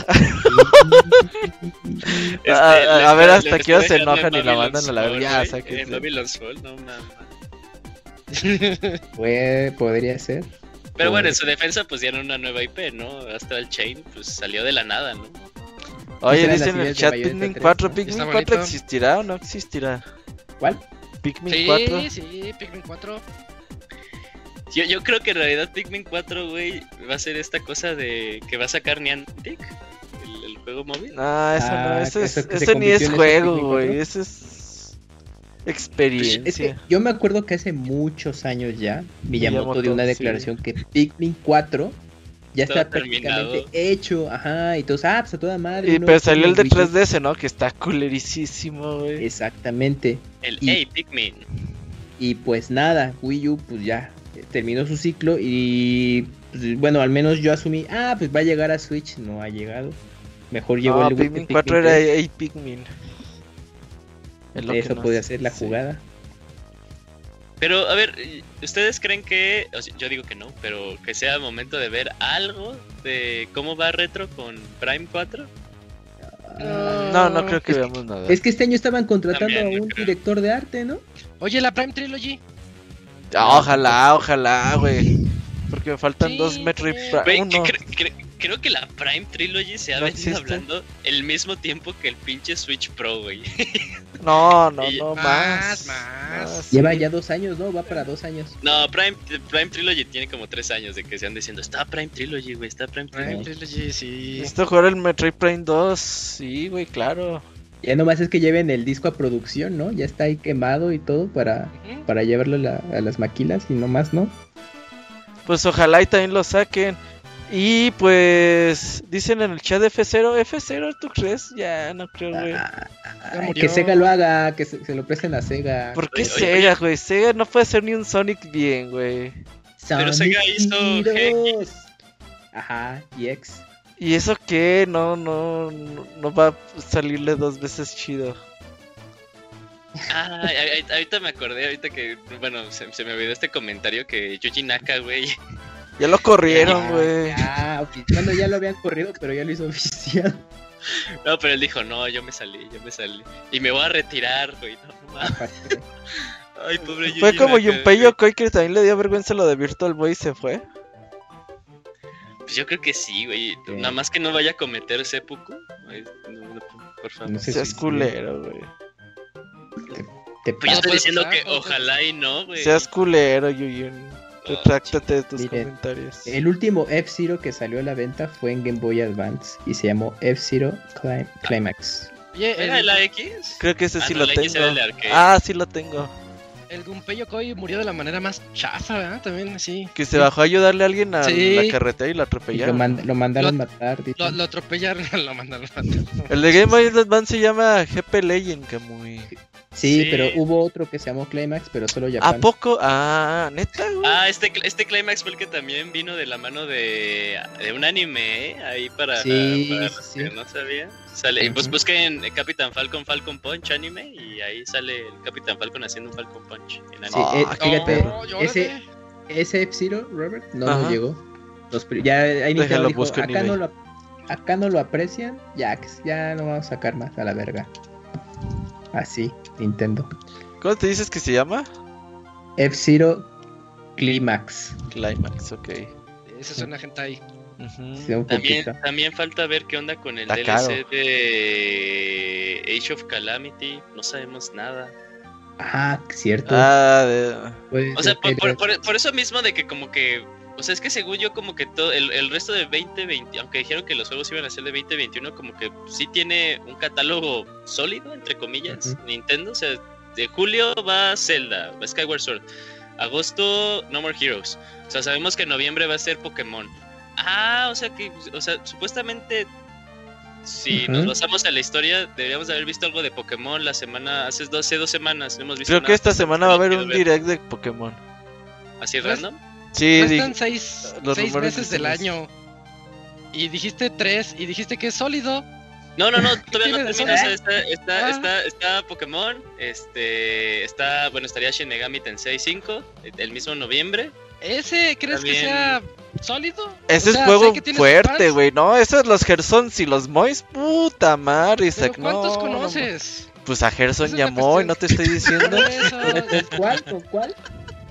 Este, A- a- les- Ah, a ver les hasta estoy qué hora se dejando en enojan y la Babylon's mandan a la Fall, verga. güey. Ya, sáquense. En Babylon's Fall, no mames. Fue- podría ser. Pero bueno, Pobre. en su defensa pues dieron una nueva IP, ¿no? Astral Chain pues salió de la nada, ¿no? Oye, Esa era la dicen en serie el de chat Bayonetta Pikmin 3, 4. ¿no? ¿Pikmin Está 4 bonito. existirá o no existirá? ¿Cuál? Pikmin Sí, 4. sí, Pikmin 4. Yo, yo creo que en realidad Pikmin 4, güey, va a ser esta cosa de que va a sacar Niantic, el, el juego móvil. Ah, eso no, Ah, eso, que es- eso que se eso ni convirtió es en ese juego, Pikmin güey. 4. Eso es Pues, experiencia. es que yo me acuerdo que hace muchos años ya, Miyamoto, Miyamoto, dio una sí. declaración que Pikmin 4 ya Estaba está prácticamente terminado. hecho, ajá, y todos, ah, pues a toda madre. y un nuevo pero salió el de Pikmin, güey. 3DS, ¿no? Que está culerísimo, güey. Exactamente. El Y- Hey Pikmin. Y pues nada, Wii U pues ya eh, terminó su ciclo y pues, bueno, al menos yo asumí, ah, pues va a llegar a Switch, no ha llegado. Mejor llegó No, el Wii- el Ah, Pikmin 4 era 3. ahí Pikmin. Es lo que Eso no podía sé, ser la sí. jugada. Pero, a ver, eh, ¿ustedes creen que, o sea, yo digo que no, pero que sea momento de ver algo de cómo va Retro con Prime 4? Ah, No, no creo que Es que- veamos nada. Es que este año estaban contratando También, a yo un creo. director de arte, ¿no? Oye, la Prime Trilogy. Ah, Ojalá, ojalá, güey. Porque me faltan Sí, dos Metroid güey. Prime. Güey, Ah, Uno. cre- cre- creo que la Prime Trilogy se ha No venido existe. hablando el mismo tiempo que el pinche Switch Pro, güey. No, no, Y- no, Más, más. más. sí. Lleva ya dos años, ¿no? Va para dos años. No, Prime, Prime Trilogy tiene como tres años de que se han diciendo, está Prime Trilogy, güey, está Prime Prime Trilogy. Trilogy, sí. Necesito jugar el Metroid Prime 2. Sí, güey, claro. Ya nomás es que lleven el disco a producción, ¿no? Ya está ahí quemado y todo para, Ujú. para llevarlo a, la- a las maquilas y nomás, ¿no? Pues ojalá y también lo saquen. Y pues dicen en el chat de F0, F0, ¿tú crees? Ya, no creo, güey. Ah, Ya ay, murió. que Sega lo haga, que se, se lo presten a Sega. ¿Por qué Oye, oye, Sega, güey? Sega no puede hacer ni un Sonic bien, güey. Pero Sega hizo Sonidos. Ajá, y X. ¿Y eso qué? No, no, no no va a salirle dos veces chido. Ah, ay, ay, ahorita me acordé, ahorita que, bueno, se, se me olvidó este comentario que Yuji Naka, güey, Ya lo corrieron, Ya, güey. Ah, ya, ofi- bueno, ya lo habían corrido, pero ya lo hizo oficial. no, pero él dijo, no, yo me salí, yo me salí, y me voy a retirar, güey, no, no mames. Ay, pobre Yuji Fue como Naka, Junpei güey. Yokoi que también le dio vergüenza lo de Virtual Boy y se fue. Pues yo creo que sí, güey, Sí. nada más que no vaya a cometer seppuku, Ay, no, no, por favor. No Se sé Seas si- culero, güey. Te Pues yo Ah, pasa. estoy puede diciendo pasar, que puede pasar. ojalá y no, güey. Seas culero, Yuyun. Retráctate de tus Miren, comentarios. El último F-Zero que salió a la venta fue en Game Boy Advance y se llamó F-Zero Clim- Climax. Oye, ¿Era el, la X? Creo que ese Ah, sí no, lo la X era el de tengo. arcade. Ah, sí lo tengo. el Gunpei Yokoi murió de la manera más chafa, ¿verdad? También así. Que se bajó a ayudarle a alguien a Sí. la carretera y lo Y lo, atropellaron. mand- lo mandaron Lo- matar. dicen. Lo, lo atropellaron, lo mandaron a matar. El de Game Boy Advance se llama GP Legend, Kamui. Sí, Sí. pero hubo otro que se llamó Climax, pero solo ¿A Japón. poco? Ah, neta, güey. Ah, este, cl- este Climax fue el que también vino de la mano de, de un anime, ¿eh? Ahí para, Sí, para sí, los sí. que no sabía. Sale, y pues Ujú. busquen eh, Capitán Falcon, Falcon Punch anime y ahí sale el Capitán Falcon haciendo un Falcon Punch en Sí, anime. Ah, eh, qué fíjate, perro. llórale. ese- ese F-Zero, Robert, no Ajá. nos llegó. Los pri- ya ahí Nintendo Déjalo, dijo, busco en acá, no eBay". lo, acá no lo aprecian, ya, que- ya no vamos a sacar más a la verga. Así, Nintendo. ¿Cómo te dices que se llama? F-Zero Climax. Climax, ok. Ese suena gente ahí. Ujú. Sí, un También, poquito. también falta ver qué onda con el Está DLC caro. de Age of Calamity. No sabemos nada. Ah, cierto. Ah, de- puede O sea, ser por, que- por- por- por eso mismo de que como que... O sea, es que según yo como que todo el, el resto de 2020, aunque dijeron que los juegos iban a ser de 2021, como que sí tiene un catálogo sólido, entre comillas, Ujú. Nintendo. O sea, de julio va Zelda, va Skyward Sword. Agosto, No More Heroes. O sea, sabemos que en noviembre va a ser Pokémon. Ah, o sea que, o sea, supuestamente, si nos Ujú. basamos a la historia, deberíamos de haber visto algo de Pokémon la semana, hace, dos- hace dos semanas, no hemos visto Creo que nada. esta semana va a haber Quiero un ver. direct de Pokémon. así Pues, random. Sí, di- Restan seis, los seis rumores meses del dicen año. Y dijiste tres, y dijiste que es sólido. No, no, no, todavía no Tienes termina. o razón. sea, está, está, Ah. está, está Pokémon, este, está, bueno, estaría Shin Megami Tensei 5, el mismo noviembre. ¿Ese crees que También. sea sólido. Ese O sea, es juego sé que tiene sus fuerte, fans, güey. No, esos los Gersons y los Mois. Puta madre, pero Isaac. ¿Cuántos no, no, conoces? no. Pues a Gerson Esa es y a la Moy, cuestión. no te estoy diciendo. Por eso, de- ¿Cuál? ¿Con cuál?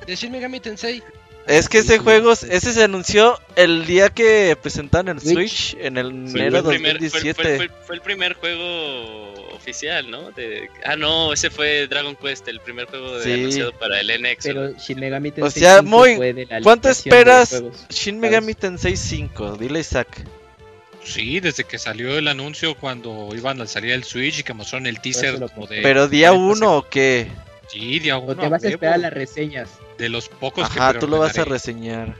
de Shin Megami Tensei. es que ese Sí, juego, sí. ese se anunció el día que presentaron el Switch. Switch, en el Fue- enero fue, el primer, fue- 2017. fue- fue- fue el primer juego oficial, ¿no? De- ah, no, ese fue Dragon Quest, el primer juego de- Sí. anunciado para el NX. ¿no? Pero Shin Megami O Tensei sea, 5 muy- fue de la ¿cuánto licitación de esperas? juegos. Shin Megami Tensei 5, dile Isaac. Sí, desde que salió el anuncio cuando iban a salir el Switch y que mostraron el teaser lo como compré. de... Eh, Pero día pues, 40 uno o qué? sec- Sí, día uno. O te vas a huevo, esperar a las reseñas. De los Pues pocos que Ajá, tú lo vas a reseñar. reseñar.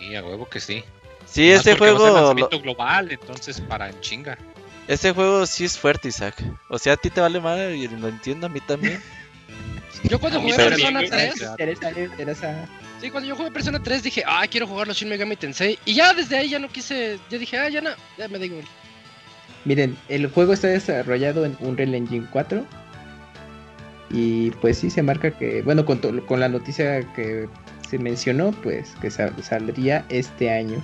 Sí, a huevo que sí. Sí, Más ese porque va a ser juego, lanzamiento global, entonces para en chinga. ese juego sí es fuerte, Isaac. O sea, a ti te vale madre y lo entiendo a mí también. Yo cuando A mí jugué también, Persona güey. 3, Claro. Interesa, interesa. sí, cuando yo jugué Persona 3 dije, ah, quiero jugar los Shin Megami Tensei. Y ya desde ahí ya no quise, ya dije, ah, ya no, ya me da igual. Miren, el juego está desarrollado en Unreal Engine 4. Y pues sí se marca que, bueno, con, to- con la noticia que se mencionó, pues que sa- saldría este año.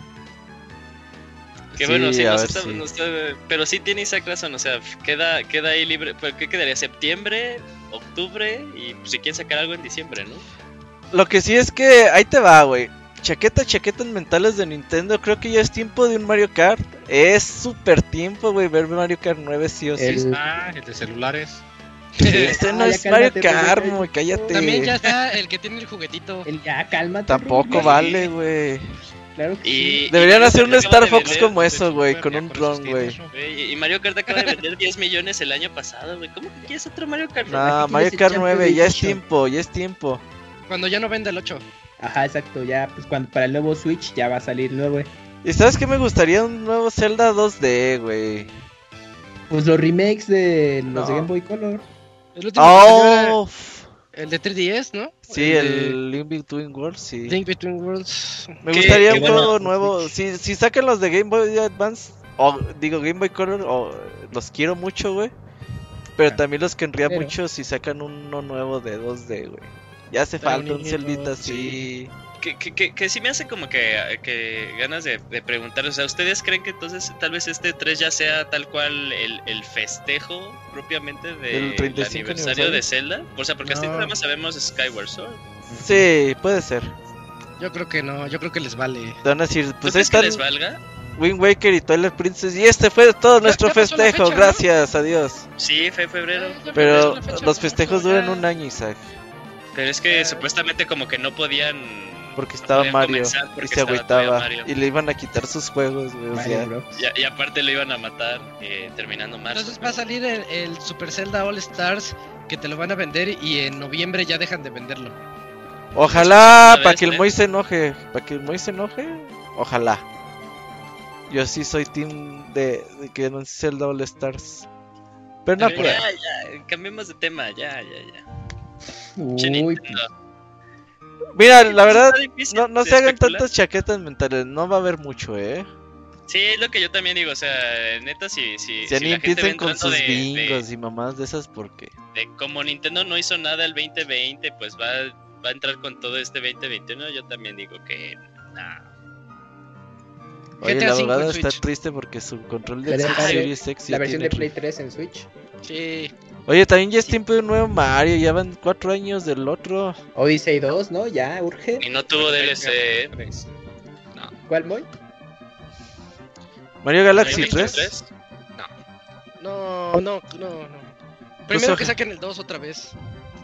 Que Sí, bueno, sí, a nos ver está- si- nos está- pero sí tiene Isaac razón, o sea, f- queda, queda ahí libre. pues, ¿Qué quedaría? ¿Septiembre? ¿Octubre? Y pues, si quieren sacar algo en diciembre, ¿no? Lo que sí es que ahí te va, güey. Chaqueta, chaquetas mentales de Nintendo. Creo que ya es tiempo de un Mario Kart. Es súper tiempo, güey, ver Mario Kart 9 sí o sí. El- Ah, el de celulares. Ese no Ah, ya es Mario cálmate, Kart, Pepe. muy cállate. También ya está el que tiene el juguetito. El ya, cálmate. Tampoco Rubén, vale, güey. Claro que sí. Y, Deberían y- hacer un acaban Star de Fox vender- como de eso, güey, Super, con ya un con esos tron, güey. tienes, güey, Y Mario Kart acaba de vender 10 millones el año pasado, güey. ¿Cómo que quieres otro Mario Kart? No, tienes Mario el Kart Champion 9, ya es Edition. tiempo, ya es tiempo. Cuando ya no venda el 8. Ajá, exacto, ya, pues cuando para el nuevo Switch ya va a salir nuevo. eh. ¿Y sabes qué me gustaría? Un nuevo Zelda 2D, güey. Pues los remakes de los No. de Game Boy Color. El último que salió ¡Oh! era el de 3DS, ¿no? Sí, de el In Between Worlds, sí. Link Between Worlds. Me Que- gustaría que un bueno, juego nuevo. Si, si sacan los de Game Boy Advance, o digo Game Boy Color, o, los quiero mucho, güey. Pero también los querría Pero- mucho si sacan uno nuevo de 2D, güey. Ya hace Pero falta un bonito, celdita así. Que, que, que, que sí me hace como que, que ganas de, de preguntar, o sea, ¿ustedes creen que entonces tal vez este 3 ya sea tal cual el, el festejo propiamente del ¿Del 35 aniversario, aniversario? de Zelda? O sea, porque hasta No. ahorita nada más sabemos Skyward Sword. Sí, puede ser. Yo creo que no, yo creo que les vale. Te van a decir, ¿Tú pues ahí crees están que les valga? Wind Waker y Twilight Princess. Y este fue todo Ya- nuestro ya pasó la festejo, fecha, ¿no? gracias, adiós. Sí, fe febrero. Pero los festejos duran un año, Isaac. Pero es Eh. que supuestamente como que no podían... Porque no estaba podían Mario comenzar y porque se estaba todavía agüitaba. Mario. Y le iban a quitar sus juegos, güey. o sea. Mario Bros. Y, a- y aparte lo iban a matar eh, terminando marzo. Entonces va a salir el, el Super Zelda All Stars que te lo van a vender y en noviembre ya dejan de venderlo. Ojalá, Una para vez, que el ¿eh? Moy se enoje. Para que el Moy se enoje, ojalá. Yo sí soy team de, de que no sea el All Stars. Pero no pues, Pero creo. ya, ya, cambiemos de tema, ya, ya, ya. Che, Uy, Nintendo. Mira, la verdad, Está difícil no, no de se hagan especular. tantas chaquetas mentales. No va a haber mucho, ¿eh? Sí, es lo que yo también digo, o sea, neta, si, si, Si si la alguien gente empiecen ve con entrando de, sus bingos de- y mamás de esas, porque de como Nintendo no hizo nada el 2020, pues va, va a entrar con todo este 2021, yo también digo que... nah. Oye, GTA la cinco en abogada está Switch. triste porque su control de Pero Xbox deja de- Series X la ya versión tiene de Play 3 en Switch. Sí. ref- Oye, también ya es tiempo de un nuevo Mario. Ya van cuatro años del otro. Odyssey 2, ¿no? Ya, urge. Y no tuvo DLC, ¿eh? ¿Cuál, Moy? Mario Galaxy ¿No hay 3. 23? No, no, no, no. Primero ojo. que saquen el 2 otra vez.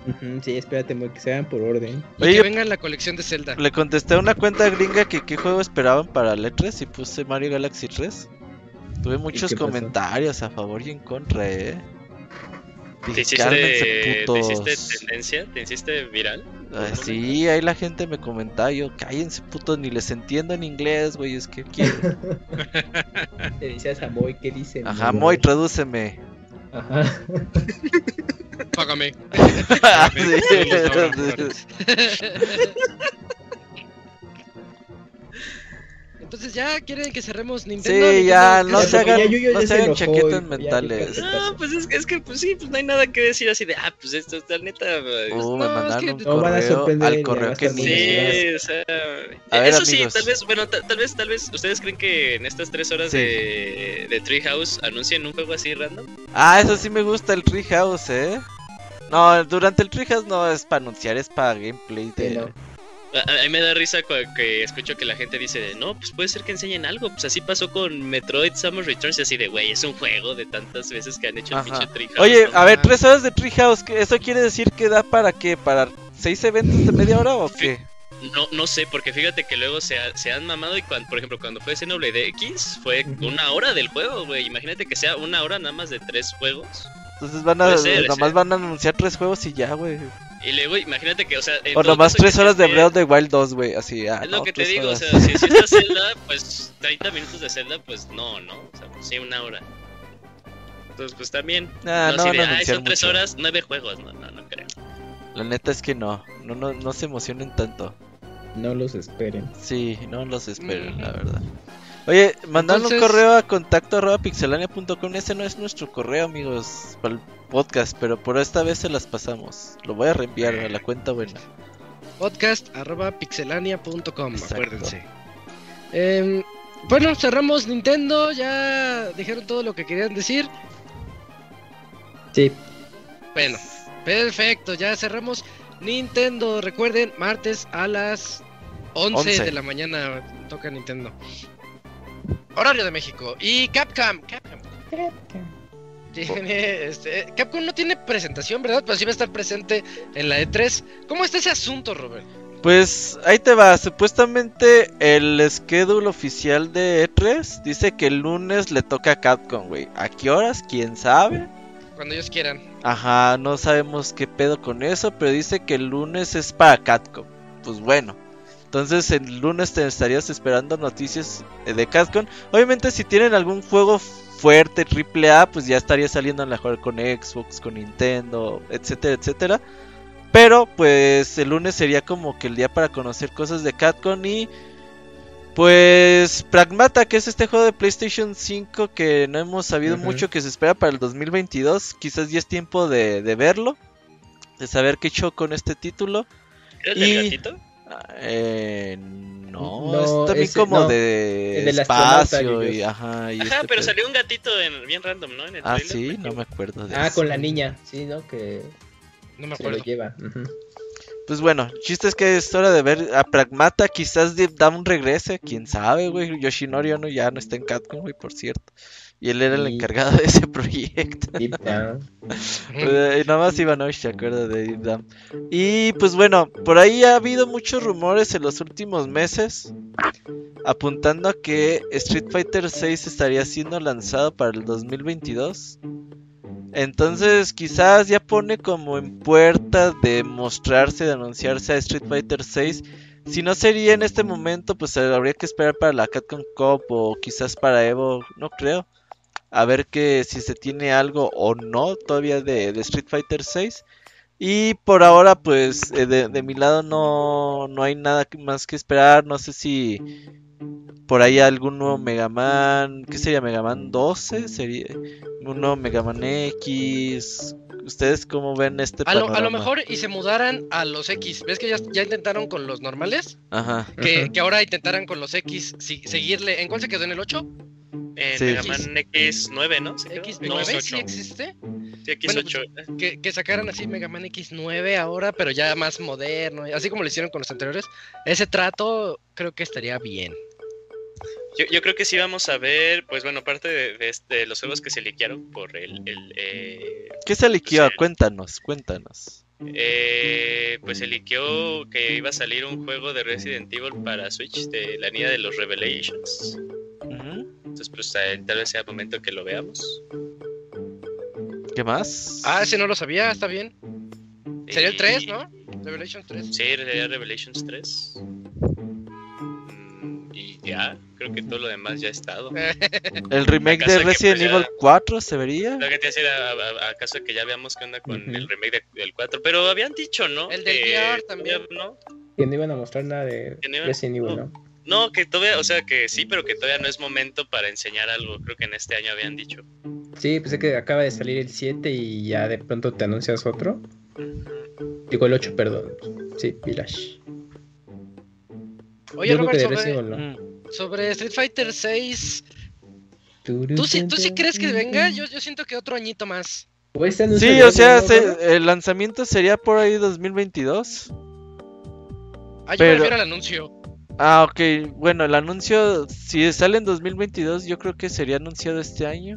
Ujú, sí, espérate, Moy, que se vean por orden. Y Oye, que venga en la colección de Zelda. Le contesté a una cuenta gringa que qué juego esperaban para el E3 y puse Mario Galaxy 3. Tuve muchos qué pasó? comentarios a favor y en contra, eh. ¿Te Dije, hiciste, pues, "Cálmense, ¿Te hiciste putos". tendencia? ¿Te hiciste viral? Ah, sí, ahí la gente me comentaba, yo, cállense putos, ni les entiendo en inglés, güey, es que quiero. Te decías a Moy, ¿qué dice? Ajá, Moy, tradúceme. Ajá. Págame. Sí, sí. Entonces ya quieren que cerremos Nintendo. Sí, ya, Nintendo- no se Ya hagan, Yuyo ya no se se hagan enojó y chaquetas ya mentales. dijo No, pues es que, es que pues sí, pues no hay nada que decir así de, ah, pues esto está neta. pues, No, Uh, me es mandaron que un no van a correo sorprender, al ya va correo a que estar ni muy es. Sí, o sea, A ver, eso sí, amigos. tal vez, bueno, ta- tal vez, tal vez, ustedes creen que en estas tres horas Sí. de, de Treehouse anuncien un juego así random. Ah, eso sí me gusta el Treehouse, eh. No, durante el Treehouse no es para anunciar, es para gameplay de... Sí, no. A, a- a mí me da risa cu- que escucho que la gente dice, no, pues puede ser que enseñen algo, pues así pasó con Metroid Samus Returns y así de, güey, es un juego de tantas veces que han hecho el Ajá. pinche Treehouse. Oye, ¿no? a ver, tres horas de Treehouse, ¿qué- ¿eso quiere decir que da para qué? ¿Para seis eventos de media hora o qué? No, no sé, porque fíjate que luego se, ha- se han mamado y cuando, por ejemplo, cuando fue Xenoblade X fue Ujú. una hora del juego, güey. Imagínate que sea una hora nada más de tres juegos. Entonces van a, Puede ser, nomás sí. van a anunciar tres juegos y ya, güey. Y luego imagínate que, o sea... en O todo nomás caso, tres que horas de esté- Breath of the Wild 2, güey, así, ah, Es lo no, que te tres digo, horas. o sea, si, si está Zelda, pues 30 minutos de Zelda, pues no, ¿no? O sea, pues sí, una hora. Entonces, pues también. Ah, no así van de, a "Ay, anunciar son tres mucho. horas, nueve juegos. No, no, no creo. La neta es que no, no, no, no se emocionen tanto. No los esperen. Sí, no los esperen, la verdad. Oye, mandaron Entonces- un correo a contacto arroba pixelania.com. Ese no es nuestro correo, amigos, para el podcast, pero por esta vez se las pasamos. Lo voy a reenviar a la cuenta buena. Podcast arroba pixelania.com, Exacto. acuérdense. Em, bueno, cerramos Nintendo, ya dijeron todo lo que querían decir. Sí, Bueno, perfecto, ya cerramos Nintendo. Recuerden, martes a las 11, Once. de la mañana toca Nintendo. Horario de México. Y Capcom. Capcom. Tiene, este, Capcom no tiene presentación, ¿verdad? Pero sí va a estar presente en la E3. ¿Cómo está ese asunto, Robert? Pues ahí te va. Supuestamente el schedule oficial de E3 dice que el lunes le toca a Capcom, güey. ¿A qué horas? ¿Quién sabe? Cuando ellos quieran. Ajá, no sabemos qué pedo con eso, pero dice que el lunes es para Capcom. Pues bueno. Entonces el lunes te estarías esperando noticias eh, de Capcom. Obviamente si tienen algún juego fuerte, triple A, pues ya estaría saliendo a lo mejor con Xbox, con Nintendo, etcétera, etcétera. Pero pues el lunes sería como que el día para conocer cosas de Capcom y pues Pragmata, que es este juego de PlayStation 5 que no hemos sabido Ujú. mucho que se espera para el 2022, quizás ya es tiempo de, de verlo, de saber qué show con este título. ¿Era el del Y- gatito? Ah, Eh, no, No, es también ese- como no, de el del astronauta, espacio y Yuyos. ajá. y Ajá, este pero pedo. salió un gatito en- bien random, ¿no? En el Ah, trailer, sí, porque- no me acuerdo de Ah, eso. con la niña, sí, ¿no? Que No me se lo acuerdo. lleva. ujú. Pues bueno, el chiste es que es hora de ver a Pragmata, quizás Deep Down regrese, quién sabe, güey. Yoshinori Ono ya no está en Capcom, güey, por cierto. Y él era el Y- encargado de ese proyecto. Deep down. Eh, nada más Ivanovich se acuerda de Deep Down. Y pues bueno, por ahí ha habido muchos rumores en los últimos meses apuntando a que Street Fighter 6 estaría siendo lanzado para el 2022. Entonces, quizás ya pone como en puerta de mostrarse, de anunciarse a Street Fighter 6. Si no sería en este momento, pues habría que esperar para la Capcom Cup o quizás para Evo, no creo a ver que si se tiene algo o no todavía de, de Street Fighter 6 y por ahora pues eh, de, de mi lado no, no hay nada que- más que esperar no sé si por ahí algún nuevo Mega Man ¿qué sería Mega Man 12? sería un nuevo Mega Man X ustedes cómo ven este A lo, a lo panorama? mejor y se mudaran a los X. ¿Ves que ya, ya intentaron con los normales? ajá Que, Ujú. que ahora intentaran con los X si- seguirle. ¿En cuál se quedó? ¿En el 8? En Sí. Mega Man X9, ¿no? ¿Se quedó? No, ¿X9 sí X8. existe? Sí, X8. Que, que sacaran así Mega Man X9 ahora, pero ya más moderno, así como lo hicieron con los anteriores. Ese trato creo que estaría bien. Yo, yo creo que sí vamos a ver, pues bueno, parte de, de este- los juegos que se liquearon por el, el, eh, ¿qué se liqueó? Sí. cuéntanos cuéntanos Eh, pues se liqueó que iba a salir un juego de Resident Evil para Switch de la niña de los Revelations. Ujú. Entonces, pues tal tal vez sea momento que lo veamos. ¿qué más? Ah, ese no lo sabía, está bien. Sería el Y- 3, ¿no? Revelation 3. Sí, sería Revelations 3. Mm, Y ya, creo que todo lo demás ya ha estado. el remake acaso de que, pues, Resident ya- Evil 4 se vería Lo que te decía, a- a- acaso que ya veamos qué onda con Ujú. el remake de- del 4. Pero habían dicho, ¿no? El del Que VR también. todavía ¿no? Que no iban a mostrar nada de Que no iban- Oh. Resident Evil, ¿no? No, que todavía, o sea, que sí, pero que todavía no es momento para enseñar algo. Creo que en este año habían dicho. Sí, pues es que acaba de salir el 7 y ya de pronto te anuncias otro. Digo el 8, perdón. Sí, Village. Oye, Yo creo Robert, que debería sobre, Mm. ser uno. sobre Street Fighter 6, ¿tú sí, ¿tú sí crees que venga? Yo, yo siento que otro añito más. Pues este anuncio Sí, de o sea, Dragon Ball, se- el lanzamiento sería por ahí 2022. Ah, yo Pero- me refiero al anuncio. Ah, ok. Bueno, el anuncio, si sale en 2022, yo creo que sería anunciado este año.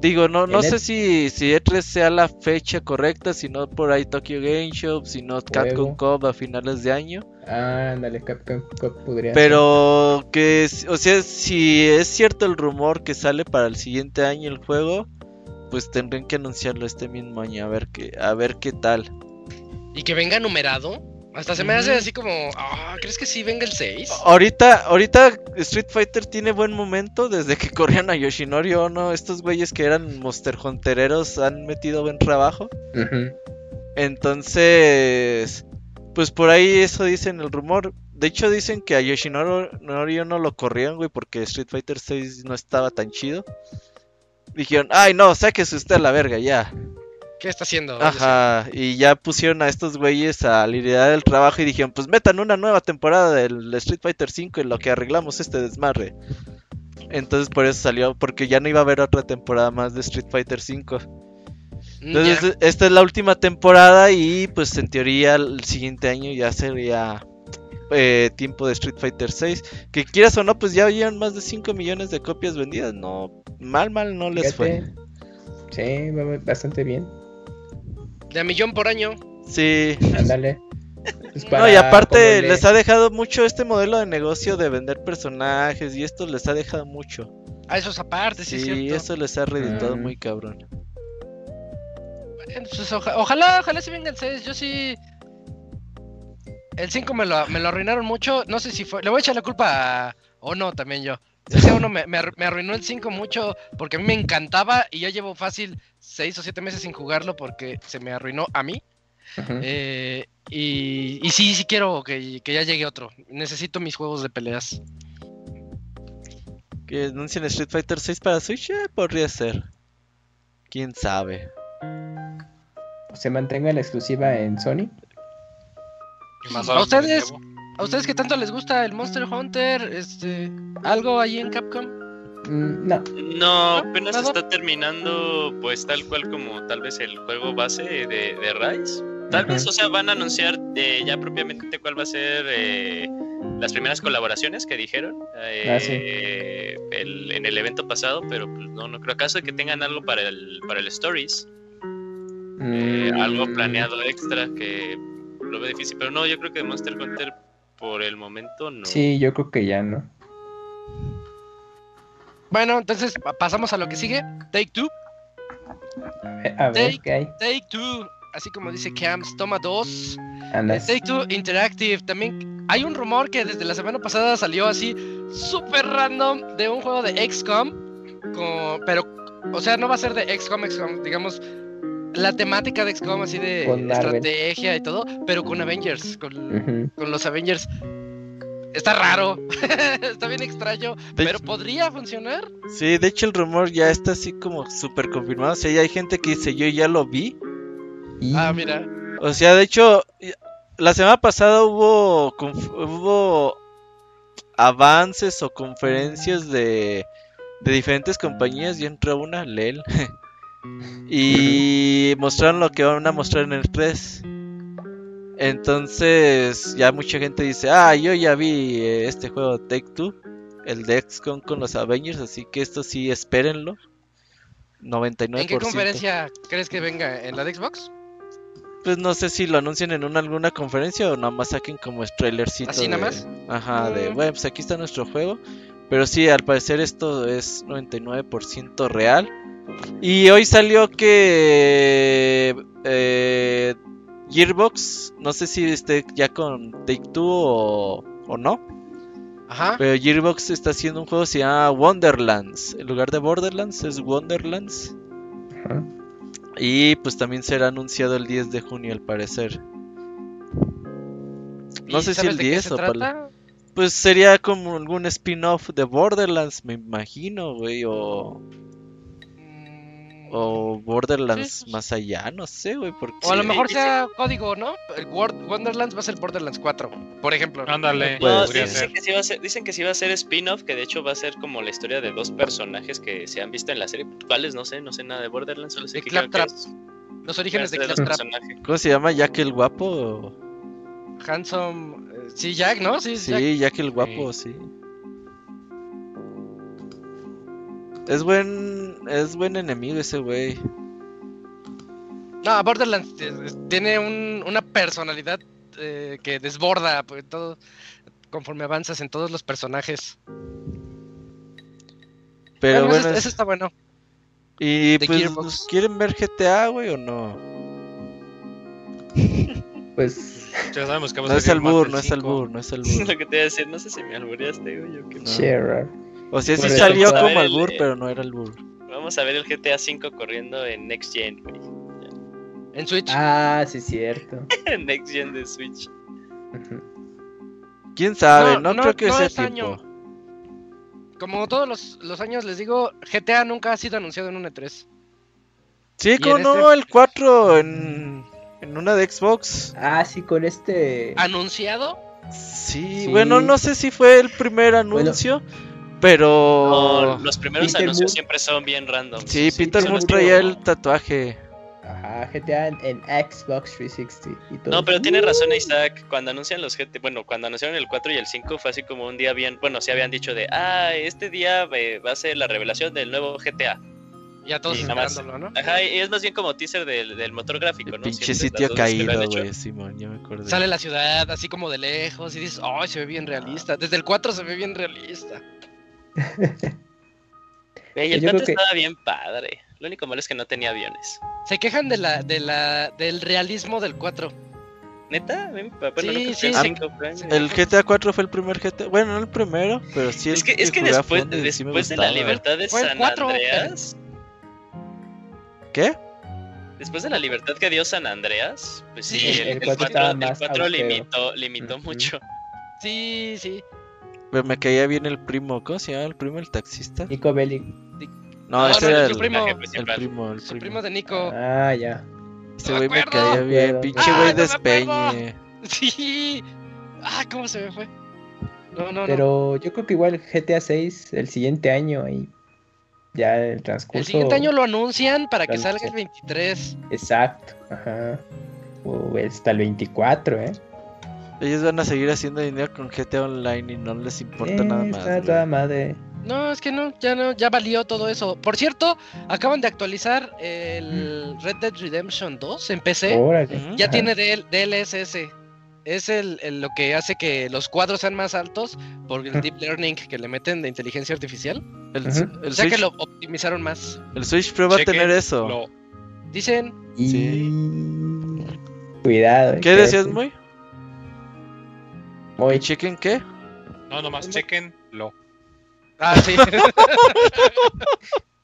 Digo, no, no El sé E- si, si E3 sea la fecha correcta, si no por ahí Tokyo Game Show, si no Capcom Huevo. Cup a finales de año. Ah, ándale, Capcom Cup podría Pero que, es- o sea, si es cierto el rumor que sale para el siguiente año el juego, pues tendrían que anunciarlo este mismo año, a ver qué, a ver qué tal. Y que venga numerado. Hasta se me hace Ujú. así como, ah, ¿crees que sí venga el 6? Ahorita, ahorita Street Fighter tiene buen momento desde que corrían a Yoshinori Ono. Estos güeyes que eran Monster Huntereros han metido buen trabajo. ser. Ujú. Entonces, pues por ahí eso dicen el rumor. De hecho dicen que a Yoshinori Nori no lo corrieron, güey, porque Street Fighter 6 no estaba tan chido. Dijeron, ay no, sáquese usted a la verga ya. ¿Qué está haciendo? Ajá, y ya pusieron a estos güeyes a liderar el trabajo y dijeron, pues metan una nueva temporada del Street Fighter 5 en lo que arreglamos este desmarre. Entonces por eso salió, porque ya no iba a haber otra temporada más de Street Fighter 5. Mm, ya. Entonces, esta es la última temporada y pues en teoría el siguiente año ya sería eh, tiempo de Street Fighter 6. Que quieras o no, pues ya llevan más de 5 millones de copias vendidas. No, mal, mal no les fue. Fíjate. Sí, va va bastante bien. De a millón por año. Sí. Ándale. Pues no, y para aparte como le- les ha dejado mucho este modelo de negocio de vender personajes y esto les ha dejado mucho. A esos aparte, sí, Sí, es cierto. eso les ha reeditado Mm. muy cabrón. Bueno, pues, oja- ojalá, ojalá sí venga el 6. Yo sí. El 5 me lo, me lo arruinaron mucho. No sé si fue. Le voy a echar la culpa a Ono también yo. Ese Ono me, me arru- me arruinó el 5 mucho porque a mí me encantaba y ya llevo fácil 6 o 7 meses sin jugarlo porque se me arruinó a mí. Ujú. Eh, y, y sí, sí quiero que, que ya llegue otro. Necesito mis juegos de peleas. Que anuncien Street Fighter 6 para Switch, eh, podría ser. Quién sabe. Se mantenga la exclusiva en Sony. ¿A ustedes? ¿A ustedes que tanto les gusta el Monster Hunter? Este, ¿Algo ahí en Capcom? Mm, no. No, No, apenas nada. está terminando, pues tal cual como tal vez el juego base de, de Rise. Tal Ujú. vez, o sea, van a anunciar eh, ya propiamente cuál va a ser eh, las primeras colaboraciones que dijeron eh, Ah, sí. el- en el evento pasado, pero pues, no, no creo. ¿Acaso que tengan algo para el, para el Stories? eh, Mm, algo planeado extra que lo veo difícil, pero no, yo creo que Monster Hunter por el momento no. Sí, yo creo que ya no. Bueno, entonces pa- pasamos a lo que sigue. Take Two. Eh, A ver, Sí. ¿qué hay? Take Two, así como dice Camps, toma dos. Anda. Take Two Interactive. También hay un rumor que desde la semana pasada salió así, súper random, de un juego de XCOM. con- pero, o sea, no va a ser de XCOM, XCOM, digamos, la temática de XCOM, así de Con Marvel. estrategia y todo, pero con Avengers, con, Ujú. con los Avengers. Está raro, está bien extraño, De- pero podría funcionar. Sí, de hecho el rumor ya está así como súper confirmado. O sea, ya hay gente que dice, yo ya lo vi. Y- Ah, mira. O sea, de hecho, y- la semana pasada hubo, conf- hubo avances o conferencias de, de diferentes compañías. Yo entré a una, LEL, y mostraron lo que van a mostrar en el E 3. Entonces, ya mucha gente dice, ah, yo ya vi eh, este juego Take Two, el de XCOM con los Avengers, así que esto sí, espérenlo. 99%. ¿En qué conferencia crees que venga? ¿En la de Xbox? Pues no sé si lo anuncian en una, alguna conferencia o nada más saquen como es trailercito. ¿Así nada de- más? Ajá, de Mm. bueno, pues aquí está nuestro juego. Pero sí, al parecer esto es 99% real. Y hoy salió que eh, Gearbox, no sé si esté ya con Take Two o, o no, Ajá. pero Gearbox está haciendo un juego que se llama Wonderlands. En lugar de Borderlands es Wonderlands. Ajá. Y pues también será anunciado el 10 de junio al parecer. No ¿Y sé si sabes el de qué 10 se o pal- trata? Pues sería como algún spin-off de Borderlands, me imagino, güey, o, Mm, o Borderlands Sí, pues. más allá, no sé, güey, porque... O a lo Sí, mejor sí. sea código, ¿no? El Word- Wonderlands va a ser Borderlands 4, por ejemplo. ¿no? Ándale, Puede No, podría sí, dicen, ser. que sí va a ser, dicen que sí va a ser spin-off, que de hecho va a ser como la historia de dos personajes que se han visto en la serie. ¿Cuáles? No sé, no sé nada de Borderlands, solo sé De que creo que Claptrap. es- Los orígenes de de dos Claptrap. personajes. ¿Cómo se llama? Jack el Guapo. Handsome. eh, Sí, Jack, ¿no? Sí, sí. Sí, Jack el Guapo, sí. Es buen, es buen enemigo ese güey. No, Borderlands eh, eh, tiene un- una personalidad eh, que desborda pues, todo conforme avanzas en todos los personajes. Pero Bueno, ese- bueno, ese está bueno. y de pues Gearbox. ¿nos quieren ver GTA, güey, o no? Pues, Ya sabemos que va a No es salir al bur, Battlefield no es al 5. bur, no es al Lo bur. que te iba a decir, no sé si me albureaste, güey, o qué. No. Sherrard. O sea, sí Por eso salió para como ver al bur, el- pero no era al bur. Vamos a ver el GTA V corriendo en Next Gen, güey. En Switch. Ah, sí, cierto. En Next Gen de Switch. Ujú. ¿Quién sabe? No, No, no, creo que no sea es año. tiempo. Como todos los, los años les digo, GTA nunca ha sido anunciado en un E E3. Sí, en como no, este- Mm. el 4 en, en una de Xbox. Ah, sí, con este. Ah. ¿Anunciado? Sí, Sí. bueno, no sé si fue el primer anuncio, pero... No, los primeros Peter Moore. anuncios siempre son bien random. Sí, Sí, Peter son Moon tipo- traía el tatuaje. Ajá, GTA en, en Xbox 360 y todo. No, pero tiene razón Isaac, cuando anuncian los GT, bueno, cuando anunciaron el 4 y el 5 fue así como un día bien, bueno, sí habían dicho de, ah, este día eh, va a ser la revelación del nuevo GTA. Ya todos Sí, nada más. esperándolo, ¿no? Ajá, y es más bien como teaser del, del motor gráfico, El ¿no? pinche Siempre las sitio dos veces que lo han caído, hecho. güey, Simón, ya me acuerdo. Sale la ciudad así como de lejos y dices, ¡ay, se ve bien realista! Desde el 4 se ve bien realista. Güey, Yo el creo 4 que- estaba bien padre. Lo único malo es que no tenía aviones. Se quejan de la, de la, del realismo del 4. ¿Neta? A mí mi papá Sí, no nunca sí, fue el sí. 5 fue- El GTA 4 fue el primer GTA, bueno, no el primero, pero sí el Es que, es que jugué a después, fondo y sí me después de la gustaba. libertad de Fue el San 4, Andreas, ¿Qué? Después de la libertad que dio San Andreas, pues sí, Sí, el el, el cuatro cuatro estaba el más cuatro austero. limitó, limitó Ujú. mucho. Sí, sí. Pero me caía bien el primo, ¿cómo se llama el primo? ¿El taxista? Nico Bellic. No, No, ese no, era su el, primo. Personaje el principal. primo, el Su primo. primo de Nico. Ah, ya. Ese ¡No me güey me acuerdo! caía bien, ¡Ah, pinche güey no me acuerdo! despeñe. Sí. Ah, ¿cómo se me fue? No, no, no. Pero yo creo que igual GTA 6 el siguiente año y ya el transcurso. El siguiente año lo anuncian para Lo que salga el anuncian. 23. Exacto, ajá. O hasta el 24, ¿eh? Ellos van a seguir haciendo dinero con GTA Online y no les importa Eh, nada más. está güey. toda madre. No, es que no, ya no, ya valió todo eso. Por cierto, acaban de actualizar el Red Dead Redemption 2 en PC. Órale. Ujú. Ya Ajá. tiene DL DLSS. Es el, el- lo que hace que los cuadros sean más altos por el Ujú. deep learning que le meten de inteligencia artificial. El, Ujú. el O sea que Switch, lo optimizaron más. el Switch Pro va a Chequen tener eso. Lo- Dicen, Y... Sí. Cuidado. eh, ¿Qué que decías, es muy? Muy ¿Y chequen qué? No, nomás chequen lo. ah, sí.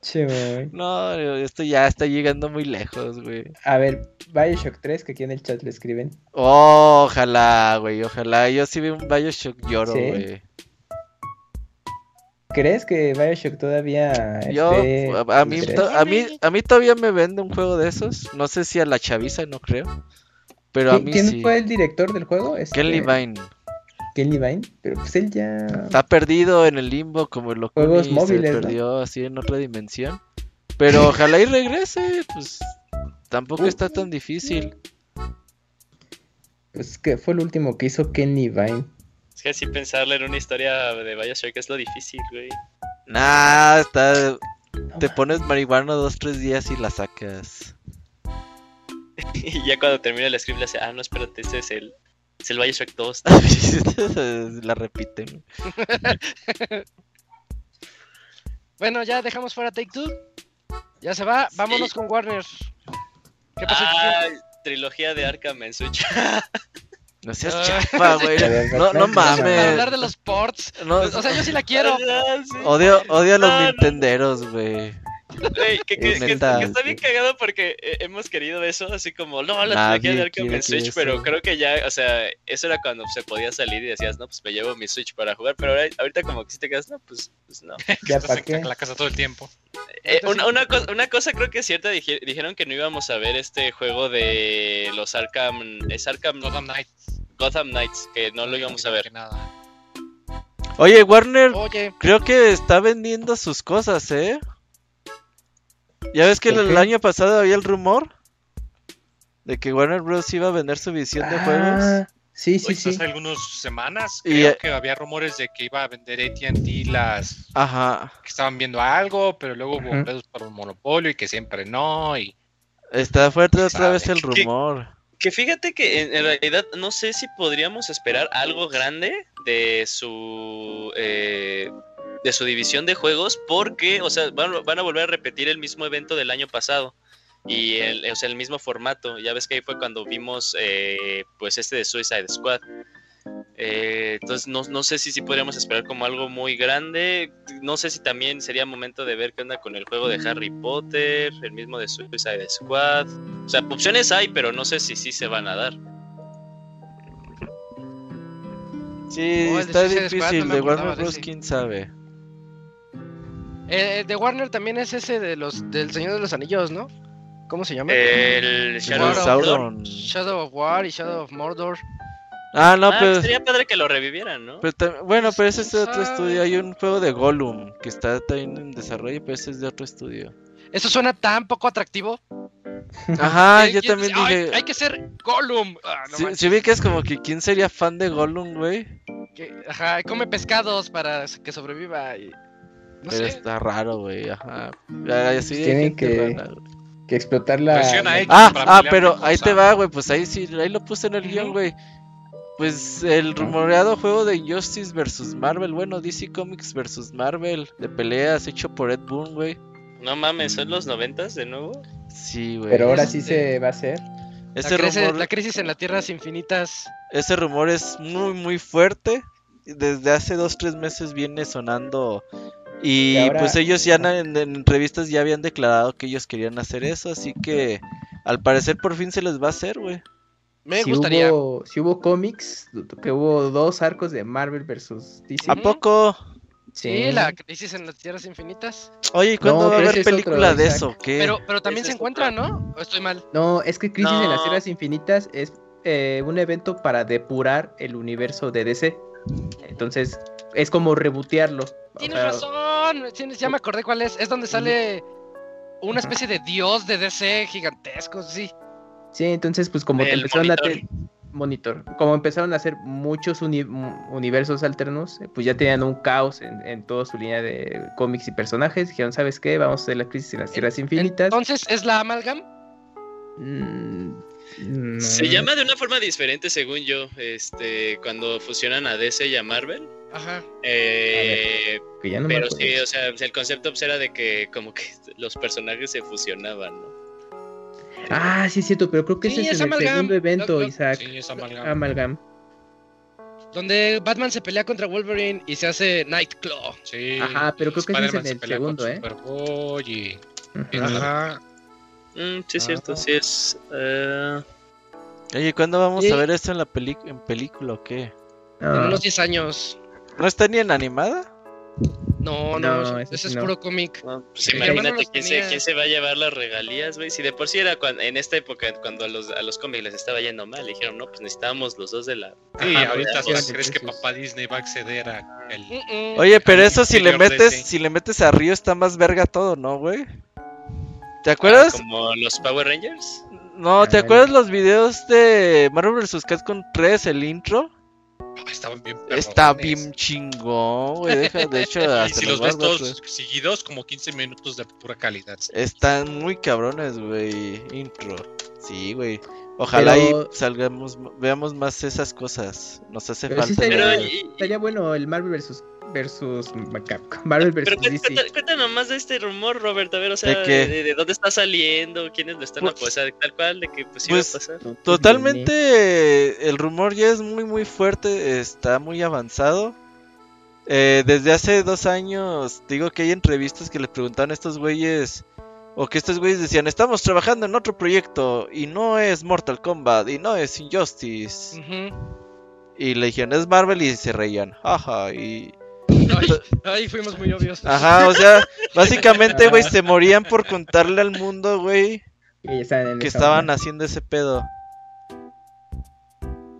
chido, güey. No, esto ya está llegando muy lejos, güey. A ver, Bioshock 3, que aquí en el chat le escriben. Oh, ojalá, güey, ojalá. Yo sí veo un Bioshock lloro, Sí. güey. ¿Crees que Bioshock todavía Yo, esté a, a mí, en to- 3? a, mí, a mí todavía me vende un juego de esos. No sé si a la chaviza, no creo. Pero a ¿Qui- mí ¿Quién sí. fue el director del juego? Este, Ken Levine. Ken Levine. Pero pues él ya... Está perdido en el limbo, como el loco. Juegos móviles, Se ¿no? perdió así en otra dimensión. Pero ojalá y regrese, pues. Uh. Tampoco está tan difícil. Pues que fue el último que hizo Ken Levine. Es que así pensarle en una historia de Bioshock es lo difícil, güey. Nah, está. No Te pones marihuana dos, tres días y la sacas. Y ya cuando termina el script le hace, ah, no, espérate, este es el, es el Bioshock 2. Ah, la repiten. bueno, ya dejamos fuera Take Two. Ya se va, vámonos con Warner. ¿Qué pasó, ah, trilogía de Arkham en Switch. No seas Ah. chafa, güey. A ver, No, no Batman, Chiquillo? Para hablar mames. de los ports. No, O sea, yo sí la quiero. Oh, Ah, sí. odio, odio a los Ah, no. nintenderos, güey. Ey, que, que- Es que- neta. que está bien cagado porque eh, hemos querido eso, así como, no, la Nadie trilogía de Arkham quiere en Switch, eso. pero creo que ya, o sea, eso era cuando se podía salir y decías, no, pues me llevo mi Switch para jugar, pero ahora- ahorita como que si te quedas, no, pues, pues no. Ya Estás para en qué. la casa todo el tiempo. Eh, una, una cosa, una cosa creo que es cierta, dije- dijeron que no íbamos a ver este juego de los Arkham, es Arkham Gotham Knights. Gotham Knights, que no lo íbamos a ver. Que nada. Oye, Warner, Oye, eh, creo que está vendiendo sus cosas, ¿eh? Ya ves que el, ¿Por qué? año pasado había el rumor de que Warner Bros. iba a vender su visión de juegos. pues, Ah, sí, sí, Oye, sí. Hace algunas semanas Y, creo eh, que había rumores de que iba a vender AT&T las Ajá, que estaban viendo algo, pero luego hubo Ujú. pedos para un monopolio y que siempre no. Y está fuerte otra Sabe. vez el ¿Qué- rumor. Que fíjate que en, en realidad no sé si podríamos esperar algo grande de su eh, de su división de juegos porque, o sea, van, van a volver a repetir el mismo evento del año pasado y el, o sea, el mismo formato. Ya ves que ahí fue cuando vimos eh, pues este de Suicide Squad. Eh, entonces no, no sé si, si podríamos esperar como algo muy grande. No sé si también sería momento de ver qué onda con el juego de Harry Potter, el mismo de Suicide Squad. O sea, opciones hay, pero no sé si sí se van a dar. Sí, No, el de está Suicide Squad no difícil. me de acordaba Warner de Bros. ese. quién sabe. eh, de Warner también es ese de los del Señor de los Anillos, ¿no? ¿Cómo se llama? Eh. El Shadow of Mordor. Sauron. Shadow of War y Shadow of Mordor. Ah, no, Ah, pero, sería padre que lo revivieran, ¿no? pero tam- bueno, pero ese es de otro ¿Quién estudio. sabe? Hay un juego de Gollum que está también en desarrollo, pero ese es de otro estudio. Eso suena tan poco atractivo. Ajá, Eh, Ah, yo ¿quién también dice, "Ay, dije. Hay que ser Gollum. Ah, no Si, manches, si ubicas como que quién sería fan de Gollum, güey. que- ajá, come pescados para que sobreviva. y- no pero este, sé. está raro, güey. Ajá. Ay, sí, hay Tienen gente que- rara, güey. Que explotar la. Presiona X. Ah, para ah, pelear pero con ahí te Sauron. va, güey. Pues ahí sí, ahí lo puse en el Ujú. guión, güey. Pues el rumoreado juego de Injustice versus Marvel, bueno, DC Comics versus Marvel, de peleas hecho por Ed Boon, güey. No mames, son los noventas de nuevo. Sí, güey. Pero ahora es- sí este- se va a hacer. ese la, crece- este rumor, la crisis en las tierras infinitas. ese rumor es muy, muy fuerte. Desde hace dos, tres meses viene sonando. Y Y ahora- pues ellos ya na- en, en entrevistas ya habían declarado que ellos querían hacer eso. Así que al parecer por fin se les va a hacer, güey. Me si gustaría. Hubo, si hubo cómics, que hubo dos arcos de Marvel versus DC. ¿A Ujú. poco? Ah, Sí, la crisis en las tierras infinitas. Oye, ¿y ¿cuándo No, va a pero ese haber es otro, película de Isaac. eso? o ¿Qué? Pero, pero también se Ese es encuentra, otro. ¿no? ¿O estoy mal? No, es que Crisis en las No. Tierras Infinitas es eh, un evento para depurar el universo de DC. Entonces, es como rebotearlo. O Tienes sea, razón. tienes- ya me acordé cuál es. Es donde sale una Ajá. especie de dios de DC gigantesco, sí. Sí, entonces, pues como El empezaron a monitor. te- monitor, como empezaron a hacer muchos uni- mm, universos alternos, eh, pues ya tenían un caos en, en toda su línea de cómics y personajes. Dijeron, ¿sabes qué? Vamos a hacer la crisis en las tierras infinitas. Entonces, ¿es la amalgam? Mm, mm, Se llama de una forma diferente, según yo, este, cuando fusionan a DC y a Marvel. Ajá. Eh, que ya no me pero acuerdo. sí, o sea, el concepto pues, era de que como que los personajes se fusionaban, ¿no? Ah, sí es cierto, pero creo que Sí, ese es, es en el Amalgam. segundo evento, Lo- lo- Isaac. Sí, esa amalgama. Amalgam. Donde Batman se pelea contra Wolverine y se hace Nightclaw. Sí, Ajá, pero creo que ese es Spider-Man en se el pelea con segundo, ¿eh? Superboy y- Ujú. Ajá. Mm, sí, es Ah. cierto, sí es. eh, Oye, ¿cuándo vamos Sí. a ver esto en la peli en película o qué? En Ah, unos 10 años. ¿No está ni en animada? No, no, No, eso- ese ese sí es no. puro cómic. No, pues Sí, hermano imagínate los quién se, tenía. quién se va a llevar las regalías, güey. Si de por sí era cuan- en esta época, cuando a los, a los cómics les estaba yendo mal, dijeron, no, pues necesitábamos los dos de la. Sí, Ajá, ahorita veamos. hasta crees que Jesús. papá Disney va a acceder a el... Mm, mm. Oye, pero al eso si le interior de metes, ese. si le metes a Río está más verga todo, ¿no, güey? ¿Te acuerdas? Como los Power Rangers. No, ¿te Ah, acuerdas los videos de Marvel vs. Capcom 3, el intro? Ah, Estaban bien Está perrones. bien chingón, güey. deja- de hecho, hasta Y si los los ves guardo, todos güey. Eh, seguidos, como 15 minutos de pura calidad. Están muy cabrones, güey. Intro. Sí, güey. Ojalá Pero- y salgamos, veamos más esas cosas. Nos hace Pero sí falta. estaría- Pero, la- Pero- y- y- Estaría bueno el Marvel versus versus Capcom. Marvel pero versus cu- DC. cuenta- cuéntanos más de este rumor, Robert. A ver, o sea, ¿De qué? ¿de, de dónde está saliendo? ¿Quiénes lo están Pues- apoyando? O sea, tal cual, de que pues, pues, iba a pasar. Totalmente, eh, el rumor ya es muy muy fuerte, está muy avanzado. Eh, desde hace dos años, te digo que hay entrevistas que les preguntaban a estos güeyes. O que estos güeyes decían, estamos trabajando en otro proyecto y no es Mortal Kombat y no es Injustice. Ujú. Y le dijeron, es Marvel y se reían. Ajá, y... Ay, ay, fuimos muy obvios. Ah. Ajá, o sea, básicamente, güey, se morían por contarle al mundo, güey, Y estaban en que esa estaban onda. haciendo ese pedo.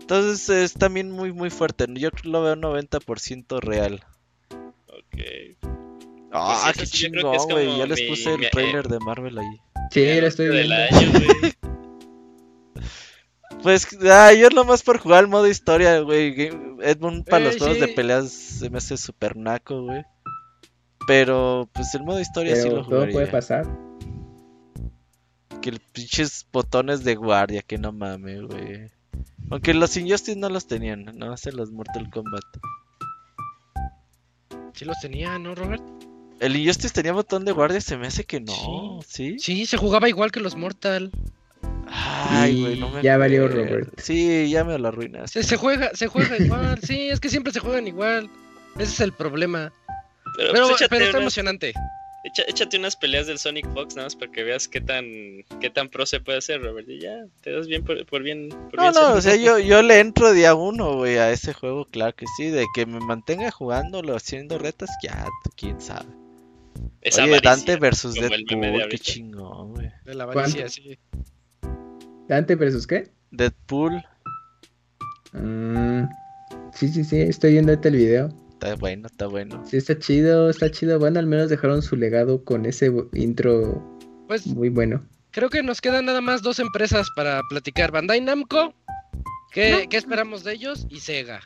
Entonces es también muy, muy fuerte. Yo lo veo 90% real. Ok. Ah, ese qué sí, yo creo chingón, que Pues es como güey. Ya les mi- eh, puse mi- el trailer de Marvel ahí. Sí, lo estoy Del viendo. año, güey. Pues, ah, yo nomás por jugar el modo historia, güey. Game- Edmund para Eh, los juegos de sí. peleas se me hace super naco, güey. Pero, pues el modo historia sí Pero lo todo puede jugaría. pasar. Que el pinches botones de guardia, que no mames, güey. Aunque los Injustice no los tenían, no hacen los Mortal Kombat. Sí los tenía, ¿no, Robert? El Injustice tenía botón de guardia, se me hace que no, ¿sí? Sí, se jugaba igual que los Mortal. Ay, güey, no me Ya valió, acuerdo. Robert. Sí, ya me lo arruinaste. Se, se juega, se juega igual. Sí, es que siempre se juegan igual. Ese es el problema. Pero, Pero, pues, échate pero está unas- emocionante. echa- échate unas peleas del Sonic Fox nada más para que veas qué tan qué tan pro se puede hacer, Robert. Y ya, te das bien por, por bien. Por No, bien no, servido. o sea, yo, yo le entro día uno, güey, a ese juego, claro que sí, de que me mantenga jugándolo, haciendo retas, ya, quién sabe. Es Oye, avaricia, Dante versus como el meme de Deadpool, qué ahorita. chingón, güey. De la avaricia, sí. ¿Dante versus qué? Deadpool, Mm, sí, sí, sí, estoy viendo este el video. está bueno, está bueno. Sí, está chido, está chido. Bueno, al menos dejaron su legado con ese bu- intro Pues muy bueno. creo que nos quedan nada más dos empresas para platicar. Bandai Namco. ¿Qué, ¿qué esperamos de ellos? Y Sega.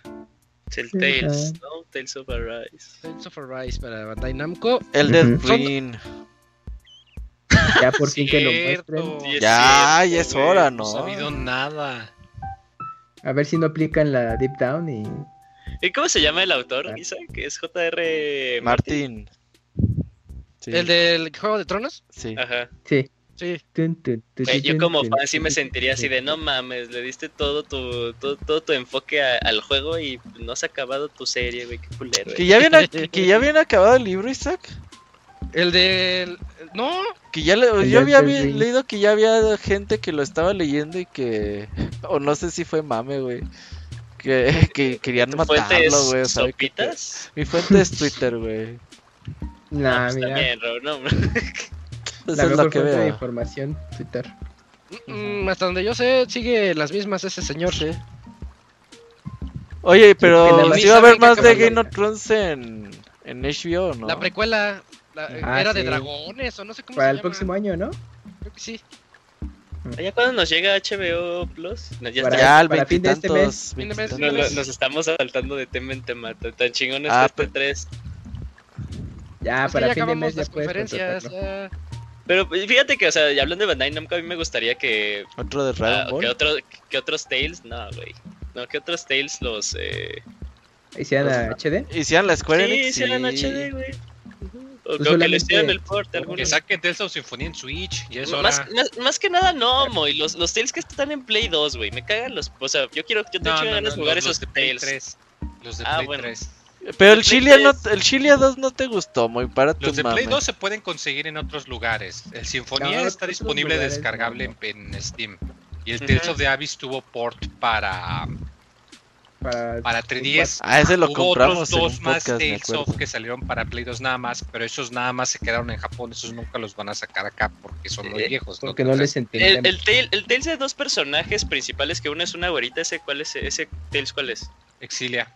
Es el Tales, ¿no? Tales of Arise. Tales of Arise para Bandai Namco. El Ujú. Deadpool. Ya por fin que lo Cierto. muestren. Sí, pues, es Ya, cierto, ya es güey. hora, No ¿no? ha sabido nada. A ver si no aplican la Deep Down y. ¿Y cómo se llama el autor, Isaac? Es J.R. Martín. Sí, ¿El del Juego de Tronos? sí. Ajá. Sí. Sí. Tun, tun, tun, Güey, yo tun, como tun, fan sí me tun, sentiría así de no mames, le diste todo tu todo, todo tu enfoque a- al juego y no has acabado tu serie, güey, qué culero. eh". Que güey. ya habían, ac- que ya habían acabado el libro, Isaac. El del. No, Que ya le- El yo había Elden vi- Ring. leído que ya había gente que lo estaba leyendo y que. O no sé si fue mame, güey. Que, que querían ¿Tu fuente es matarlo, güey. o sabe qué pe- sopitas? Mi fuente es Twitter, güey. Nah, Pues mira. también, Rob, no, Eso La es lo mejor que fuente de veo. información, Twitter. mm, hasta donde yo sé, sigue las mismas ese señor. Sí. Oye, que nada pero más si va a saben haber que más de acabaron. Game of Thrones en, en HBO, ¿no? La precuela la- eh, Ah, era de sí. dragones o no sé cómo Para se el llama. próximo año, ¿no? Creo que sí. ¿Ya cuando nos llega HBO Plus? No, ya Para- está- ya, el para fin de este veintitantos. Fin de mes, no, no, veintitantos. nos estamos saltando de tema en tema. Tan tan chingón es Ah, este 3. Ya, Es que Ah, para ya fin de acabamos mes ya las puedes conferencias. contratarlo. ya. Pero pues, fíjate que, o sea, y hablando de Bandai Namco, a mí me gustaría que, Otro de ah, Dragon que, Ball. otro- que otros Tales, no, güey. No, que otros Tales los. Eh... ¿Hicieron Pues, a HD? Hicieron la Square sí, Enix. hicieran y- HD, güey. O, Pues o que le solamente- hicieran el port, algunos. Que saquen Tales of Symphony en Switch. Ya es hora. Más, más, más que nada, no, Moy. Los, los Tales que están en Play 2, güey. Me cagan los. O sea, yo quiero. Yo te No, no, ganas no, de jugar los- esos los de Play Tales. 3. Los de Ah, Play bueno. 3. Pero el de Play Chile, no, 3. el Chile 2 no te gustó, muy para tu Los de Play mame. 2 se pueden conseguir en otros lugares. El Sinfonía No, está otros disponible lugares, descargable no. en, en Steam. Y el Ujú. Tales of the Abyss tuvo port para, Para... para 3DS. Ah, ese lo Hubo otros compramos en un dos más podcast, me Tales acuerdo. of que salieron para Play 2 nada más, pero esos nada más se quedaron en Japón, esos nunca los van a sacar acá porque son muy Eh, viejos. Porque no les Entonces, El, entendemos. el, Tail- el Tails de dos personajes principales, que uno es una güerita, ese cuál es, ese Tails cuál es. Exilia.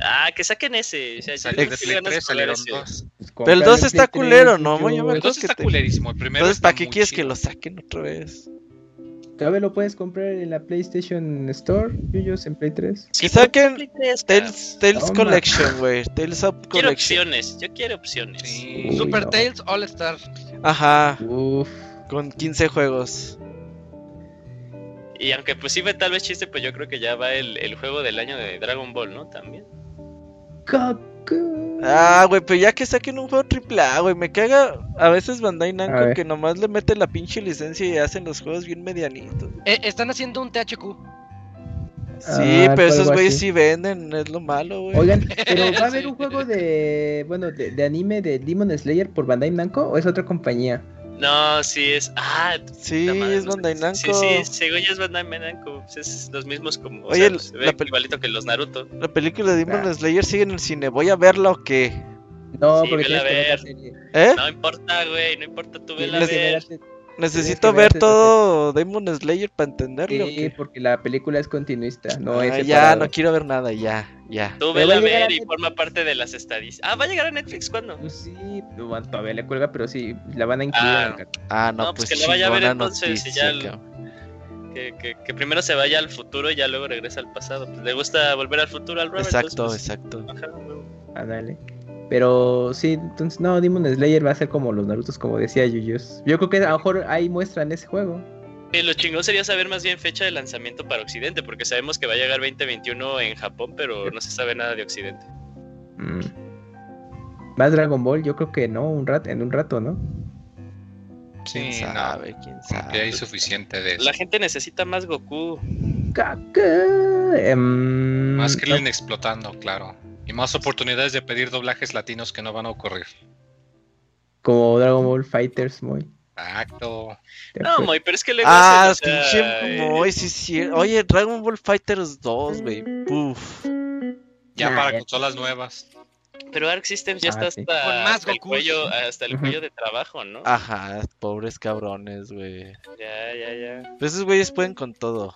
Ah, que saquen ese. O sea, yo Salió de creo que Play ganas de 3, jugar salieron ese. dos. Pues, Pero el dos cómpralo en está Play culero, 3, ¿no? Yo me El acuerdo dos que está te- culerísimo. El primero Entonces, está ¿para qué muy quieres que chido. lo saquen otra vez? Todavía lo puedes comprar en la PlayStation Store, Yuyos en Play 3. Sí, Que saquen pero Play 3, cara. Tales, Tales Toma. Collection, güey. Tales Up Quiero Collection. opciones, yo quiero opciones. Sí. Uy, Super no. Tales All Star. Ajá, Uf. con 15 juegos. Y aunque pues sí ve tal vez chiste, pues yo creo que ya va el, el juego del año de Dragon Ball, ¿no? También. Goku. Ah, güey, pero ya que saquen un juego triple A, güey. Me caga a veces Bandai A Namco ver. que nomás le meten la pinche licencia y hacen los juegos bien medianitos. Eh, están haciendo un THQ. Sí, Ah, pero esos algo güeyes así. sí venden, es lo malo, güey. Oigan, pero va a haber Sí. un juego de, bueno, de, de anime de Demon Slayer por Bandai Namco o es otra compañía? No, sí es. Ah, Sí, la madre, es no sé. Bandai Namco. Sí, sí, según yo es Bandai Namco. pues Es los mismos como. Oye, Oye, el- se la ve pel- igualito que los Naruto. La película de Demon Ah. Slayer sigue en el cine. ¿Voy a verla o qué? No, Sí, porque tienes que ver vela la ver. serie. ¿Eh? No importa, güey, no importa, tú vela a Tienes que ver. ver tienes Necesito que ver ver todo Demon Slayer para entenderlo. antes- Sí, porque la película es continuista, no es Ah, ya, separado. no quiero ver nada, ya, ya. Tú Pero vela va a a llegar ver a y Netflix. forma parte de las estadísticas. Ah, ¿va a llegar a Netflix cuándo? Pues sí, bueno, todavía le cuelga, pero sí, la van a incluir. Ah, en el cartel. Ah, no, No, pues, pues que la vaya a ver chingona entonces, y noticia, ya- cabrón. Que, que, que primero se vaya al futuro y ya luego regresa al pasado. Pues le gusta volver al futuro al Robert. Exacto, entonces, exacto. pues, ajá, güey. Ándale. Pero sí, entonces no, Demon Slayer va a ser como los Narutos, como decía Yuyos. Yo creo que a lo mejor ahí muestran ese juego. Eh, lo chingón sería saber más bien fecha de lanzamiento para Occidente, porque sabemos que va a llegar 2021 en Japón, pero no se sabe nada de Occidente. Mm. Más Dragon Ball, yo creo que no, un rat, en un rato, ¿no? Sí, ¿Quién no, sabe? ¿Quién como que sabe? hay suficiente de eso. La gente necesita más Goku. Caca, em, Mm, Más que Krillin explotando, claro. Y más oportunidades de pedir doblajes latinos que no van a ocurrir. Como Dragon Ball Fighters, muy. Exacto. ¿te No, acuerdas? Moy, pero es que luego. Ah, hacen, o sea, eh, pinche como hoy, sí, sí. Oye, Dragon Ball Fighters 2, güey. Puf. Ya Ah, Nah, para ya. consolas nuevas. Pero Arc Systems Ah, ya está sí. hasta, Con más hasta el Gokus. cuello, hasta el Ujú. cuello de trabajo, ¿no? Ajá, pobres cabrones, güey. Ya, ya, ya. Pero esos güeyes pueden con todo.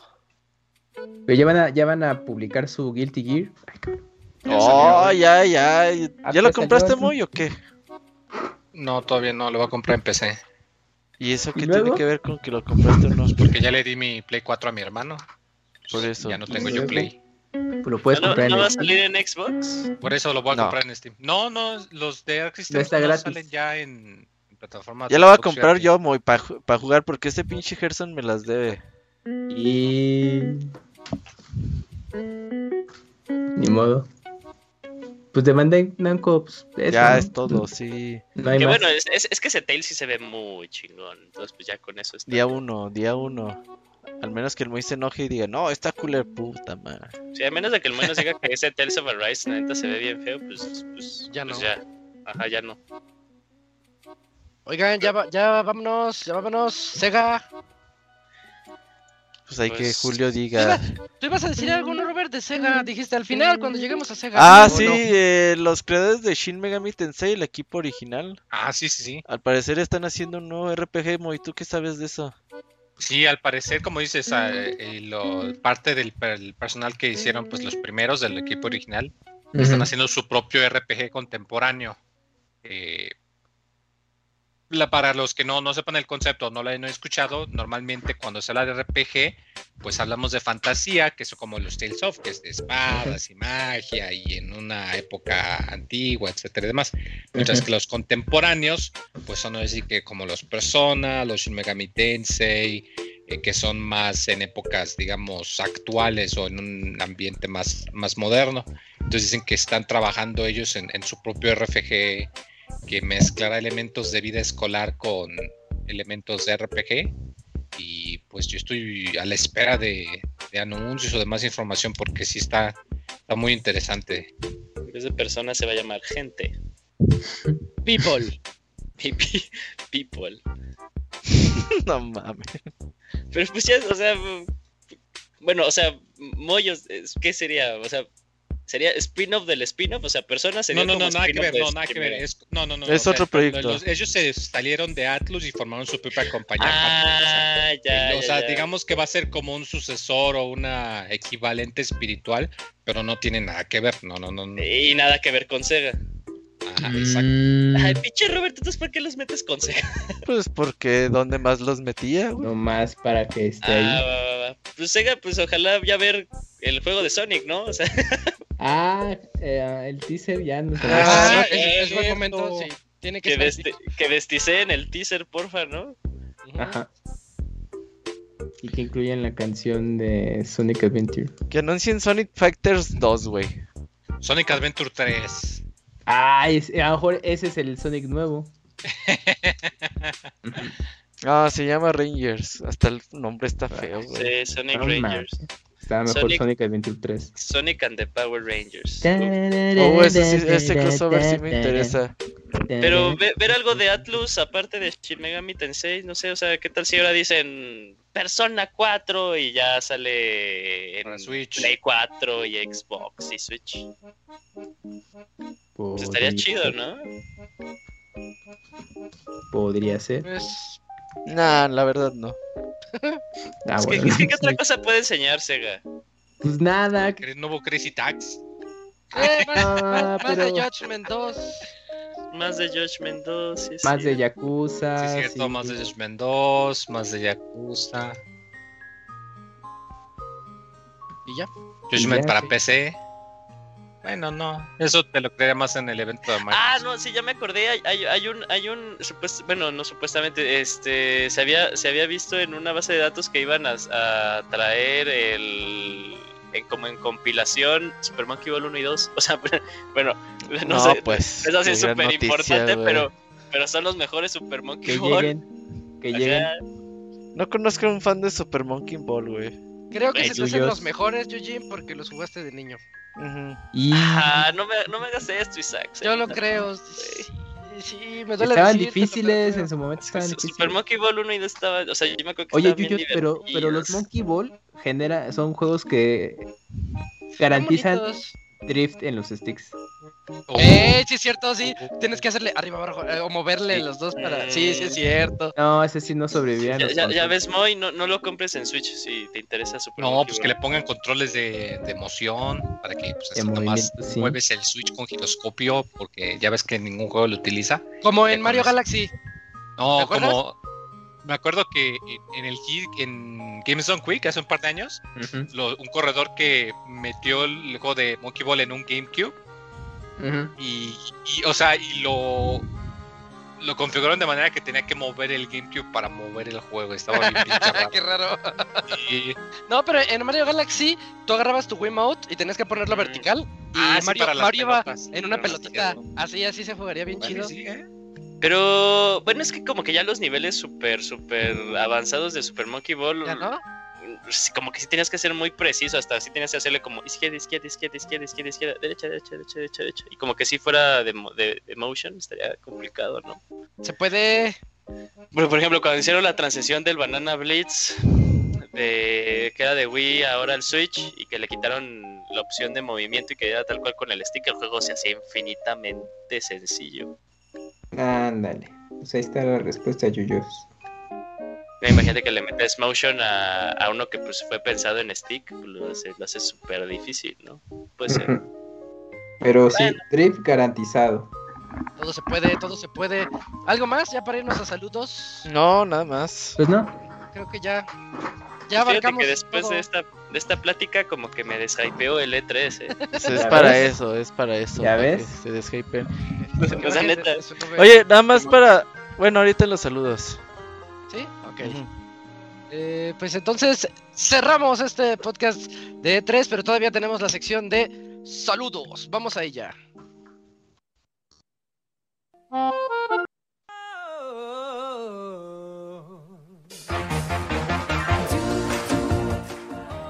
Pero ya van, a, ya van a publicar su Guilty Gear. Ay, cabrón. Oh, ya, ya. ¿Ya lo pues, compraste, salió. Moy, o qué? No, todavía no, lo voy a comprar en PC. ¿Y eso ¿Y qué luego? tiene que ver con que lo compraste o no? Porque ya le di mi Play 4 a mi hermano. Por eso. Ya no tengo ¿Y yo luego? Play. Pues Lo puedes ¿No, comprar no va a en el... salir en Xbox? Por eso lo voy a No. comprar en Steam. No, no, los de Arc Systems está no gratis. salen ya en en plataformas. Ya la voy a de Xbox comprar gratis. yo, Moy, para jugar, porque ese pinche Gerson me las debe. Y... Ni modo. Pues demanden Namco, pues eso, ya ¿no? es todo, sí. No hay Que más. bueno, es, es, es que ese Tail sí se ve muy chingón. Entonces, pues ya con eso está. Día uno, día uno. Al menos que el Moy se enoje y diga, no, está cooler, puta madre. Sí, a menos de que el mono diga que ese Tales of Arise, la neta, se ve bien feo, pues, pues Ya pues no. ya. Ajá, ya no. Oigan, ya, va- ya vámonos, ya vámonos. Sega, Pues hay que Pues- Julio diga. ¿tú ibas a decir algo, no, Robert, de Sega? Dijiste al final, cuando lleguemos a Sega. Ah, ¿o sí, no? eh, los creadores de Shin Megami Tensei, el equipo original, Ah, sí, sí, sí. al parecer están haciendo un nuevo RPG, Moy, ¿tú qué sabes de eso? Sí, al parecer, como dices, ah, eh, lo- parte del per- el personal que hicieron pues los primeros del equipo original Ujú. están haciendo su propio RPG contemporáneo. Eh, la- para los que no, no sepan el concepto, no lo hayan escuchado, normalmente cuando se habla de RPG, pues hablamos de fantasía, que son como los Tales of, que es de espadas y magia y en una época antigua, etcétera y demás. Mientras Ujú. que los contemporáneos, pues son así que como los Persona, los Shin Megami Tensei, eh, que son más en épocas, digamos, actuales o en un ambiente más, más moderno. Entonces dicen que están trabajando ellos en, en su propio RFG que mezclará elementos de vida escolar con elementos de RPG. Y pues yo estoy a la espera de, de anuncios o de más información porque sí está, está muy interesante. En vez de persona se va a llamar gente. People. Pe- pe- People. no mames. Pero pues ya, o sea. Bueno, o sea, Moyos, es- ¿qué sería? O sea, ¿sería spin-off del spin-off? O sea, persona sería. No, no, no, como nada que spin-off ver, de no, nada que ver. Shin Es, no, no, no. Es no, otro proyecto. los- ellos se salieron de Atlus y formaron su propia compañía. aparte, o sea, eh, Ah, ya. o ya, sea, ya. digamos que va a ser como un sucesor o una equivalente espiritual, pero no tiene nada que ver. No, no, no. no. Y nada que ver con Sega. Ajá, Mm. exacto. Ay, pinche Robert, ¿entonces por qué los metes con Sega? Pues porque ¿dónde más los metía, güey? No más para que esté Ah, ahí. va, va, va. Pues Sega, pues ojalá ya ver el juego de Sonic, ¿no? O sea, Ah, eh, el teaser ya nos lo Ah, Ah, sí, es, es buen cierto. momento, sí. Tiene que que, ser así. desti este, que desticen el teaser, porfa, ¿no? Ujú. Ajá. Y que incluyen la canción de Sonic Adventure. Que anuncien Sonic Factors 2, güey. Sonic Adventure 3. Ah, es- a lo mejor ese es el Sonic nuevo. Ah, se llama Rangers. Hasta el nombre está feo, güey. Sí, Sonic No Rangers. manches. Estaba mejor Sonic, Sonic- Adventure 3. Sonic and the Power Rangers. Oh, ese, sí- ese crossover sí me interesa. Pero ve- ver algo de Atlus aparte de Shin Megami Tensei, no sé, o sea, ¿qué tal si ahora dicen Persona 4 y ya sale Para en Switch. Play 4 y Xbox y Switch? Pues Podría estaría ser, chido, ¿no? Podría ser. Pues, Nah, la verdad no. Ah, Es bueno, que- ¿qué, no qué otra sé. cosa puede enseñar Sega? Pues nada. ¿Crees nuevo Crazy Tax? eh, más, Ah, más- más de pero- Judgment 2. Más de Judgment 2, sí, Más de sí. Sí, Ah, Yakuza. es cierto, sí. más de Judgment 2, más de Yakuza. Y ya. Judgment ya, para sí. PC. Bueno, no, eso te lo creía más en el evento de Microsoft. Ah, no, sí, ya me acordé. Hay, hay- hay un, hay un, supuest- bueno, no supuestamente, este, se había, se había visto en una base de datos que iban a, a traer el, en- como en compilación Super Monkey Ball 1 y 2. O sea, bueno, no, No, sé, pues. eso sí qué es gran súper noticia, importante, güey. pero, pero son los mejores Super Monkey Que Ball. lleguen. Que Ajá. lleguen. No conozco a un fan de Super Monkey Ball, güey. Creo que Güey, se te hacen tuyos. los mejores, Eugene, porque los jugaste de niño. Ujú. Y Ajá, no me, no me hagas esto, Isaac. Yo lo Sí, creo. Sí, sí, me duele decírtelo, estaban pero difíciles creo. en su momento. Su- Estaban difíciles. Super Monkey Ball 1 y 2 estaba, o sea, yo me acuerdo que Oye, estaban bien Yuyos, pero, pero los divertidos. Monkey Ball genera, son juegos que garantizan Están bonitos. drift en los sticks. Oh, Eh, sí es cierto, sí. Tienes que hacerle arriba abajo eh, o moverle Sí. Eh. los dos para. Sí, sí es cierto. No, ese sí no sobrevivían. Ya, los ya- ya consoles. ves, Moy, no, no lo compres en Switch si te interesa Super No, Monkey pues Ball. que le pongan controles de, de emoción para que pues, De así nomás movimiento, sí. mueves el Switch con giroscopio porque ya ves que ningún juego lo utiliza. Como Ya en Mario conoces. Galaxy. ¿Te No, acuerdas? como me acuerdo que en- en el Gi- en Games on Quick hace un par de años, Ujú, lo- un corredor que metió el juego de Monkey Ball en un GameCube ujú. y, y, o sea, y lo lo configuraron de manera que tenía que mover el GameCube para mover el juego. Estaba bien pinche raro. Qué raro. Y- No, pero en Mario Galaxy tú agarrabas tu Wiimote y tenías que ponerlo Mm. vertical. Y Ah, sí, Mario, para las Mario iba pelotas. en una Para las pelotita. pelotas. Así, así se jugaría bien Bueno, chido. sí, ¿eh? Pero bueno, es que como que ya los niveles súper, súper avanzados de Super Monkey Ball, ¿Ya no? sí, como que sí tenías que ser muy preciso, hasta sí tenías que hacerle como izquierda, izquierda, izquierda, izquierda, izquierda, izquierda, derecha, derecha, derecha, derecha, derecha. Y como que si fuera de, mo- de, de motion estaría complicado, ¿no? Se puede. Bueno, por ejemplo, cuando hicieron la transición del Banana Blitz, de, que era de Wii ahora al Switch, y que le quitaron la opción de movimiento y que era tal cual con el stick, el juego se hacía infinitamente sencillo. Ándale. Pues ahí está la respuesta, Yuyos. Imagínate que le metes motion a, a uno que pues fue pensado en stick, pues, lo hace, lo hace súper difícil, ¿no? Pues, eh, Puede Pues ser. Ujú. Pero sí, Bueno. drift garantizado. Todo se puede, todo se puede. ¿Algo más? Ya para irnos a saludos. No, nada más. Pues no. Creo que ya. Ya Pues Fíjate abarcamos. que después todo. de este esta, de esta plática como que me deshypeó el E3, ¿eh? Es, es ¿Ya para ves? eso, es para eso. ¿Ya para que ves? se deshypeen. Pues, O sea, neta. Eso no me- Oye, nada más para. Bueno, ahorita los saludos. ¿Sí? Ok. Ujú. Eh, pues entonces cerramos este podcast de E3, pero todavía tenemos la sección de saludos. Vamos a ella.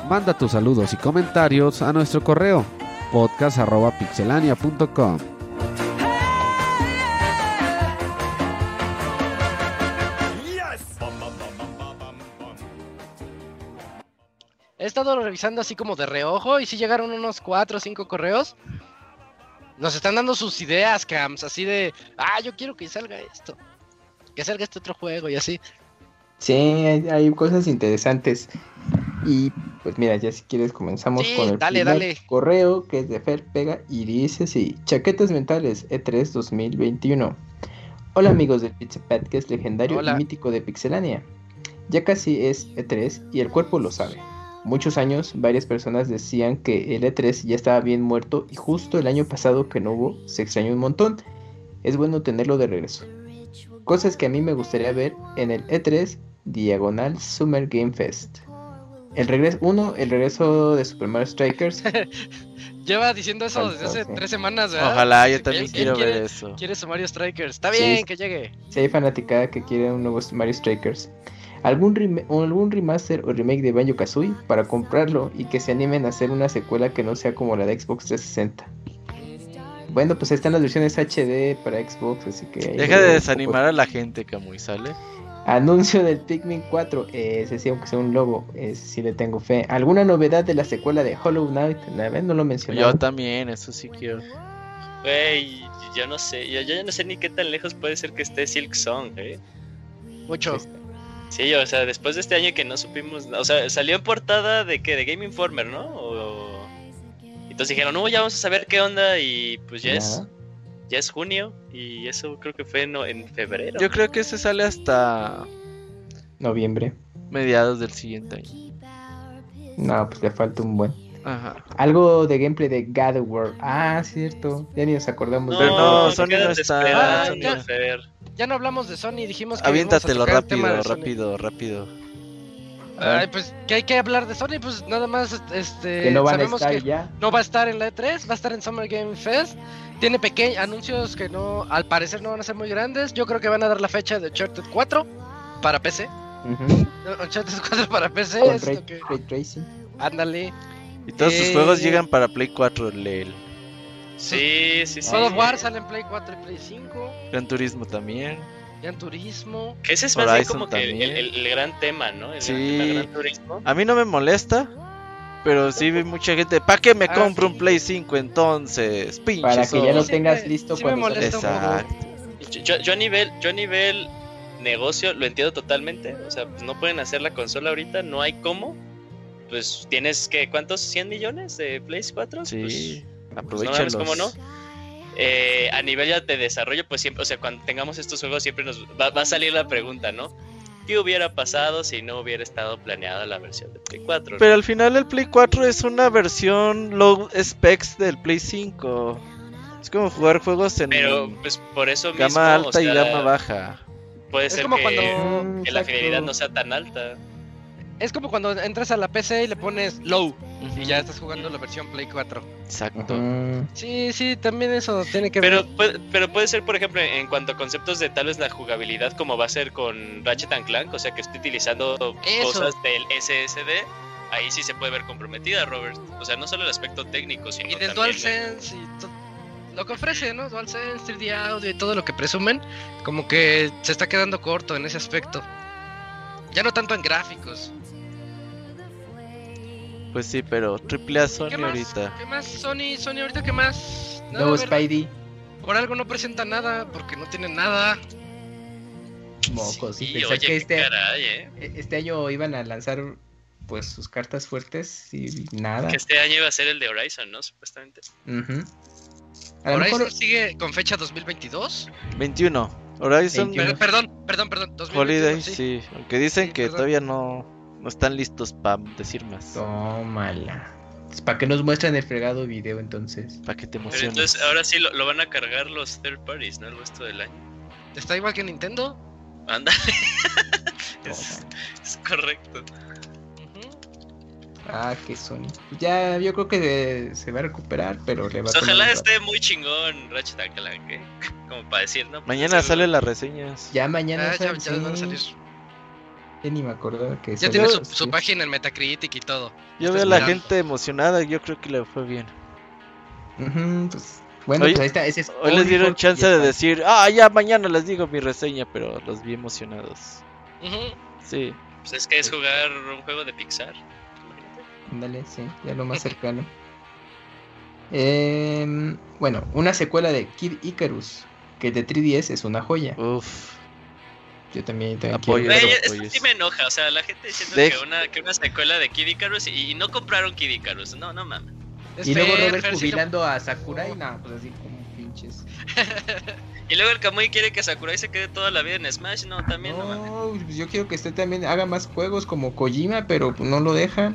Manda tus saludos y comentarios a nuestro correo podcast.pixelania.com. He estado revisando así como de reojo y si llegaron unos 4 o 5 correos. Nos están dando sus ideas, Cams, así de, ah, yo quiero que salga esto. Que salga este otro juego y así. Sí, hay, hay cosas interesantes. Y pues mira, ya si quieres comenzamos Sí, con el dale, primer dale. correo que es de Fer Pega y dice así, chaquetas mentales E E3 2021. Hola amigos del Pizza Podcast legendario Hola. y mítico de Pixelania. Ya casi es E3 y el cuerpo lo sabe. Muchos años varias personas decían que el E3 ya estaba bien muerto y justo el año pasado que no hubo se extrañó un montón. Es bueno tenerlo de regreso. Cosas que a mí me gustaría ver en el E3 Diagonal Summer Game Fest. El regreso 1, el regreso de Super Mario Strikers. Lleva diciendo eso desde Falta, hace sí. 3 semanas, ¿verdad? Ojalá, yo Él- también él quiero quiere- ver eso. Quiere su Mario Strikers. Está Sí. bien que llegue. Si hay fanaticada que quiere un nuevo Mario Strikers. algún, rem- o algún remaster o remake de Banjo Kazooie para comprarlo y que se animen a hacer una secuela que no sea como la de Xbox 360. Bueno, pues están las versiones HD para Xbox, así que... ahí Deja le de doy un desanimar poco. a la gente, Camuy, ¿sale? Anuncio del Pikmin 4, eh, ese sí, aunque sea un lobo, eh, ese sí le tengo fe. ¿Alguna novedad de la secuela de Hollow Knight? La verdad no lo Yo mencionaron. también, eso sí quiero. Güey, yo no sé, yo, yo ya no sé ni qué tan lejos puede ser que esté Silk Song, ¿eh? Mucho. Sí, o sea, después de este año que no supimos, na- o sea, salió en portada de qué, de Game Informer, ¿no? O- Entonces dijeron, no, ya vamos a saber qué onda y pues ya es, Nada. ya es junio y eso creo que fue en, en febrero. Yo creo que este sale hasta Noviembre. mediados del siguiente año. No, pues le falta un buen. Ajá. Algo de gameplay de God of War. Ah, cierto. Ya ni nos acordamos. Pero no, te Sony no quedas de está, esperar, Sony no. de esperar. Ya no hablamos de Sony, Pues dijimos que. íbamos a Aviéntatelo tocar el tema rápido, de Sony. rápido, rápido. Ay, pues que hay que hablar de Sony, pues nada más este que no van a sabemos estar que ya. no va a estar en la E3, va a estar en Summer Game Fest. Tiene pequeños anuncios que no, al parecer no van a ser muy grandes. Yo creo que van a dar la fecha de Uncharted 4 para PC. Ujú. Uncharted 4 para PC Con es ray, lo que- ray tracing. ándale. Y todos sus Eh. juegos llegan para Play 4, Leel. Sí, sí, sí. God of War sale en Play 4 y Play 5. Gran Turismo también. Gran Turismo. Que ese es más bien Horizon como que el, también. el- el gran tema, ¿no? El gran Sí. tema, Gran turismo. A mí no me molesta, pero sí vi mucha gente. ¿Para qué me Ah, compro sí. un Play 5 entonces? Pinche Para que no ya lo zorro. Sí, tengas me- listo sí me cuando molesta. salga. Exacto. Yo, yo- yo a nivel, yo a nivel negocio lo entiendo totalmente. O sea, pues no pueden hacer la consola ahorita, no hay cómo. Pues tienes que, ¿cuántos? ¿100 millones de Play 4? Sí, Pues, no mames, aprovechalos. ¿cómo no? Eh, a nivel ya de desarrollo, pues siempre, o sea, cuando tengamos estos juegos siempre nos va, va a salir la pregunta, ¿no? ¿Qué hubiera pasado si no hubiera estado planeada la versión de Play 4? no? Pero al final el Play 4 es una versión low specs del Play 5. Es como jugar juegos en Pero, pues por eso mm, gama mismo, o alta y sea, gama baja. puede Es ser como que, cuando Mm, que la fidelidad exacto. no sea tan alta. es como cuando entras a la PC y le pones low y ya estás jugando la versión Play 4. Exacto. Ujú. Sí, sí, también eso tiene que Pero ver. puede, pero puede ser, por ejemplo, en cuanto a conceptos de tal vez la jugabilidad, como va a ser con Ratchet and Clank, o sea, que esté utilizando Eso. cosas del SSD, ahí sí se puede ver comprometida, Robert. O sea, no solo el aspecto técnico, sino Y del también DualSense y to- lo que ofrece, ¿no? DualSense, 3D Audio y todo lo que presumen, como que se está quedando corto en ese aspecto. Ya no tanto en gráficos. Pues sí, pero triple A Sony ¿Qué más? ahorita. ¿Qué más? Sony, Sony ahorita qué más? Nada, Nuevo a ver, Spidey. Por algo no presenta nada, porque no tiene nada. Mocos. Sí, y pensar oye, que qué este, caray, ¿eh? este año iban a lanzar pues sus cartas fuertes y nada. Que este año iba a ser el de Horizon, ¿no? Supuestamente. Ujú. A lo Por ahí mejor sigue con fecha 2022. 21. Horizon 21. Per- Perdón, perdón, perdón. 2021, Holiday, sí. sí. Aunque dicen Sí, que perdón. todavía no, no están listos para decir más. Tómala. Pues, ¿Para qué nos muestran el fregado video entonces? Para que te Pero emociones. entonces ahora sí lo, lo van a cargar los third parties, ¿no? El resto del año. Está igual que Nintendo. Ándale. es, Tómala. es correcto. Ujú. Ah, que Sony. Ya, yo creo que eh, se va a recuperar, pero Pues le va a tomar Ojalá un rato. esté muy chingón Ratchet and Clank, ¿eh? Como para decir, ¿no? Pues, Mañana eso- salen las reseñas. Ya mañana Ah, ya, sale, ya van a sí. salir. Ya ni me acordaba que Ya salió, tiene su, Este, sí. su página en Metacritic y todo. Yo Estoy veo a la esperando. gente emocionada, yo creo que le fue bien. Ujú, pues, bueno, Hoy- pues ahí está. Ese es Hoy les Only dieron for chance de Japan. decir, ah, ya mañana les digo mi reseña, pero los vi emocionados. Ujú. Sí, Pues es que es jugar un juego de Pixar. imagínate. Ándale, sí, ya lo más cercano. Em, bueno, una secuela de Kid Icarus, que de 3DS es una joya. uff. Yo también, también Apoyo. quiero. Claro, Güey, eso güey, sí es- me enoja, o sea, la gente diciendo Dej- que, una, que una secuela de Kid Icarus y, y no compraron Kid Icarus. No, no mames. Es Y luego Fer, Robert Fer, sí le- jubilando a Sakurai, nada, pues así como pinches. Y luego el Kamui quiere que Sakurai se quede toda la vida en Smash. No, también no, mames. No, pues yo quiero que este también haga más juegos como Kojima, pero pues no lo deja.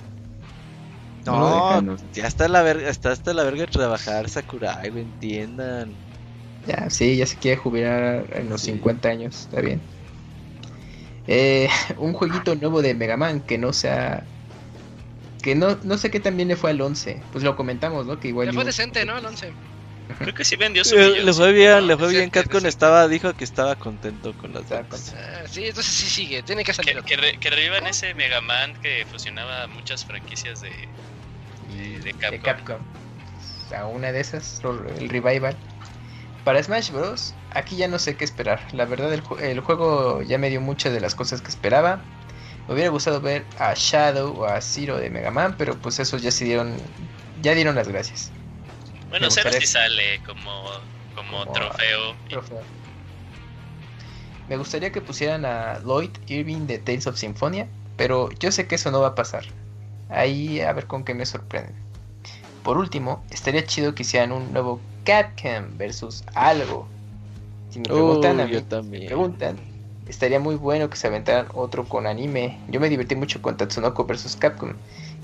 No lo No, dejan, no. ya está la verga, está hasta la verga de trabajar, Sakurai, me entiendan. Ya, sí, ya se quiere jubilar en los Sí. 50 años, está bien. Eh, un jueguito nuevo de Mega Man que no sea. Que no, no sé qué también le fue al 11. Pues lo comentamos, ¿no? Que igual. Le fue y- decente, ¿no? Al 11. Creo que sí vendió su Eh, millón. Le sí. fue bien, le fue decente, bien. Capcom decente. estaba, dijo que estaba contento con las Está ventas. Ah, sí, entonces sí sigue, tiene que salir Que, otro. que, re- que revivan ese Mega Man que fusionaba muchas franquicias de, de, de Capcom. de Capcom. Pues, A una de esas, lo- el revival. Para Smash Bros. Aquí ya no sé qué esperar. La verdad, el, ju- el juego ya me dio muchas de las cosas que esperaba. Me hubiera gustado ver a Shadow o a Zero de Mega Man, pero pues esos ya se dieron, ya dieron las gracias. Bueno, Me Zero gustaría- sí sale como, como Como- trofeo. y- Trofeo. Me gustaría que pusieran a Lloyd Irving de Tales of Symphonia, pero yo sé que eso no va a pasar. Ahí a ver con qué me sorprenden. Por último, estaría chido que hicieran un nuevo Capcom versus algo. Si me preguntan a Uy, yo mí, también. preguntan, estaría muy bueno que se aventaran otro con anime. Yo me divertí mucho con Tatsunoko versus Capcom.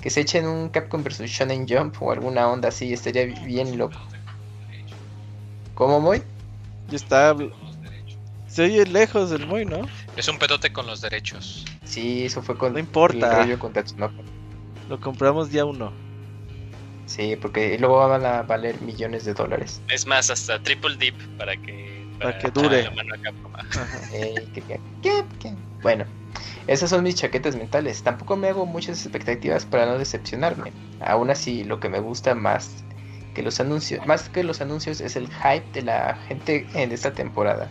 Que se echen un Capcom versus Shonen Jump o alguna onda así, estaría bien loco. ¿Cómo, Moy? Yo estaba. Se oye lejos el muy, ¿no? Es un pedote con los derechos. Sí, eso fue con No importa. el rollo con Tatsunoko. Lo compramos día uno. Sí, porque luego van a valer millones de dólares. Es más, hasta Triple Deep para que, Para que echarle dure. la mano a Capcom. Ah, Ey, que- que- que- que- Bueno, esas son mis chaquetas mentales. Tampoco me hago muchas expectativas para no decepcionarme. Aún así, lo que me gusta más que los anuncios, más que los anuncios, es el hype de la gente en esta temporada.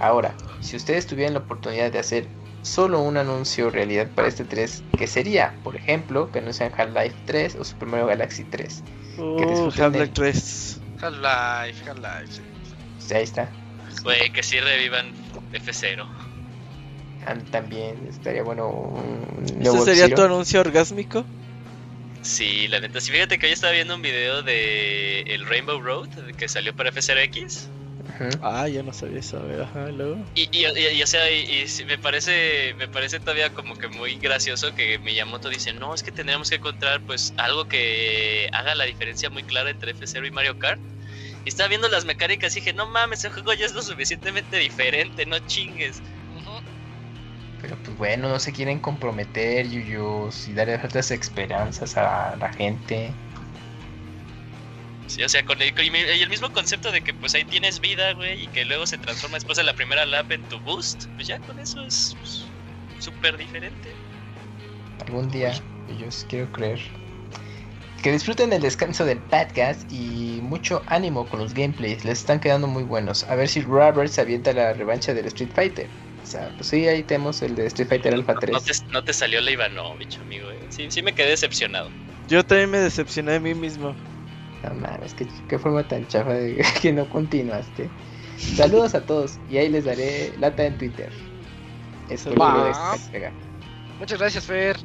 Ahora, si ustedes tuvieran la oportunidad de hacer solo un anuncio realidad para este 3, que sería, por ejemplo, que anuncian Half-Life 3 o Super Mario Galaxy 3. Uh, disfruten Half-Life del- 3. Half-Life, Half-Life, sí. Pues ahí está. Güey, que sí revivan F0. Am- También estaría bueno un ¿Ese nuevo Este sería Zero. tu anuncio orgásmico? Sí, la neta. Sí, fíjate que hoy estaba viendo un video de el Rainbow Road que salió para F0X. Ujú. Ah, yo no sabía eso. A ver, ajá, y luego. Y, y, y- y, o sea, y, y sí, me parece me parece todavía como que muy gracioso que Miyamoto dice, no, es que tendríamos que encontrar pues algo que haga la diferencia muy clara entre F0 y Mario Kart. Y estaba viendo las mecánicas y dije, no mames, el juego ya es lo suficientemente diferente, no chingues. Pero pues bueno, no se quieren comprometer, yuyos, y darle ciertas esperanzas a la gente. Sí, o sea, con el, con- y el mismo concepto de que pues ahí tienes vida, güey, y que luego se transforma después de la primera lap en tu boost, pues ya con eso es pues, súper diferente. Algún día, yuyos, quiero creer. Que disfruten el descanso del podcast y mucho ánimo con los gameplays. Les están quedando muy buenos. A ver si Robert se avienta la revancha del Street Fighter. O sea, pues sí, ahí tenemos el de Street Fighter Alpha No 3. te, no te salió la Ivanovich, amigo, eh. sí, sí me quedé decepcionado. Yo también me decepcioné de mí mismo. No mames, qué, qué forma tan chafa de que no continuaste. Saludos a todos y ahí les daré lata en Twitter. Eso es lo Va. de esta entrega. Muchas gracias, Fer.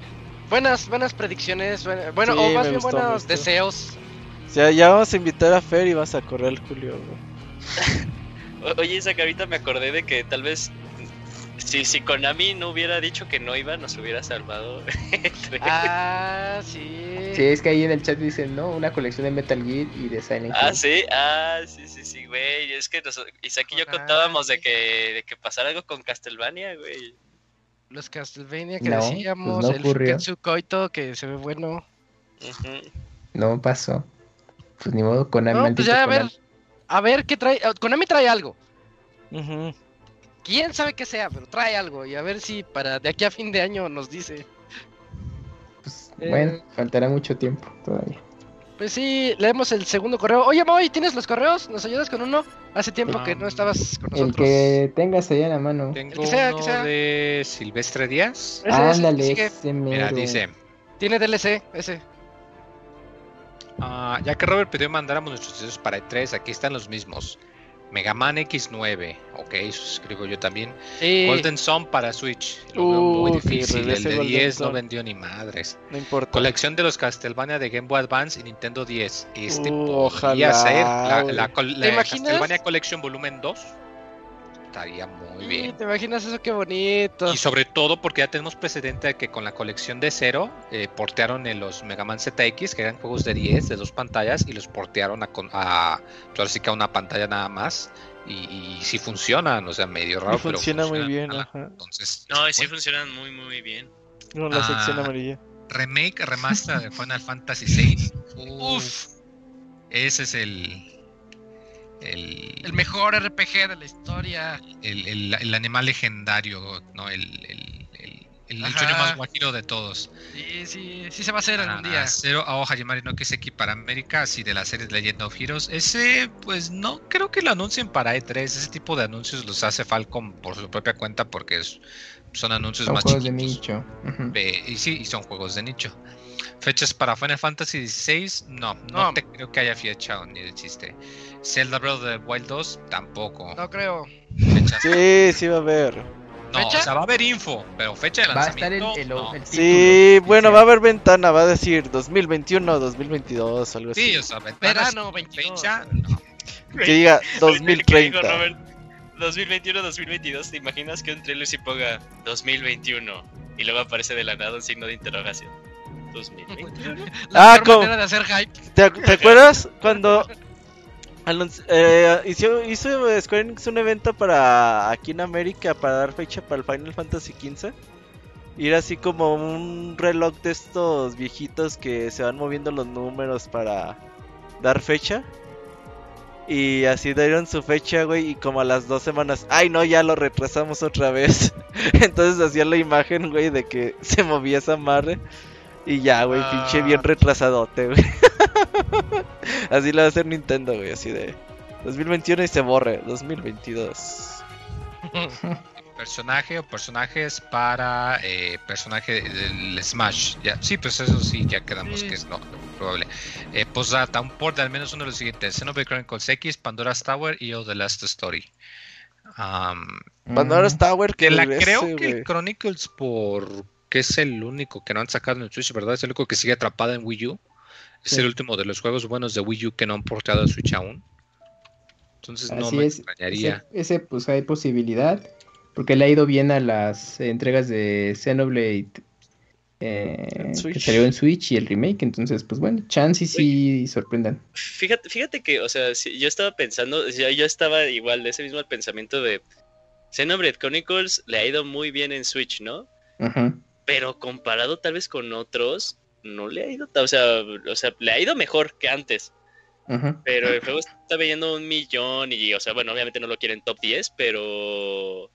Buenas, buenas predicciones, buena- bueno, Sí, o más me bien gustó, me buenos gustó. deseos. O sea, ya vamos a invitar a Fer y vas a correr al Julio. güey. O- Oye, Isaac, ahorita me acordé de que tal vez si, si Konami no hubiera dicho que no iba, nos hubiera salvado. entre- Ah, sí. Sí, es que ahí en el chat dicen, no, una colección de Metal Gear y de Silent Ah, Hill. sí, ah, sí, sí, sí, güey. Es que nos- Isaac y yo Konami. contábamos de que, de que pasara algo con Castlevania, güey. Los Castlevania que No, pues decíamos, no el ocurrió. Fuketsu Koito que se ve bueno. Ujú. No pasó. Pues ni modo, Konami. No, maldito pues ya a ver, Konami. a ver qué trae. ah, Konami trae algo. Ujú. Quién sabe qué sea, pero trae algo y a ver si para de aquí a fin de año nos dice. Pues, Eh. Bueno, faltará mucho tiempo todavía. Pues sí, leemos el segundo correo. Oye, Moy, ¿tienes los correos? ¿Nos ayudas con uno? Hace tiempo que no estabas con El nosotros. que tengas allá en la mano. Tengo que sea, que uno sea. de Silvestre Díaz. Ese, ese, Ándale, sigue. ese Mira, mero. dice. Tiene DLC, ese. Ah, ya que Robert pidió mandáramos nuestros deseos para E3, aquí están los mismos. Mega Man X9, ok, suscribo yo también. Sí. Golden Sun para Switch, lo veo muy Uh, sí, difícil. el regrese de Golden 10 no Sun. vendió ni madres. No importa. Colección de los Castlevania de Game Boy Advance y Nintendo 10. Este Uh, podría ojalá, ser la, güey. la col- ¿Te la imaginas? Castlevania Collection Volumen 2. Estaría muy Sí, bien. ¿Te imaginas eso? Qué bonito. Y sobre todo porque ya tenemos precedente de que con la colección de cero eh, portearon en los Mega Man ZX, que eran juegos de 10, de dos pantallas, y los portearon a, con- a pues ahora sí que a una pantalla nada más. Y, y sí funcionan, o sea, medio raro. Y funciona pero muy funcionan. bien, Ajá. ajá. Entonces, No, y sí bueno, funcionan muy, muy bien. Con la sección Ah. amarilla. remake, remaster de Final Fantasy VI. Mm. Uf, ese es el, el, El mejor RPG de la historia. el- el- el animal legendario, ¿no? El, el, el- el Ajá. sueño más guajiro de todos. Sí, sí, sí se va a hacer Cero algún día. Cero Aoha Yamari no Kiseki para América, así de la serie Legend of Heroes. Ese, pues no creo que lo anuncien para E3. Ese tipo de anuncios los hace Falcon por su propia cuenta porque es- son anuncios Son más juegos chiquitos. de nicho. Ujú. Ve- y sí, y son juegos de nicho. Fechas para Final Fantasy XVI, no, no, No. te creo que haya fecha ni de chiste. Zelda Breath of the Wild 2, tampoco. No creo. Fechas- Sí, sí va a haber. no, ¿Fecha? o sea, va a haber info, pero fecha de Va a estar el, lanzamiento. el- no. el Sí, título bueno, oficial. va a haber ventana, va a decir 2021, 2022, algo así. Sí, o sea, ventanas, Verano 22. fecha, no. Que diga Que dijo 2030. Robert, 2021-2022, ¿te imaginas que un trailer se ponga 2021 y luego aparece de la nada un signo de interrogación? 2021. La Ah, mejor como- manera de hacer hype. ¿Te, ac- te acuerdas cuando anunci- eh, hizo, hizo Square Enix un evento para aquí en América para dar fecha para el Final Fantasy XV? Y era así como un reloj de estos viejitos que se van moviendo los números para dar fecha. Y así dieron su fecha, güey, y como a las dos semanas, ay no, ya lo retrasamos otra vez. Entonces hacía la imagen, güey, de que se movía esa madre. Y ya, güey, pinche bien Ah. retrasadote, güey. así lo va a hacer Nintendo, güey, así de 2021 y se borre, 2022. personaje o personajes para eh, personaje del Smash. Ya, sí, pues eso sí, ya quedamos Sí. que es no, probable. Eh, postdata, un port de al menos uno de los siguientes: Xenoblade Chronicles X, Pandora's Tower y O The Last Story. Am, Pandora's Tower que que la regrese, creo que güey. el Chronicles, porque es el único que no han sacado en el Switch, ¿verdad? Es el único que sigue atrapado en Wii U. Es Sí. el último de los juegos buenos de Wii U que no han portado a Switch aún. Entonces Pues no Así me es, extrañaría. ese, ese, pues hay posibilidad, porque le ha ido bien a las entregas de Xenoblade eh, En Switch. que salió en Switch y el remake, entonces pues bueno, chance y sí sorprendan. Fíjate, fíjate que, o sea, sí, yo estaba pensando, o sea, yo estaba igual de ese mismo pensamiento de Xenoblade Chronicles le ha ido muy bien en Switch, ¿no? Ajá. Pero comparado tal vez con otros, no le ha ido, ta- o sea, o sea, le ha ido mejor que antes. Ajá. Pero el juego está vendiendo un millón y, o sea, bueno, obviamente no lo quieren top 10, pero...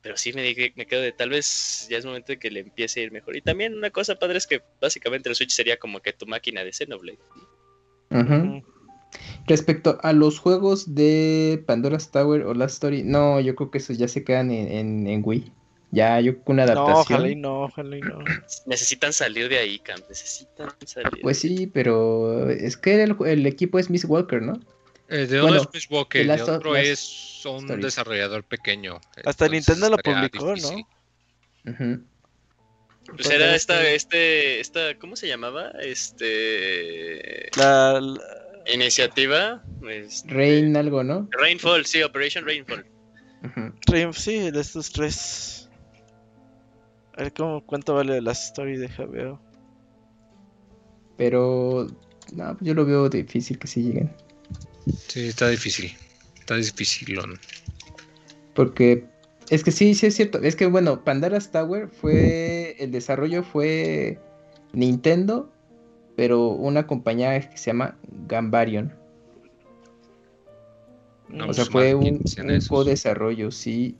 Pero sí me, di- me quedo de tal vez ya es momento de que le empiece a ir mejor. Y también una cosa padre es que básicamente el Switch sería como que tu máquina de Xenoblade. Ajá. Respecto a los juegos de Pandora's Tower o Last Story, no, yo creo que esos ya se quedan en, en, en Wii. Ya, yo creo que una No, ojalá y adaptación. no, ojalá y no. Necesitan salir de ahí, Cam. Necesitan salir. pues sí, pero es que el, el equipo es Miss Walker, ¿no? Eh, de Bueno, uno es Miss Walker, The de Last of- otro Last es un Stories. desarrollador pequeño. Hasta entonces Nintendo lo estaría publicó, difícil. Ajá. Pues era esta, este, esta, ¿cómo se llamaba? Este. La- la- Iniciativa. es- Rain algo, ¿no? Rainfall, sí, Operation Rainfall. Ajá. Triumph, sí, de estos tres. A ver cómo, cuánto vale la story de Javeo. Pero no, pues yo lo veo difícil que sí lleguen. Sí, está difícil. Está difícil. ¿no? Porque es que sí, sí es cierto. Es que bueno, Pandaras Tower fue. El desarrollo fue Nintendo, pero una compañía que se llama Gambarion. Mm, No, O sea, pues, fue madre, un, ¿quiénes sean un esos? co-desarrollo, sí.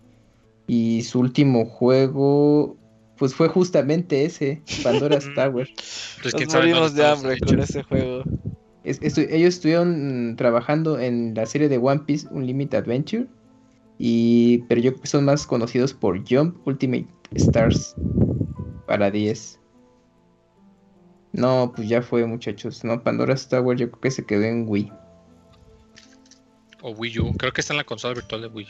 Y su último juego, pues fue justamente ese, Pandora's Ujú. Tower. Entonces, Nos quién sabe morimos dónde de están los hambre derechos. con ese juego. Es- estu- ellos estuvieron mm, trabajando en la serie de One Piece Unlimited Adventure. Y, pero yo creo que son más conocidos por Jump Ultimate Stars para 10. No, pues ya fue, muchachos. No, Pandora's Tower yo creo que se quedó en Wii. O Wii U. Creo que está en la consola virtual de Wii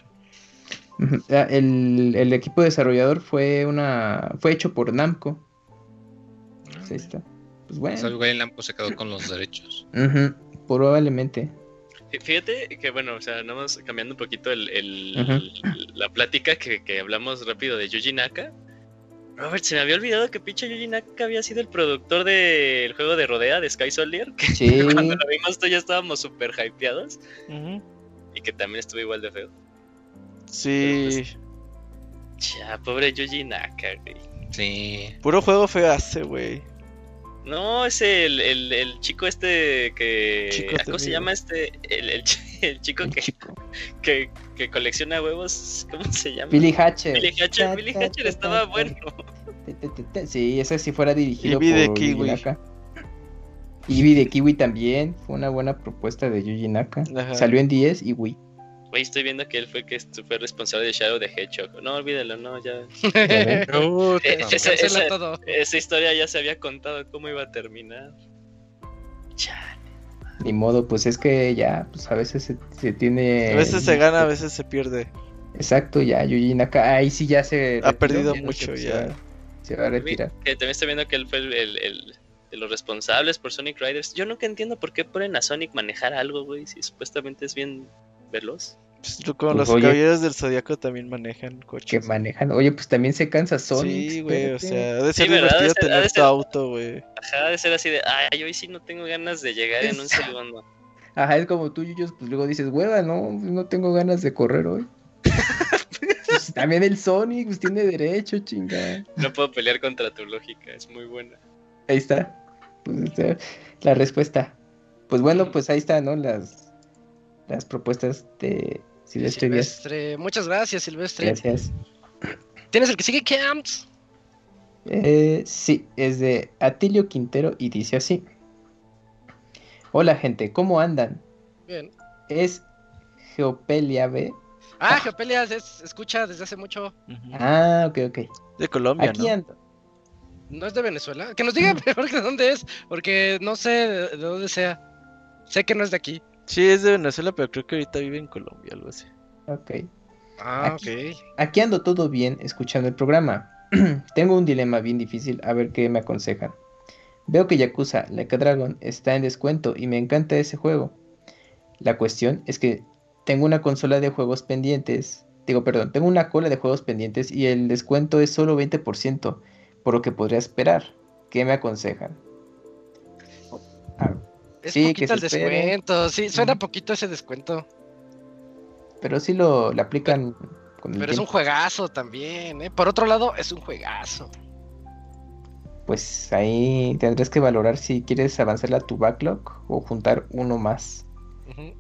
U. Ujú. Ah, El, el equipo desarrollador fue una fue hecho por Namco. Pues ahí está. Pues O sea, el bueno. güey en Lampo se quedó con los derechos. Ujú, Probablemente. Fí- Fíjate que, bueno, o sea, nada más cambiando un poquito el, el- Ajá. la plática que, que hablamos rápido de Yuji Naka. Robert, se me había olvidado que pinche Yuji Naka había sido el productor del juego de Rodea de Sky Soldier. Que Sí. cuando lo vimos, tú ya estábamos súper hypeados. Ujú. Y que también estuvo igual de feo. Sí, Ya, pobre Yuji Naka, güey. Sí. pues, puro juego feo hace, güey. No, es el, el, el chico este que. Chico ah, ¿Cómo se temido. llama este? El, el chi- el chico que, que, que colecciona huevos. ¿Cómo se llama? Billy Hatcher. Billy Hatcher. Billy Hatcher estaba bueno. Sí, ese sí fuera dirigido Ibi de por Kiwi. Yuji Naka. Ibi de Kiwi también. Fue una buena propuesta de Yuji Naka. Ajá. Salió en 10 y Wii. Güey, estoy viendo que él fue el que fue responsable de Shadow de Hedgehog. No, olvídalo, no, ya. Ese- ese- Cancela todo. Esa historia ya se había contado cómo iba a terminar. Ni modo, pues es que ya, pues a veces se, se tiene. A veces eh, se gana, a veces se pierde. Exacto, ya, Yuji Naka. Ahí sí ya eh, se. Ha retiró, perdido ya no mucho, se- ya. Se va, se va a retirar. Que también estoy viendo que él fue el, el- el- de los responsables por Sonic Riders. Yo nunca entiendo por qué ponen a Sonic manejar algo, güey, si supuestamente es bien veloz. Pues, lo- como Pues, los oye. caballeros del zodiaco también manejan Que coches. manejan. Oye, pues también se cansa Sonic. Sí, güey, o espérate. sea, ha de Sí, ser ¿verdad? Ha de divertido ser- ha de tener tu ser- auto, güey. Ajá, ha de ser así de, ay, hoy sí no tengo ganas de llegar en un segundo. Ajá, es como tú, Yuyos, pues luego dices, hueva, no, no tengo ganas de correr hoy. Pues, también el Sonic, pues tiene derecho, chinga. No puedo pelear contra tu lógica, es muy buena. Ahí está. Pues, esta- la respuesta. Pues bueno, pues ahí está, ¿no? Las, las propuestas de Silvestre Díaz. Silvestre, muchas gracias, Silvestre. Gracias. ¿Tienes el que sigue, Camps? Eh, sí, es de Atilio Quintero y dice así. Hola gente, ¿cómo andan? Bien. Es Geopelia B. Ah, Geopelias es- escucha desde hace mucho. Ujú. Ah, ok, ok. De Colombia, Aquí ¿no? ando. ¿No es de Venezuela? Que nos diga mejor de dónde es, porque no sé de de dónde sea. Sé que no es de aquí. Sí, es de Venezuela, pero creo que ahorita vive en Colombia, algo así. Ok. Ah, Aquí. ok. Aquí ando todo bien escuchando el programa. Tengo un dilema bien difícil, a ver qué me aconsejan. Veo que Yakuza, Like a Dragon, está en descuento y me encanta ese juego. La cuestión es que tengo una consola de juegos pendientes. Digo, perdón, tengo una cola de juegos pendientes y el descuento es solo 20%, por lo que podría esperar. ¿Qué me aconsejan? Ah, Es Sí, poquito que se el espere. descuento. Sí, suena Ujú. poquito ese descuento. pero si lo, lo aplican con el Pero es un tiempo. juegazo también, ¿eh? Por otro lado, es un juegazo. Pues ahí tendrás que valorar si quieres avanzarla a tu backlog o juntar uno más. Ujú.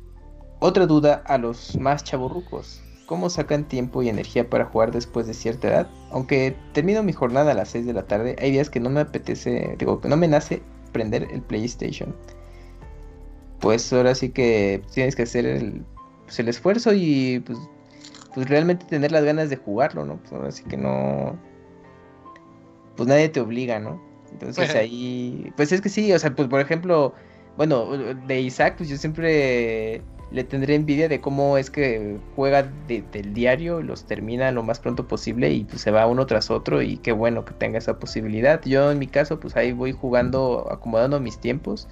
Otra duda a los más chavorrucos. ¿Cómo sacan tiempo y energía para jugar después de cierta edad? Aunque termino mi jornada a las 6 de la tarde, hay días que no me apetece, digo, que no me nace prender el PlayStation. Pues ahora sí que tienes que hacer el, pues, el esfuerzo y pues, pues, realmente tener las ganas de jugarlo, ¿no? Pues ahora sí que no... Pues nadie te obliga, ¿no? Entonces ahí... Pues es que sí, o sea, pues por ejemplo, bueno, de Isaac, pues yo siempre le tendré envidia de cómo es que juega de- del diario, los termina lo más pronto posible y pues se va uno tras otro y qué bueno que tenga esa posibilidad. Yo en mi caso pues ahí voy jugando, acomodando mis tiempos.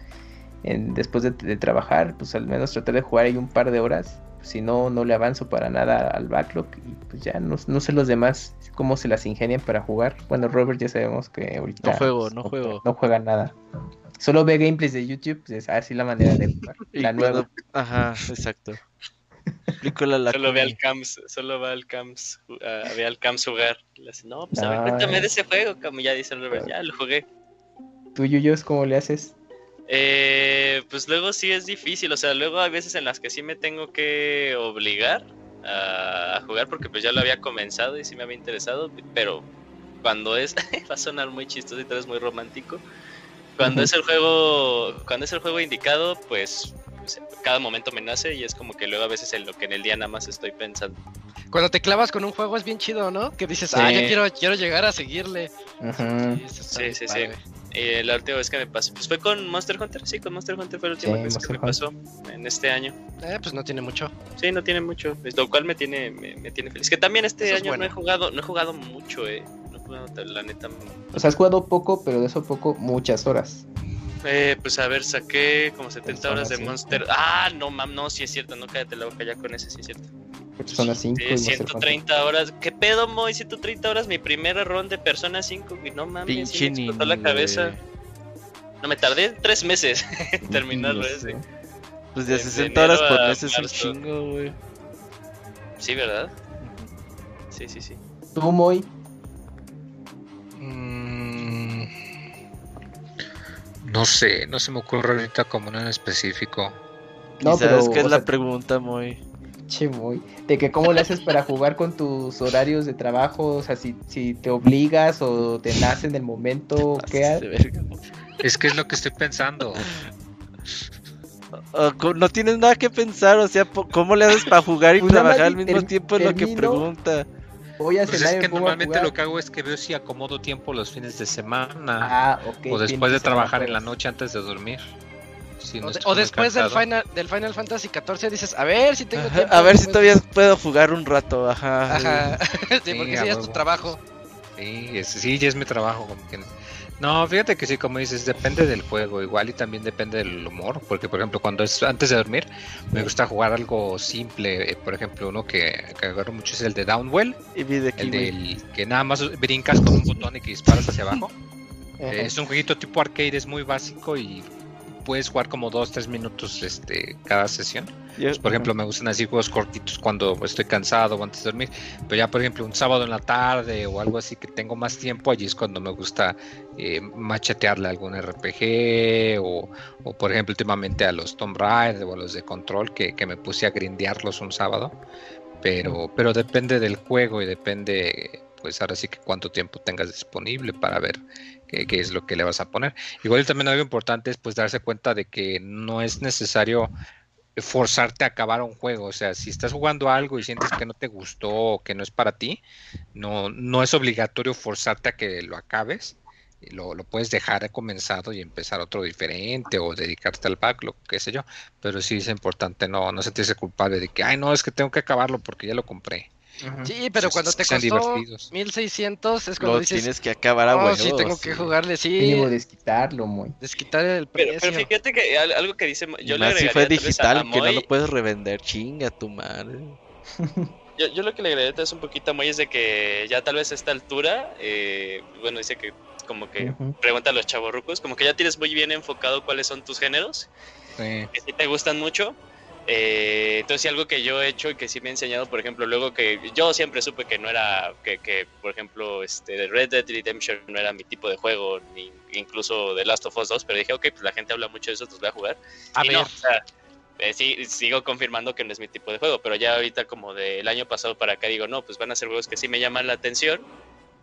en- después de, de trabajar, pues al menos tratar de jugar ahí un par de horas. pues, Si no, no le avanzo para nada al backlog y pues ya no, no sé los demás cómo se las ingenian para jugar. Bueno, Robert ya sabemos que ahorita... No juego, pues, no juego. No juega nada. Solo ve gameplays de YouTube, pues, es así la manera de jugar. Y la nueva. cuando- Ajá, exacto. Película la Solo ve Kumi. al Camps, solo va al Camps, ju- a- ve al Camps jugar. Le hace, no, pues a ver, Ah. cuéntame de ese juego, como ya dice el Robert, ya lo jugué. ¿Tú, Yuyos, cómo le haces? Eh, pues luego sí es difícil, o sea, luego hay veces en las que sí me tengo que obligar a, a jugar porque pues ya lo había comenzado y sí me había interesado, pero cuando es, va a sonar muy chistoso y tal vez muy romántico, cuando Ujú. es el juego, cuando es el juego indicado, pues, pues, cada momento me nace y es como que luego a veces en lo que en el día nada más estoy pensando. Cuando te clavas con un juego es bien chido, ¿no? Que dices, ah, yo Sí. quiero, quiero llegar a seguirle. Ujú. eso está Sí, bien sí, sí. padre. Eh, la última vez que me pasó, pues fue con Monster Hunter, sí, con Monster Hunter fue la última Sí, vez que me Monster pasó en este año. Eh, pues no tiene mucho. Sí, no tiene mucho, es- lo cual me tiene, me, me tiene feliz. Que también este Eso es año bueno. no he jugado, no he jugado mucho, eh. No he jugado, tan- la neta. O sea, has jugado poco, pero de eso poco, muchas horas. Eh, pues a ver, saqué como 70 Persona horas de cinco. Monster. Ah, no, mam, no, sí es cierto, no cállate la boca ya con ese, sí es cierto. Persona 5 y Eh, Monster Hunter. 130 horas. ¿Qué pedo, Moy? 130 horas, mi primera ronda de Persona 5, y no mames, sí Pinche me explotó la niño, cabeza. güey. No, me tardé tres meses en terminarlo Dios, ese. eh. Pues de Desde 60 horas enero por a mes es un marzo. chingo, güey. Sí, ¿verdad? Sí, sí, sí. Tú, Moy, Mm. No sé, no se me ocurre ahorita como uno en específico. No, No, Quizás pero. es que es o la sea, pregunta muy... che, muy- De que cómo le haces para jugar con tus horarios de trabajo. O sea, si, si te obligas o te nace en el momento. ¿Qué de haces? verga. Es que es lo que estoy pensando. O co- no tienes nada que pensar, o sea, po- ¿cómo le haces para jugar y Pues nada más trabajar al y mismo ter- tiempo? Es lo que termino. pregunta. Voy a Pues cenar es y que me pongo a normalmente jugar. lo que hago es que veo si acomodo tiempo los fines de semana Ah, ok. o después tienes pues. de que trabajar en la juegas. noche antes de dormir. Si no O, de- estoy o muy después del cansado. final, del Final Fantasy XIV dices, a ver si tengo tiempo. A ver si después- todavía puedo jugar un rato, ajá. Ajá, sí, porque a si ya es tu huevo. trabajo. Sí, es- sí, ya es mi trabajo. como que- No, fíjate que sí, como dices, depende del juego, igual y también depende del humor, porque por ejemplo, cuando es antes de dormir, me gusta jugar algo simple, eh, por ejemplo, uno que, que agarro mucho es el de Downwell, Y vi de el kiwi. del que nada más brincas con un botón y que disparas hacia abajo. Ajá. Eh, Es un jueguito tipo arcade, es muy básico y puedes jugar como dos, tres minutos este, cada sesión. Yo- Pues, por ejemplo, me gustan así juegos cortitos cuando estoy cansado o antes de dormir. Pero ya, por ejemplo, un sábado en la tarde o algo así que tengo más tiempo, allí es cuando me gusta eh, machetearle a algún RPG o, o, por ejemplo, últimamente a los Tomb Raider o a los de Control que, que me puse a grindearlos un sábado. Pero, pero depende del juego y depende, pues ahora sí que cuánto tiempo tengas disponible para ver qué, qué es lo que le vas a poner. Igual y también algo importante es pues darse cuenta de que no es necesario forzarte a acabar un juego. O sea, si estás jugando algo y sientes que no te gustó o que no es para ti, no, no es obligatorio forzarte a que lo acabes. Lo, lo puedes dejar comenzado y empezar otro diferente o dedicarte al backlog, qué sé yo. Pero sí es importante no, no sentirse culpable de que, ay, no, es que tengo que acabarlo porque ya lo compré. Sí, pero Sí, cuando sí, te sean costó divertidos. 1600 es cuando Lo dices, tienes que acabar a no, huevo, sí, tengo que "Oh, sí. jugarle, sí, Mínimo desquitarlo, muy. desquitar el Pero, precio. pero fíjate que al- algo que dice, yo le Y más si agregaría fue tal vez a- a digital, que no Moy, lo puedes revender, chinga tu madre. yo, yo lo que le agregaría tal vez un poquito a Moy es de que ya tal vez a esta altura, eh, bueno, dice que como que Ujú. pregunta a los chavorrucos, como que ya tienes muy bien enfocado cuáles son tus géneros Sí. que sí te gustan mucho. Eh, entonces, sí, algo que yo he hecho y que sí me ha enseñado, por ejemplo, luego que yo siempre supe que no era, que, que, por ejemplo, este, Red Dead Redemption no era mi tipo de juego, ni incluso The Last of Us 2, pero dije, ok, pues la gente habla mucho de eso, entonces voy a jugar. A Y ver, no, o sea, eh, sí, sigo confirmando que no es mi tipo de juego, pero ya ahorita como del año pasado para acá digo, no, pues van a ser juegos que sí me llaman la atención,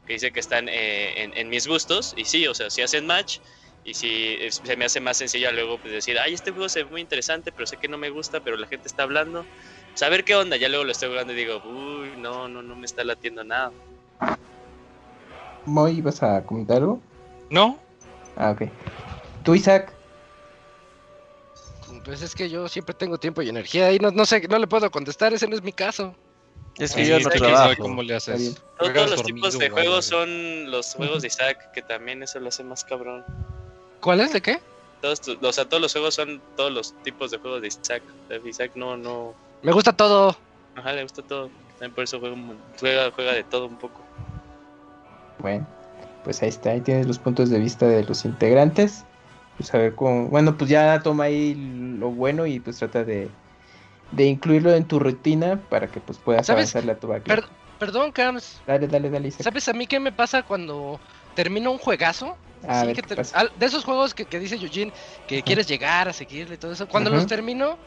que dice que están eh, en, en mis gustos, y sí, o sea, si hacen match, y si se me hace más sencillo luego pues, decir, ay, este juego se ve muy interesante, pero sé que no me gusta, pero la gente está hablando, saber qué onda, ya luego lo estoy jugando y digo, uy, no, no, no me está latiendo nada. Moy, ¿vas a comentar algo? No, Ah, ok. Tú, Isaac. pues es que yo siempre tengo tiempo y energía y no, no sé, no le puedo contestar, ese no es mi caso. Es que Sí, yo sí, no sí, sí, quién sabe trabajo. cómo le haces. Está Todos- Juegas Todos los dormido tipos de o algo juegos así. son los juegos de Isaac, que también eso lo hace más cabrón. ¿Cuál es? ¿De qué? Todos, tu- o sea, todos los juegos son todos los tipos de juegos de Isaac. De Isaac no, no. Me gusta todo. Ajá, le gusta todo. También por eso juega, un mon- juega, juega de todo un poco. Bueno, pues ahí está, ahí tienes los puntos de vista de los integrantes. Pues a ver cómo. Bueno, pues ya toma ahí lo bueno y pues trata de, de incluirlo en tu rutina para que pues puedas ¿Sabes? avanzarle a tu backlog. Per- perdón, Cams. Dale, dale, dale, Isaac. ¿Sabes a mí qué me pasa cuando termino un juegazo? A Sí, ver, que ah, ¿qué ter- pasa? al- de esos juegos que, que dice Eugene, que Ajá. quieres llegar a seguirle y todo eso. Cuando los Ajá. termino,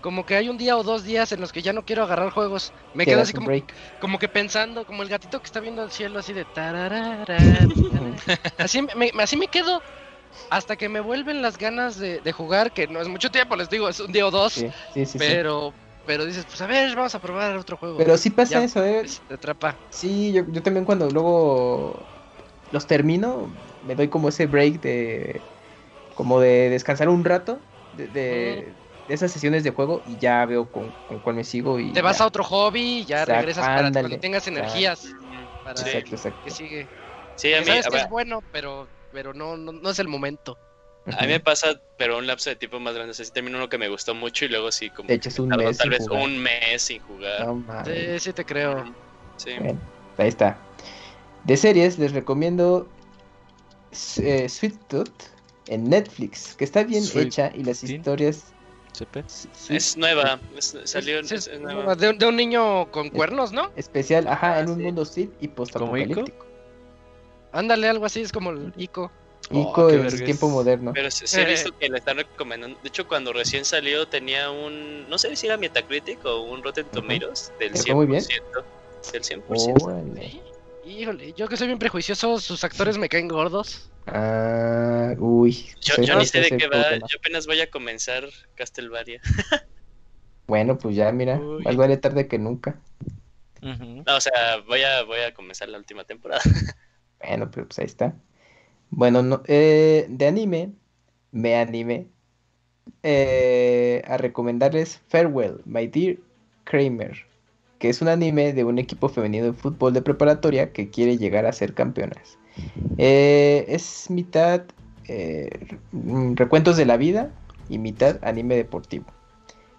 como que hay un día o dos días en los que ya no quiero agarrar juegos. Me Te quedo das así un como, break. como que pensando, como el gatito que está viendo al cielo, así de tararara, tararara. así, me, me- así me quedo hasta que me vuelven las ganas de, de jugar, que no es mucho tiempo, les digo, es un día o dos. Sí, sí, sí. sí. Pero, pero, pero dices, pues a ver, vamos a probar otro juego. sí pasa Ya. eso, ¿eh? Pues, te atrapa. Sí, yo, yo también cuando luego los termino, me doy como ese break de como de descansar un rato de, de- de esas sesiones de juego y ya veo con, con cuál me sigo y Te vas ya. a otro hobby y ya Exacto, regresas para ándale, cuando tengas exacto. energías para Sí. Exacto, exacto. que sigue. Sí, Que a mí, sabes a, que ver, es bueno, pero, pero no, no, no es el momento. a mí me pasa, pero un lapso de tiempo más grande. O sea, sí termino uno que me gustó mucho y luego sí, como. Te echas que un tardo mes Tal sin vez jugar. un mes sin jugar. No mames. Sí, sí te creo. Sí. Bueno, ahí está. De series les recomiendo S- eh, Sweet Tooth en Netflix, que está bien Sweet hecha y las Tooth. historias Chepe. Es nueva. es- salió. Sí, es es nueva. de, un- de un niño con cuernos, ¿no? especial, ajá, en un Ah, sí. mundo Sid y ¿Como Ico? postapocalíptico. Ándale, algo así, es como el Ico. Ico qué en el vergüenza. tiempo moderno. Pero sí, Eh. sí he visto que la están recomendando. De hecho, cuando recién salió tenía un, no sé si era Metacritic o un Rotten Tomatoes del ¿Le fue muy 100%. bien? Del 100%. Órale. Híjole, yo que soy bien prejuicioso, sus actores me caen gordos. Ah, uy. Yo, ese- yo ni sé de ese qué va, problema. yo apenas voy a comenzar Castlevania. Bueno, pues ya, mira, Uy. más vale tarde que nunca. Ujú. No, o sea, voy a, voy a comenzar la última temporada. Bueno, pero pues ahí está. Bueno, no, eh, de anime, me animé eh, a recomendarles Farewell, My Dear Kramer, que es un anime de un equipo femenino de fútbol de preparatoria que quiere llegar a ser campeonas. Eh, es mitad eh, mm, recuentos de la vida y mitad anime deportivo.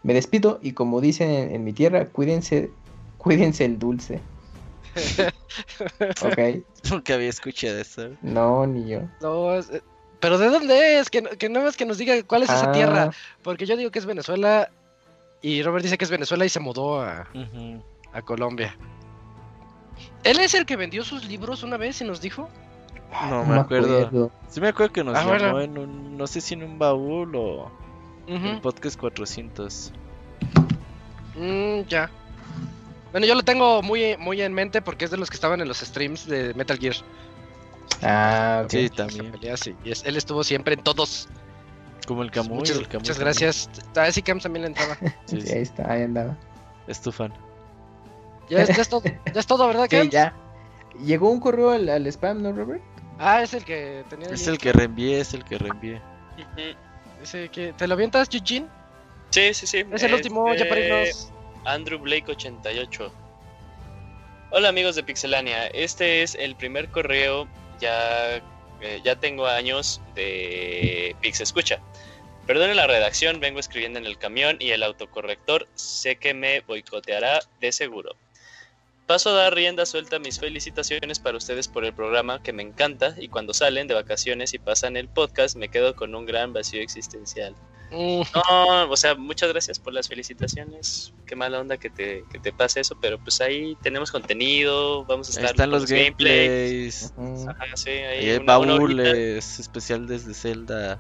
Me despido y como dicen en, en mi tierra, cuídense, cuídense el dulce. ok. Nunca había escuchado eso. No, ni yo. No, es- eh, pero ¿de dónde es? Que, no- que nada más que nos diga cuál es esa Ah, tierra. Porque yo digo que es Venezuela y Robert dice que es Venezuela y se mudó a, Ujú. a Colombia. ¿Él es el que vendió sus libros una vez y nos dijo? No me acuerdo. Sí me acuerdo que nos Ah, llamó bueno. en un, no sé si en un baúl o en Ujú. podcast 400. Mm, ya. Bueno, yo lo tengo muy, muy en mente porque es de los que estaban en los streams de Metal Gear. Ah, ok. Sí, Esa también. pelea, sí. Y es- él estuvo siempre en todos. Como el Camuy. muchas, el Camuy muchas también. gracias. A ese Cam también le entraba. Sí, Sí, ahí sí, está, ahí andaba. es tu fan. Ya es, ya es todo, ya es todo, ¿verdad, Sí, Cam? ya. Llegó un correo al, al spam, ¿no, Robert? Ah, es el que tenía. Es ahí. el que reenvié, es el que reenvié. Ujú. Ese que- ¿Te lo avientas, Eugene? Sí, sí, sí. Es el último, ya para Este, irnos. Andrew Blake 88. Hola amigos de Pixelania, este es el primer correo, ya, eh, ya tengo años de Pix Escucha. Perdone la redacción, vengo escribiendo en el camión y el autocorrector sé que me boicoteará de seguro. Paso a dar rienda suelta a mis felicitaciones para ustedes por el programa que me encanta y cuando salen de vacaciones y pasan el podcast me quedo con un gran vacío existencial. Mm, No, o sea, muchas gracias por las felicitaciones. Qué mala onda que te, que te pase eso, pero pues ahí tenemos contenido, vamos a Ahí estar están con los gameplays. Ujú. Ajá, sí, ahí Ahí hay una- una horita. baúles, especial desde Zelda.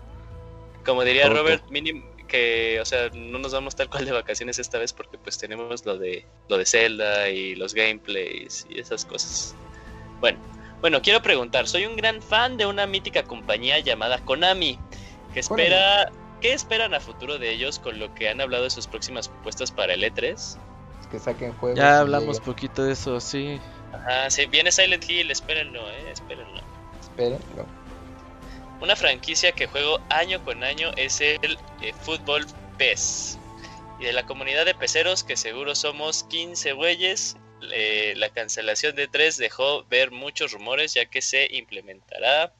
Como diría Todo. Robert, mínimo que, o sea, no nos vamos tal cual de vacaciones esta vez porque pues tenemos lo de lo de Zelda y los gameplays y esas cosas. Bueno, bueno, quiero preguntar, soy un gran fan de una mítica compañía llamada Konami, que espera ¿Qué esperan a futuro de ellos con lo que han hablado de sus próximas propuestas para el E E3? Que saquen juegos. y Ya hablamos llegue. poquito de eso, sí. Ah, sí, viene Silent Hill, espérenlo, eh, espérenlo. Espérenlo. Una franquicia que juego año con año es el eh, Fútbol PES. Y de la comunidad de peceros, que seguro somos 15 bueyes, eh, la cancelación de 3 dejó ver muchos rumores ya que se implementará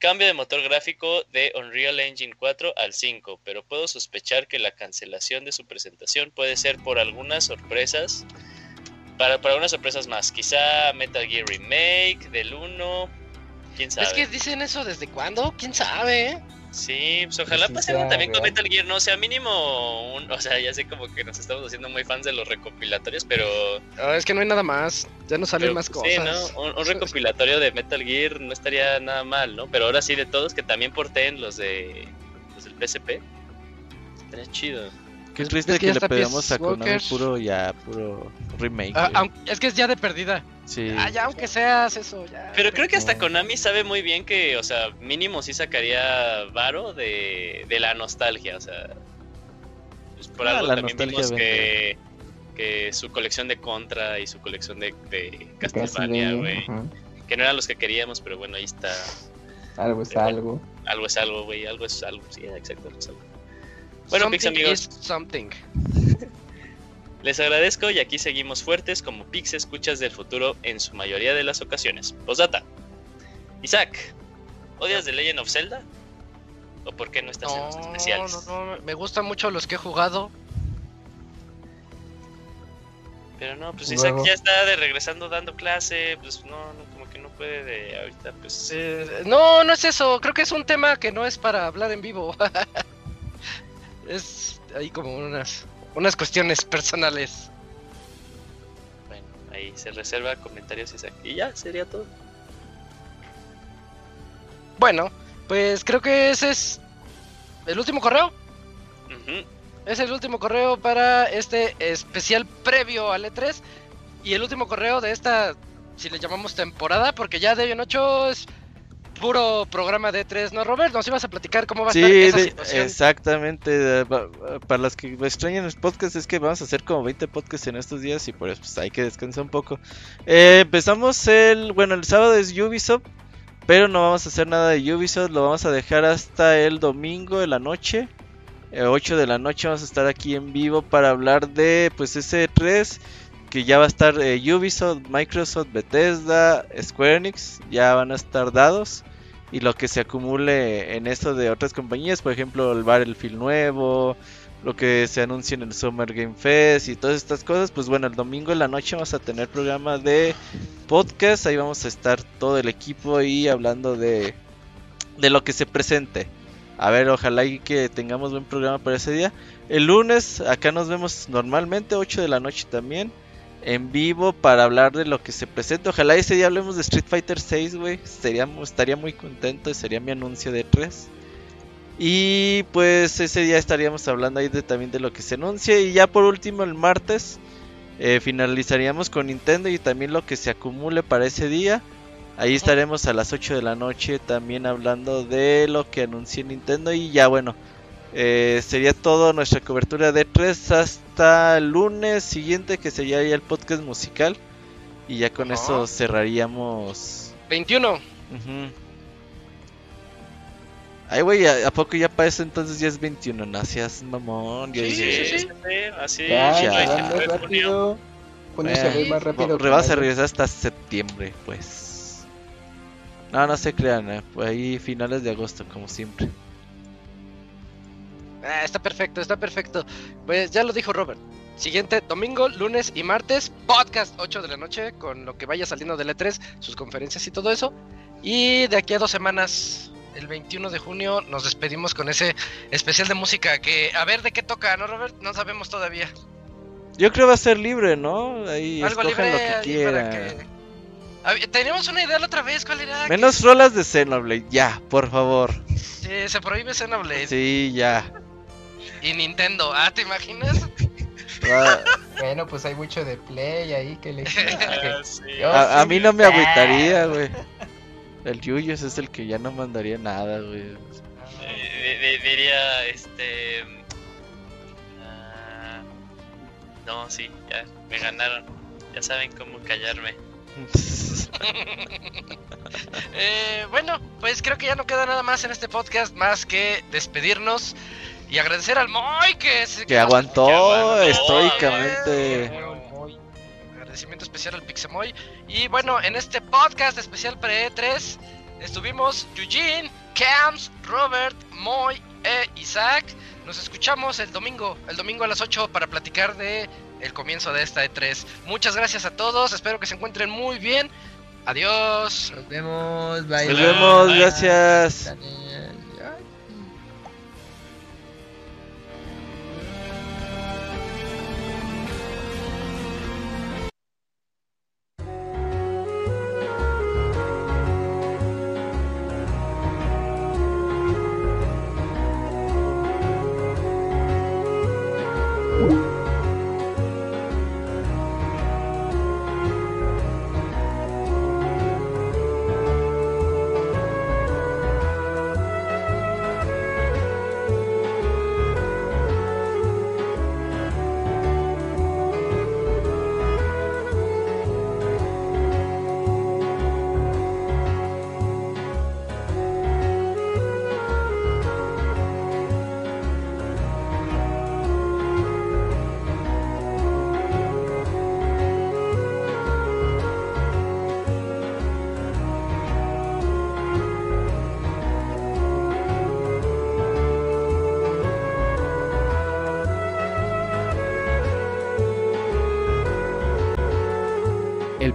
cambio de motor gráfico de Unreal Engine 4 al 5, pero puedo sospechar que la cancelación de su presentación puede ser por algunas sorpresas, para, para unas sorpresas más, quizá Metal Gear Remake del 1, quién sabe. es que dicen eso desde cuándo? ¿Quién sabe? eh? Sí, pues ojalá Sí, pase algo sea también con real. Metal Gear, ¿no? O sea, mínimo un, o sea, ya sé como que nos estamos haciendo muy fans de los recopilatorios, pero, Ah, es que no hay nada más. Ya no salen pero, más pues, sí, cosas. ¿no? Un, un recopilatorio de Metal Gear no estaría nada mal, ¿no? Pero ahora sí de todos que también porten los de los del PSP. Estaría chido. Qué Es- triste es que ya que, le está pedimos Peace a Konami Walker. puro ya, puro remake. Ah, güey. aunque- es que es ya de perdida. sí. Ah, ya, aunque seas eso, ya. Pero creo que hasta Mm. Konami sabe muy bien que, o sea, mínimo sí sacaría varo de, de la nostalgia, o sea. pues por Ah, algo la también nostalgia vimos que, que su colección de Contra y su colección de, de Castlevania, Castlevania, güey. ajá. Que no eran los que queríamos, pero bueno, ahí está. Algo es Pero bueno. algo. Algo es algo, güey. Algo es algo. Sí, exacto, algo es algo. Bueno, Something Pix amigos. is something. Les agradezco y aquí seguimos fuertes como Pix escuchas del futuro en su mayoría de las ocasiones. Postdata. Isaac, ¿odias The Legend of Zelda? ¿O por qué no estás en No, los especiales? no, no. Me gustan mucho los que he jugado. Pero no, pues Luego. Isaac ya está de regresando dando clase, pues no, no, como que no puede de ahorita, pues... Eh, no, no es eso. Creo que es un tema que no es para hablar en vivo. es ahí como unas, unas cuestiones personales. Bueno, ahí se reserva comentarios Isaac. Y ya, sería todo. Bueno, pues creo que ese es el último correo. Ujú. Es el último correo para este especial previo al E3. Y el último correo de esta, si le llamamos temporada, porque ya Debian 8 es puro programa de E3, ¿no, Robert? Nos ibas a platicar cómo va a Sí, estar esa de- situación. exactamente. eh, pa- Para los que extrañan los podcasts, es que vamos a hacer como 20 podcasts en estos días y por eso pues, hay que descansar un poco. Eh, empezamos el. Bueno, el sábado es Ubisoft, pero no vamos a hacer nada de Ubisoft, lo vamos a dejar hasta el domingo de la noche. eh, 8 de la noche vamos a estar aquí en vivo para hablar de pues ese 3 que ya va a estar eh, Ubisoft, Microsoft, Bethesda, Square Enix, ya van a estar dados y lo que se acumule en esto de otras compañías, por ejemplo, el Battlefield nuevo, lo que se anuncia en el Summer Game Fest y todas estas cosas, pues bueno, el domingo en la noche vamos a tener programa de podcast, ahí vamos a estar todo el equipo y hablando de de lo que se presente. A ver, ojalá y que tengamos buen programa para ese día. El lunes acá nos vemos normalmente 8 de la noche también en vivo para hablar de lo que se presenta. Ojalá ese día hablemos de Street Fighter 6, güey. Sería, mu- estaría muy contento, sería mi anuncio de 3. Y pues ese día estaríamos hablando ahí de, también de lo que se anuncia. Y ya por último, el martes, eh, finalizaríamos con Nintendo y también lo que se acumule para ese día. Ahí estaremos a las 8 de la noche también hablando de lo que anuncie Nintendo. Y ya bueno, eh, sería todo nuestra cobertura de 3 hasta el lunes siguiente que sería ya el podcast musical. Y ya con Ajá. eso cerraríamos. 21. Ujú. Ay, güey, ¿a, a poco ya para eso entonces ya es 21? No seas mamón. yo Sí, dije, sí, sí. Así, Ya, Sí, ya, ya. anda de junio. rápido. Ponerse a Bueno, ver más rápido. "Re- Vas a regresar hasta septiembre, pues. No, no se crean, eh, pues ahí finales de agosto, como siempre. Ah, está perfecto, está perfecto. Pues ya lo dijo Robert. Siguiente domingo, lunes y martes, podcast 8 de la noche, con lo que vaya saliendo del E3, sus conferencias y todo eso. Y de aquí a dos semanas, el 21 de junio, nos despedimos con ese especial de música que, a ver de qué toca, ¿no, Robert? No sabemos todavía. Yo creo va a ser libre, ¿no? Ahí Algo escojan libre lo que ahí para quieran. que... A ver, Teníamos una idea la otra vez, ¿cuál era? Que Menos rolas de Xenoblade, ya, por favor. Eh, se, se prohíbe Xenoblade Sí, ya. y Nintendo. Ah, ¿te imaginas? Va- Bueno, pues hay mucho de play ahí que le. Ah, sí. Yo- A, a sí, mí no eh. me agüitaría, güey. El Yuyos es el que ya no mandaría nada, güey. Eh, di- di- diría, este... ah, no, sí, ya, me ganaron. Ya saben cómo callarme. Eh, bueno, pues creo que ya no queda nada más en este podcast más que despedirnos y agradecer al Moy que, eh, se- que aguantó Que aguantó, a estoicamente. ver. Agradecimiento especial al Pixemoy. Y bueno, en este podcast especial pre-3 estuvimos Eugene, Camps, Robert, Moy e Isaac. Nos escuchamos el domingo, el domingo a las 8 para platicar de el comienzo de esta E3. Muchas gracias a todos, espero que se encuentren muy bien. Adiós. Nos vemos, bye. Nos vemos, Bye. gracias. Daniel, ya. El